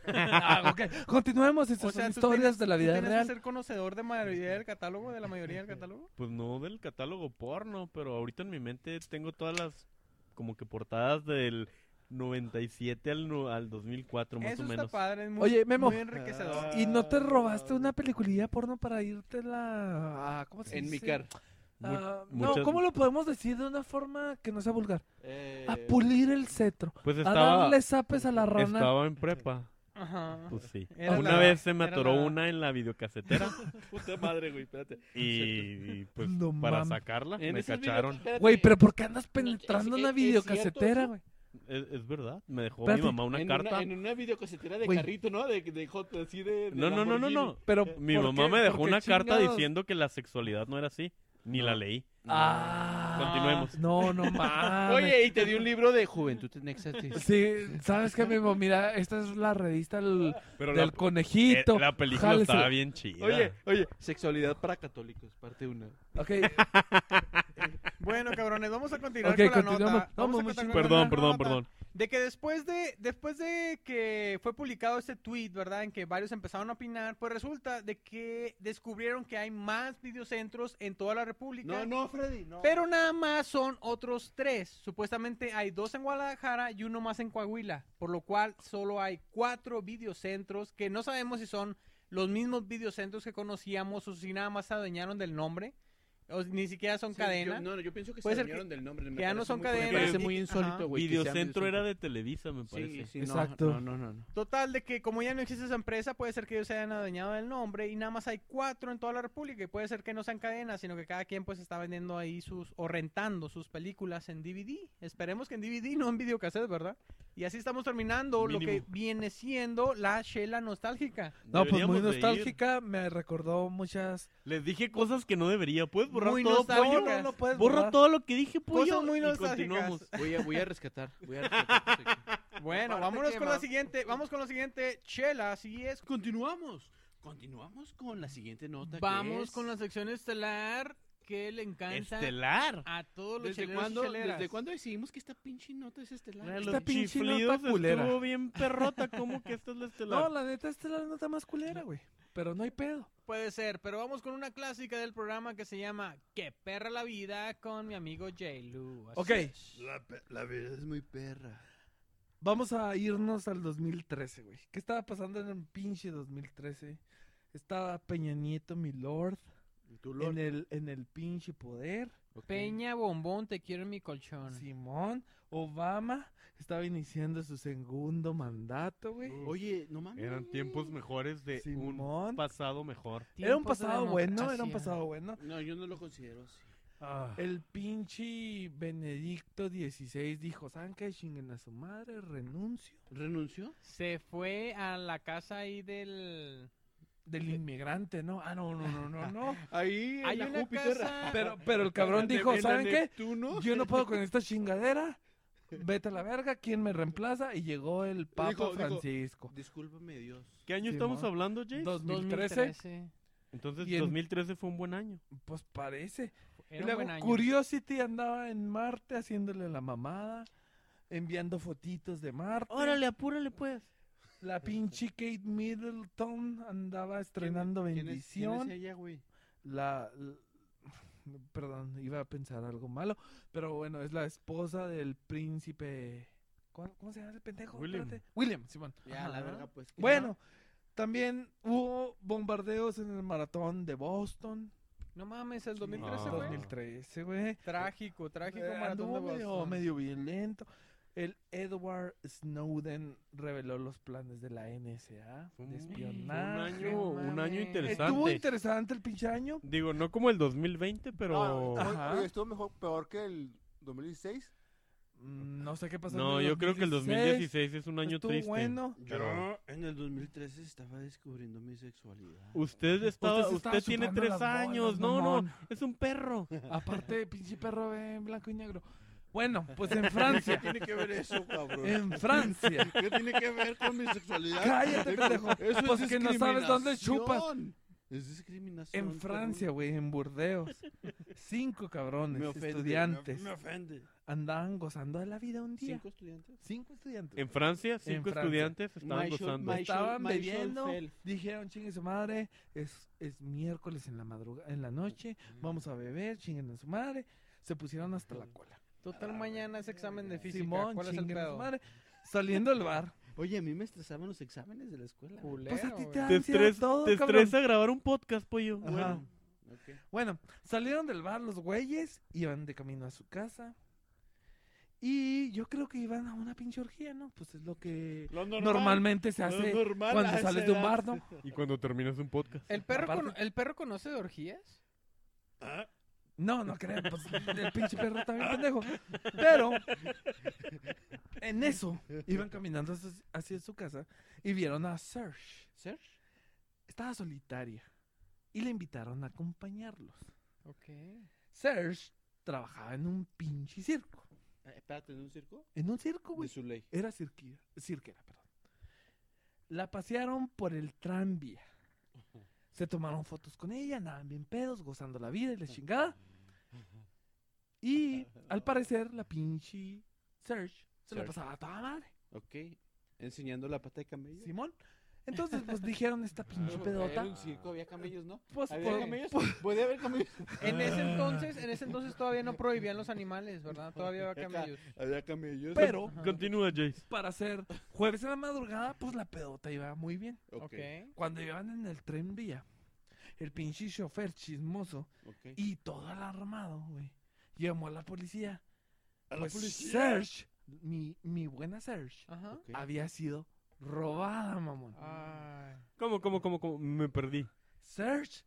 S3: Ah, ok. Continuemos, estas
S2: O sea,
S3: son
S2: ¿tú
S3: historias
S2: tienes-
S3: de la
S2: tú
S3: vida
S2: tienes que
S3: real.
S2: ser conocedor de mayoría del catálogo, de la mayoría del catálogo?
S4: Pues no del catálogo porno, pero ahorita en mi mente tengo todas las como que portadas del 97 al, no- al 2004 más
S2: Eso
S4: o
S2: está
S4: menos.
S2: padre, es muy,
S3: Oye, Memo.
S2: muy enriquecedor.
S3: ¿Y no te robaste una peliculilla porno para irte la... ¿Cómo se
S1: En mi
S3: dice?
S1: car.
S4: Mu-
S3: Ah,
S4: muchas-
S3: No, ¿cómo lo podemos decir de una forma que no sea vulgar?
S1: Eh,
S3: A pulir el cetro.
S4: Pues
S3: a
S4: estaba,
S3: darle zapes a la rana.
S4: estaba en prepa.
S2: Ajá.
S4: Pues sí.
S2: Era
S4: una
S2: la-
S4: vez se me
S2: era
S4: atoró
S2: la-
S4: una en la videocasetera
S1: Puta madre, güey, espérate.
S4: y, y, pues
S3: No
S4: para
S3: mames.
S4: sacarla
S1: En
S4: me
S1: esos videos-
S4: cacharon.
S1: espérate.
S3: Güey, pero ¿por qué andas
S1: No,
S3: penetrando
S1: es-
S3: una
S1: es- es cierto
S3: videocasetera,
S1: eso.
S3: güey?
S4: Es, es verdad, me dejó
S3: Espérate.
S4: mi mamá una
S1: en
S4: carta.
S1: Una, en una videocasetera de
S3: Güey.
S1: carrito, ¿no? De, de hot, así de. de
S4: No, no, no, no,
S1: Lamborghini.
S4: no.
S3: Pero
S4: Mi
S3: ¿por
S4: mamá
S3: qué-
S4: me
S3: por
S4: dejó
S3: qué
S4: una carta
S3: chingados?
S4: diciendo que la sexualidad no era así, ni la leí.
S3: Ah,
S4: Continuemos.
S3: no, no mames.
S1: Oye, y te di un libro de Juventud en Éxtasis.
S3: Ah, Sí, sabes que Memo, mira, esta es la revista del,
S4: Pero
S3: del
S4: la, eh,
S3: conejito.
S4: la película
S3: Jálese.
S4: estaba bien chida.
S1: Oye, oye, sexualidad para católicos, parte 1.
S3: Ok,
S2: Bueno, cabrones, vamos a continuar
S3: ok,
S2: con la
S3: continuamos.
S2: nota.
S3: Vamos,
S2: a
S3: muy
S2: continuar con
S4: Perdón,
S2: la
S4: perdón,
S2: nota
S4: perdón.
S2: De que después de, después de que fue publicado este tweet, ¿verdad? En que varios empezaron a opinar, pues resulta de que descubrieron que hay más videocentros en toda la República.
S1: No, no, Freddy, no.
S2: Pero nada más son otros tres. Supuestamente hay dos en Guadalajara y uno más en Coahuila. Por lo cual solo hay cuatro videocentros que no sabemos si son los mismos videocentros que conocíamos o si nada más se adueñaron del nombre. O si ni siquiera son
S1: Sí,
S2: cadena.
S1: yo- no, no, yo pienso que se
S2: Puede ser
S1: adueñaron del nombre. me
S2: que ya no
S1: parece
S2: son
S1: muy- me
S2: cadenas
S1: parece
S4: y-
S1: muy
S2: ajá.
S1: insólito, güey. que sean
S4: Videocentro era
S1: videocentro.
S4: de Televisa, me parece.
S1: Sí, sí, no,
S3: Exacto.
S1: No, no, no. no.
S2: Total, de que como ya no existe esa empresa, puede ser que ellos se hayan adueñado del nombre y nada más hay cuatro en toda la República y puede ser que no sean cadenas, sino que cada quien pues está vendiendo ahí sus o rentando sus películas en DVD. Esperemos que en DVD, no en videocassette, ¿verdad? Y así estamos terminando lo que
S4: Mínimo.
S2: viene siendo la Shela nostálgica.
S3: no, pues muy
S4: Deberíamos de ir.
S3: nostálgica, me recordó muchas...
S4: Les dije cosas que no debería. ¿Puedes borrar
S2: Muy
S4: todo,
S2: nostálgica.
S4: pollo?
S2: no, no
S3: puedes
S4: Borra todo lo que dije,
S1: Pues
S4: pollo.
S2: Cosas muy
S4: y
S2: nostálgicas.
S4: continuamos.
S1: Voy a, voy a rescatar. Voy a rescatar. pues,
S2: Bueno,
S5: Aparte
S2: vámonos
S5: que
S2: con la
S5: ma-
S2: siguiente, vamos con la siguiente Shela, así es.
S1: Continuamos. Continuamos con la siguiente nota. que
S2: Vamos
S1: es-
S2: con la sección estelar que le encanta
S4: Estelar.
S2: a todos los
S1: ¿Desde
S2: cheleros y
S1: cuándo,
S2: cheleras.
S1: ¿Desde cuándo decidimos que esta pinche nota es estelar?
S4: Mira,
S1: Esta-
S4: Los
S3: pinche nota
S4: chiflidos
S3: culera.
S4: estuvo bien perrota. ¿Cómo que esta es la estelar?
S3: No, la neta, esta es la nota más culera, güey. Pero no hay pedo.
S2: Puede ser, pero vamos con una clásica del programa que se llama Que perra la vida con mi amigo J-Lu. Así
S3: Ok.
S2: es.
S6: La, pe- la verdad es muy perra.
S3: Vamos a irnos al 2013, güey. ¿Qué estaba pasando en el pinche 2013? Estaba Peña Nieto, mi lord,
S1: Tu
S3: en
S1: Lord.
S3: el, en el pinche poder.
S1: Ok.
S2: Peña Bombón, te quiero en mi colchón.
S3: Simón, Obama, estaba iniciando su segundo mandato, güey.
S1: Oye, no mames.
S4: Eran tiempos mejores de
S3: Simón.
S4: un pasado mejor.
S3: Era un
S2: Tiempos de
S3: pasado bueno, era un
S2: democracia.
S3: pasado bueno.
S1: No, yo no lo considero así.
S3: El pinche Benedicto XVI dijo, ¿saben qué? Chinguen a su madre, renuncio.
S1: ¿Renunció?
S2: Se fue a la casa ahí del...
S3: Del inmigrante, ¿no? Ah, no, no, no, no, no.
S1: Ahí en
S2: Hay
S1: la
S2: una
S1: Júpiter.
S2: casa...
S3: Pero, pero el cabrón
S1: En la-
S3: dijo,
S1: en la
S3: ¿saben qué?
S1: Neptuno.
S3: Yo no puedo con esta chingadera. Vete a la verga, ¿quién me reemplaza? Y llegó el Papa
S1: Dijo- dijo,
S3: Francisco.
S1: Discúlpame, Dios.
S4: ¿Qué año
S3: Simón.
S4: estamos hablando, James?
S3: 2013,
S2: 2013.
S4: Entonces,
S3: Y en-
S4: 2013 fue un buen año.
S3: pues parece.
S2: Era un
S3: y luego
S2: buen año.
S3: Curiosity andaba en Marte haciéndole la mamada, enviando fotitos de Marte.
S4: apúrale, pues.
S3: La pinche Kate Middleton andaba estrenando
S1: ¿Quién es-
S3: Bendición.
S1: ¿Quién es ella, güey?
S3: la, l- perdón, iba a pensar algo malo, pero bueno, es la esposa del príncipe ¿Cuál- ¿Cómo se llama ese pendejo?
S4: William.
S3: Espérate. William, Simón.
S1: Ya,
S3: Ajá.
S1: la verga, pues. que
S3: Bueno, también hubo bombardeos en el maratón de Boston,
S2: No mames, el 2013
S4: Ah.
S2: fue...
S3: 2013, güey.
S2: Trágico, trágico
S3: Eh,
S2: maratón de
S3: anduvo medio,
S2: Boston.
S3: medio violento. El Edward Snowden reveló los planes de la NSA
S4: Fue un-
S3: de
S4: Un
S3: espionaje.
S4: año, un
S2: mames.
S3: Estuvo
S4: año interesante.
S3: interesante el pinche año,
S4: Digo, no como el 2020, pero...
S5: No,
S4: No,
S5: oye,
S3: Ajá.
S5: oye, estuvo mejor, peor que el 2016.
S3: Mm, No sé qué pasó. en
S4: yo creo que el 2016 es un año
S3: estuvo
S4: triste.
S3: bueno.
S6: Yo
S4: Pero-
S6: en el 2013 estaba descubriendo mi sexualidad.
S4: Usted, estaba,
S3: se
S4: usted,
S3: estaba
S4: tiene
S3: chupando
S4: tres
S3: las bolas,
S4: años. No,
S3: mamón.
S4: no, es un perro.
S3: Aparte, pinche perro en blanco y negro. Bueno, pues en Francia.
S6: tiene que ver eso, cabrón?
S3: en Francia.
S6: ¿Qué tiene que ver con mi sexualidad?
S3: Cállate, pendejo.
S6: Eso
S3: Pues
S6: es
S3: que no sabes dónde chupas.
S6: discriminación. Es discriminación.
S3: En Francia, güey, en Burdeos. Cinco cabrones,
S6: Me ofende,
S3: estudiantes.
S6: Me, me ofende.
S3: andaban gozando de la vida un día.
S1: ¿Cinco estudiantes?
S3: Cinco estudiantes.
S4: En Francia, cinco
S3: Francia.
S4: estudiantes estaban
S1: Michael-
S4: gozando.
S1: Michael-
S3: Estaban
S1: Michael
S3: bebiendo.
S1: Fell.
S3: Dijeron, chingue su madre, es, es miércoles en la madrugada, en la noche, vamos a beber, chinguen a su madre. Se pusieron hasta la cola.
S2: Total, mañana es examen de física.
S3: Simón,
S2: ¿Cuál es el
S3: chinguen a su
S2: pedo?
S3: madre. Saliendo del bar.
S1: Oye, a mí me estresaban los exámenes de la escuela. güey.
S2: Culero,
S3: Pues a ti te
S2: güey.
S3: da
S4: Te,
S3: ansiedad
S4: estres-
S3: todo,
S4: te
S3: cabrón.
S4: estresa grabar un podcast, pollo.
S3: Ajá.
S4: Bueno,
S1: Ok.
S3: Bueno, salieron del bar los güeyes, iban de camino a su casa. Y yo creo que iban a una pinche orgía, ¿no? Pues es lo que
S6: Lo normal,
S3: normalmente se
S6: lo
S3: hace
S6: normal a
S3: cuando
S6: esa
S3: sales de un
S6: edad.
S3: bar, ¿no?
S4: y cuando terminas un podcast.
S2: ¿El perro,
S3: Aparte-
S2: cono- ¿El perro conoce de orgías?
S6: Ah,
S3: No, no creo, pues el pinche perro también pendejo. Pero en eso iban caminando hacia, hacia su casa y vieron a Serge.
S1: Serge.
S3: Estaba solitaria y le invitaron a acompañarlos.
S2: Ok.
S3: Serge trabajaba en un pinche circo.
S1: Eh, espérate, ¿en un circo?
S3: En un circo,
S1: De
S3: güey.
S1: su ley.
S3: Era cirquera, cirquera, perdón. La pasearon por el tranvía. Se tomaron fotos con ella, andaban bien pedos, gozando la vida y la chingada. Y al parecer, la pinche Serge se la
S1: Serge.
S3: pasaba a toda madre.
S1: Ok. Enseñando la pata de camello. Ah,
S3: Simón. Entonces, pues dijeron esta pinche
S1: Era
S3: pedota.
S1: un circo, había camellos, ¿no?
S3: Pues,
S1: ¿Había
S3: pues,
S1: camellos?
S3: pues,
S1: Podía haber camellos.
S2: En ese entonces, en ese entonces todavía no prohibían los animales, ¿verdad? Todavía había camellos.
S1: Había camellos.
S3: pero
S2: Ajá.
S4: Continúa, Jace.
S3: para ser jueves en la madrugada, pues la pedota iba muy bien.
S1: Ok.
S2: Ok.
S3: Cuando iban en el tranvía, el pinche chofer chismoso
S1: ok.
S3: Y todo alarmado, güey. Llamó a la policía.
S6: a la
S3: Pues
S6: policía.
S3: Serge, mi, mi buena Serge,
S2: Ajá.
S1: ok.
S3: había sido robada, mamón.
S6: Ah.
S2: Ay.
S4: ¿Cómo, cómo, cómo, cómo? Me perdí.
S3: Serge,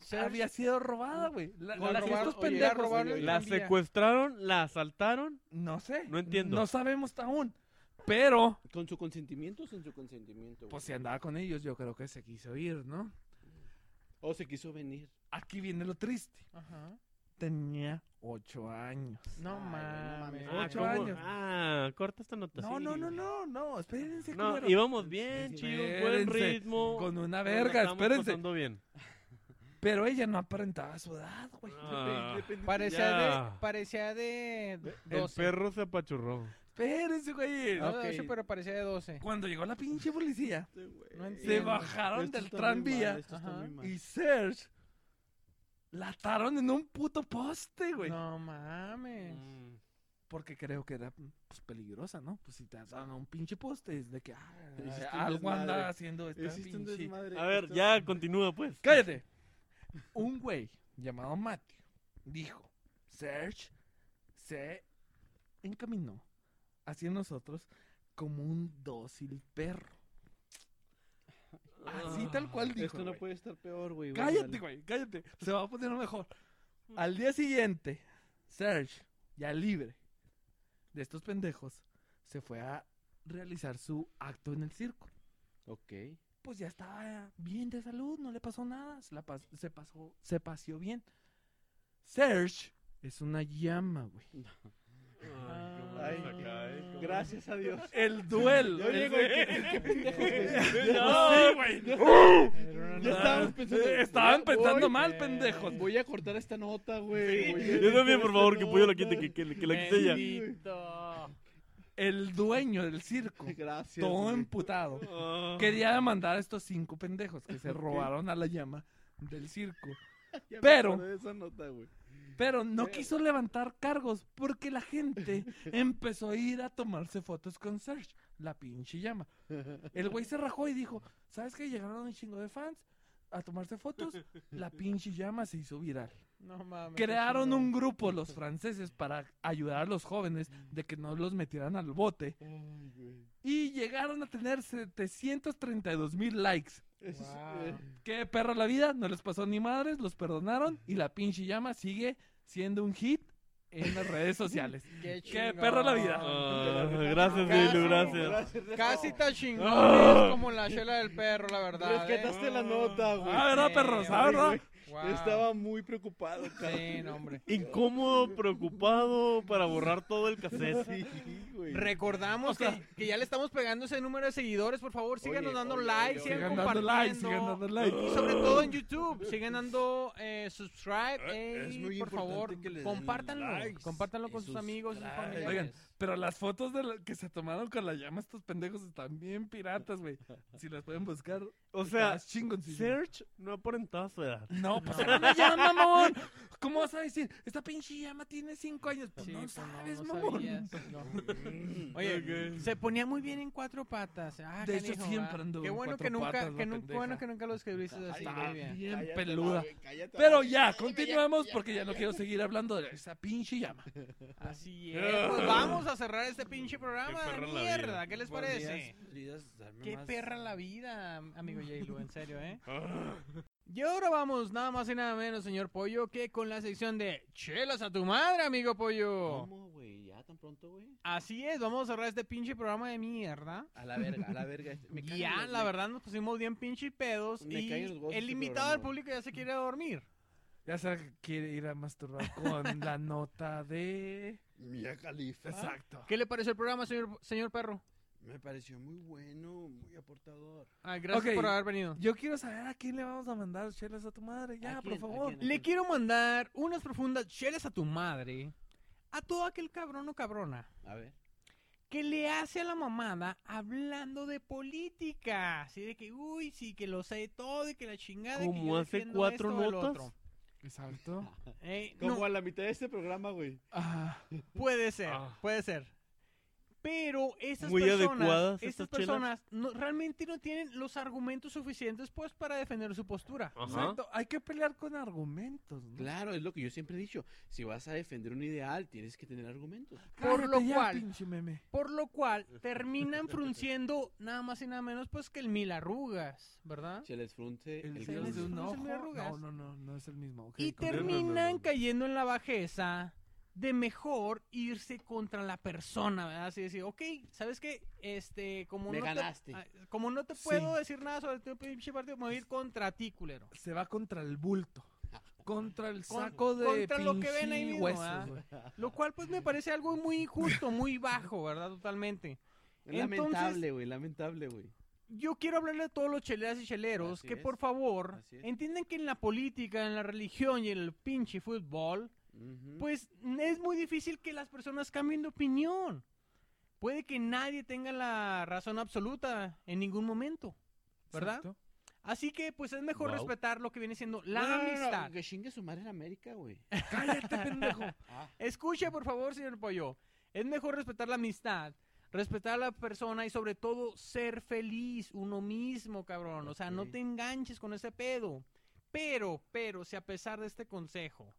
S2: Serge-
S3: había sido robada, güey. La,
S2: La
S3: la-
S2: robaron-
S3: estos
S2: oye,
S3: pendejos,
S2: la robaron
S3: güey.
S2: el
S4: La
S2: tranvía.
S4: secuestraron, la asaltaron.
S3: No sé.
S4: No entiendo.
S3: No sabemos aún. Pero,
S1: ¿Con su consentimiento o sin su consentimiento? güey?
S3: pues si andaba con ellos, yo creo que se quiso ir, ¿no?
S1: O se quiso venir.
S3: Aquí viene lo triste.
S2: Ajá.
S3: Tenía ocho años.
S2: No
S1: Ay,
S2: mames.
S1: no mames.
S3: Ocho
S4: Ah, ¿cómo?
S3: años.
S4: Ah, corta esta nota.
S3: No,
S4: Sí.
S3: no, no, no, no. Espérense,
S4: No,
S3: culero.
S4: íbamos bien, chido, un buen
S3: Espérense,
S4: ritmo.
S3: Con una
S4: Nos
S3: verga,
S4: estamos
S3: espérense.
S4: pasando bien.
S3: Pero ella no aparentaba su edad, güey.
S4: Ah,
S2: Parecía de,
S4: Ya.
S2: parecía de
S4: el
S2: 12.
S4: perro se apachurró.
S3: Espérense, güey.
S2: No de
S1: Ok.
S2: 8, pero parecía de 12.
S3: Cuando llegó la pinche policía,
S2: No
S3: se
S2: entiendo.
S3: bajaron
S1: Esto
S3: del
S1: está muy mal,
S3: tranvía
S1: esto está
S2: Ajá.
S1: muy mal.
S3: y Serge la ataron en un puto poste, güey.
S2: No mames.
S4: Mm.
S3: Porque creo que era pues, peligrosa, ¿no? Pues si te ataron a un pinche poste, es de que ah,
S1: Hiciste un
S3: algo
S1: desmadre.
S3: anda haciendo esta
S1: Hiciste un
S3: pinche.
S1: desmadre,
S4: A ver,
S1: esto-
S4: ya continúa, pues.
S3: ¡Cállate! Un güey llamado Matthew dijo, Serge se encaminó hacia nosotros como un dócil perro.
S1: Ah,
S3: Así tal cual dijo.
S1: Esto no
S3: güey.
S1: puede estar peor, güey. bueno,
S3: Cállate,
S1: dale.
S3: güey, cállate. Se va a poner mejor. Al día siguiente, Serge, ya libre de estos pendejos, se fue a realizar su acto en el circo
S1: Ok.
S3: pues ya estaba bien de salud, no le pasó nada, se, la pas- se pasó, se paseó bien. Serge es una llama, güey.
S1: Ay,
S4: eh.
S1: Gracias a Dios.
S3: El duelo.
S1: Yo digo, ¿qué- qué- qué pendejos, güey?
S3: no, güey. Uh,
S1: Ya estábamos pensando.
S3: Estaban
S1: voy-
S3: pensando
S1: voy-
S3: mal, pendejos.
S1: Voy a cortar esta nota, güey.
S4: Sí,
S1: Voy a
S4: Yo también,
S1: editar
S4: por favor,
S1: esta
S4: que Pollo la
S1: nota.
S4: quite, que, que- que la quite ella.
S3: El dueño del circo,
S1: Gracias.
S3: todo
S1: güey.
S3: emputado,
S4: Ah.
S3: quería demandar a estos cinco pendejos que se robaron a la llama del circo.
S1: Ya me
S3: pero-
S1: acordé de esa nota, güey.
S3: Pero no quiso levantar cargos porque la gente empezó a ir a tomarse fotos con Serge, la pinche llama. El güey se rajó y dijo, ¿sabes qué? Llegaron un chingo de fans a tomarse fotos, la pinche llama se hizo viral.
S2: No mames. qué
S3: Crearon
S2: chingón.
S3: un grupo los franceses para ayudar a los jóvenes de que no los metieran al bote
S1: Ay, güey.
S3: y llegaron a tener 732 mil likes.
S1: Eso es-
S2: Wow.
S1: eh,
S3: Qué perra la vida, no les pasó ni madres, los perdonaron y la pinche llama sigue siendo un hit en las redes sociales.
S2: Qué,
S3: Qué
S2: chingón.
S3: perra la vida.
S4: Ah, gracias, Dilu, gracias.
S2: Casi tan chingón
S4: Ah.
S2: es como la chela del perro, la verdad. ¿eh?
S1: Rescataste la nota, güey.
S3: Ah, ¿verdad, perros? Ah,
S1: Ay,
S3: ¿verdad?
S1: güey, Estaba muy preocupado, cabrón.
S2: Sí, no, hombre.
S4: Incómodo, preocupado para borrar todo el cassette.
S1: Sí, güey.
S2: Recordamos que, que ya le estamos pegando ese número de seguidores, por favor, síganos
S1: Oye,
S2: dando
S1: oye, oye,
S2: like, sigan,
S1: oye.
S3: Sigan dando
S2: compartiendo. Oh.
S3: like, sigan dando like.
S2: Y sobre todo en YouTube, sigan dando eh, subscribe
S6: Eh, es
S2: y,
S6: muy
S2: por
S6: importante
S2: favor,
S6: que le den
S2: compártanlo,
S6: likes
S2: compártanlo con
S6: y
S2: sus amigos y sus
S6: subscribe.
S2: familiares.
S3: Oigan, pero las fotos de la- que se tomaron con la llama estos pendejos están bien piratas, güey. Si las pueden buscar,
S4: O sea,
S3: estás chingoncísimo.
S4: Search no aparentaba su edad.
S3: No, pues era una llama, mamón. ¿Cómo vas a decir? Esta pinche llama tiene cinco años. Pues
S2: Sí,
S3: no
S2: pues, no,
S3: sabes,
S2: no
S3: mamón.
S2: sabías, no. Oye, se ponía muy bien en cuatro patas. Ah,
S3: De hecho,
S2: canijo,
S3: siempre
S2: ah.
S3: anduvo
S2: Qué
S3: en
S2: bueno
S3: cuatro
S2: que nunca,
S3: patas, la
S2: que nunca,
S3: pendeja.
S2: bueno que nunca lo escribiste así,
S3: Está
S2: muy bien.
S3: bien
S6: Cállate,
S3: peluda.
S6: güey, cállate,
S3: Pero
S6: güey.
S3: ya,
S6: Ay,
S3: continuemos
S6: ya,
S3: porque ya no quiero seguir hablando de esa pinche llama.
S2: Así es. Pues vamos a cerrar este pinche programa
S4: Qué
S2: de
S4: perra la
S2: mierda.
S4: vida.
S2: ¿Qué
S1: Pues
S2: les
S6: ¿Podrías-
S2: parece?
S6: podrías darme
S2: Qué
S6: más-
S2: perra la vida, amigo J-Lo, en serio, ¿eh? Y ahora vamos, nada más y nada menos, señor Pollo, que con la sección de Chelas a tu madre, amigo Pollo.
S1: ¿Cómo, güey? ¿Ya tan pronto, güey?
S2: Así es, vamos a cerrar este pinche programa de mierda.
S1: A la verga, a la verga. Me caen
S2: Ya,
S1: los-
S2: la
S1: me-
S2: verdad nos pusimos bien pinche pedos
S1: Me
S2: y
S1: caen los huevos
S2: el
S1: este
S2: invitado del
S1: programa.
S2: público ya se quiere dormir.
S3: Ya sea que quiere ir a masturbar con la nota de.
S6: Mia Khalifa.
S3: Exacto.
S2: ¿Qué le pareció el programa, señor, señor perro?
S6: Me pareció muy bueno, muy aportador.
S2: Ah, gracias
S3: Ok.
S2: por haber venido.
S3: Yo quiero saber a quién le vamos a mandar chelas a tu madre. Ya,
S1: ¿A
S3: por
S1: quién? ¿A
S3: favor.
S1: quién?
S2: Le quiero mandar unas profundas chelas a tu madre, a todo aquel cabrón o cabrona
S1: A ver.
S2: que le hace a la mamada hablando de política. Así de que, uy, sí, que lo sé todo y que la chingada. y que
S4: Como
S2: yo
S4: hace
S2: defiendo
S4: cuatro
S2: esto o el
S4: notas.
S2: otro.
S3: Exacto.
S2: Eh, no,
S1: Como a la mitad de este programa, güey.
S3: Ah,
S2: Puede ser,
S3: Ah.
S2: puede ser. Pero esas
S4: Muy adecuadas
S2: personas, estas
S4: estas chelas.
S2: personas no- realmente no tienen los argumentos suficientes pues para defender su postura.
S3: exacto. Hay que pelear con argumentos. ¿no?
S1: Claro, es lo que yo siempre he dicho. Si vas a defender un ideal, tienes que tener argumentos.
S2: Por
S3: Cállate
S2: lo
S3: ya,
S2: cual-
S3: pinche meme.
S2: Por lo cual terminan frunciendo nada más y nada menos pues que el mil arrugas, ¿verdad?
S1: Se les frunce
S3: El
S1: el
S2: se
S3: dedo
S2: les
S3: de
S1: culo.
S3: un
S2: frunce
S3: ojo.
S2: el de arrugas.
S3: No, no, no, no es el mismo. ok,
S2: Y
S3: continúa.
S2: terminan cayendo en la bajeza de mejor irse contra la persona, ¿verdad? Así decir, ok, ¿sabes qué? Este, como
S1: Me
S2: no
S1: ganaste.
S2: Te, ah, como no te
S3: Sí.
S2: puedo decir nada sobre tu pinche partido, me voy a ir contra ti, culero.
S3: Se va contra el bulto. Contra el
S2: Con-
S3: saco de
S2: contra lo que ven ahí
S3: pinche
S2: mismo, ¿ah?
S3: huesos, güey.
S2: Lo cual pues me parece algo muy injusto, muy bajo, ¿verdad? Totalmente.
S1: Lamentable, güey, lamentable, güey.
S2: Yo quiero hablarle a todos los cheleras y cheleros
S1: Así
S2: que
S1: es,
S2: por favor
S1: así es.
S2: entiendan que en la política, en la religión y en el pinche fútbol,
S1: Ujú.
S2: pues es muy difícil que las personas cambien de opinión. Puede que nadie tenga la razón absoluta en ningún momento, ¿verdad?
S3: Exacto.
S2: Así que pues es mejor
S4: Guau.
S2: respetar lo que viene siendo la
S1: No, no, no, no,
S2: amistad.
S1: Que chingue su madre en América, güey.
S3: Cállate, pendejo.
S1: Ah,
S2: Escuche, por favor, señor Pollo. Es mejor respetar la amistad, respetar a la persona y sobre todo ser feliz uno mismo, cabrón. O sea, no
S1: Ok.
S2: te enganches con ese pedo. Pero, pero, si a pesar de este consejo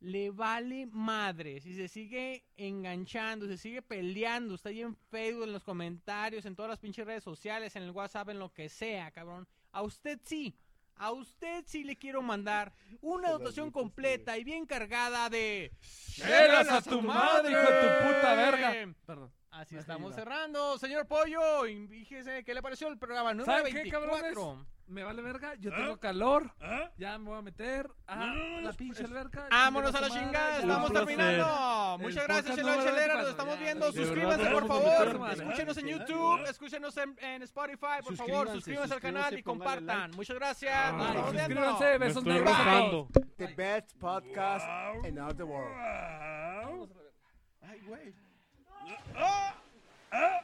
S2: le vale madre, si se sigue enganchando, se sigue peleando, está ahí en Facebook, en los comentarios, en todas las pinches redes sociales, en el WhatsApp, en lo que sea, cabrón. A usted sí, a usted sí le quiero mandar una
S6: las
S2: dotación
S6: neta, sí,
S2: completa y bien cargada de...
S3: ¡Chelas a tu madre, hijo de tu puta verga! Perdón.
S2: Así
S3: Ahí
S2: estamos
S3: va.
S2: cerrando, señor Pollo. y Fíjese, ¿qué le pareció el programa?
S3: ¿Saben qué,
S2: 924.
S3: Me vale verga, yo
S6: ¿Ah?
S3: tengo calor.
S6: ¿Ah?
S3: Ya me voy a meter a
S6: No, no, no,
S3: la
S6: es-
S3: pinche
S6: es-
S3: alberca.
S2: Vámonos a la
S3: chingar su madre,
S2: chingada,
S3: ya.
S2: estamos
S4: Un placer.
S2: terminando.
S3: El
S2: Muchas gracias,
S3: podcast
S2: señor
S3: número
S2: Chelero, nos
S3: 24,
S2: estamos
S3: ya,
S2: viendo.
S3: de verdad,
S2: Suscríbanse, por
S3: vamos a
S2: favor.
S3: invitarnos,
S2: Escúchenos en
S6: ¿verdad?
S2: YouTube, escúchenos en, en Spotify, por favor.
S1: Suscríbanse,
S2: Suscríbanse al canal y
S1: suscríbanse, póngale
S2: compartan.
S1: like.
S2: Muchas gracias. nos
S3: Ay,
S2: estamos viendo.
S3: Ah, suscríbanse,
S4: Me
S3: besos
S4: estoy
S3: negros.
S4: rozando.
S5: The best podcast in all the world.
S6: Wow.
S1: ay, güey.
S6: Ah, ah.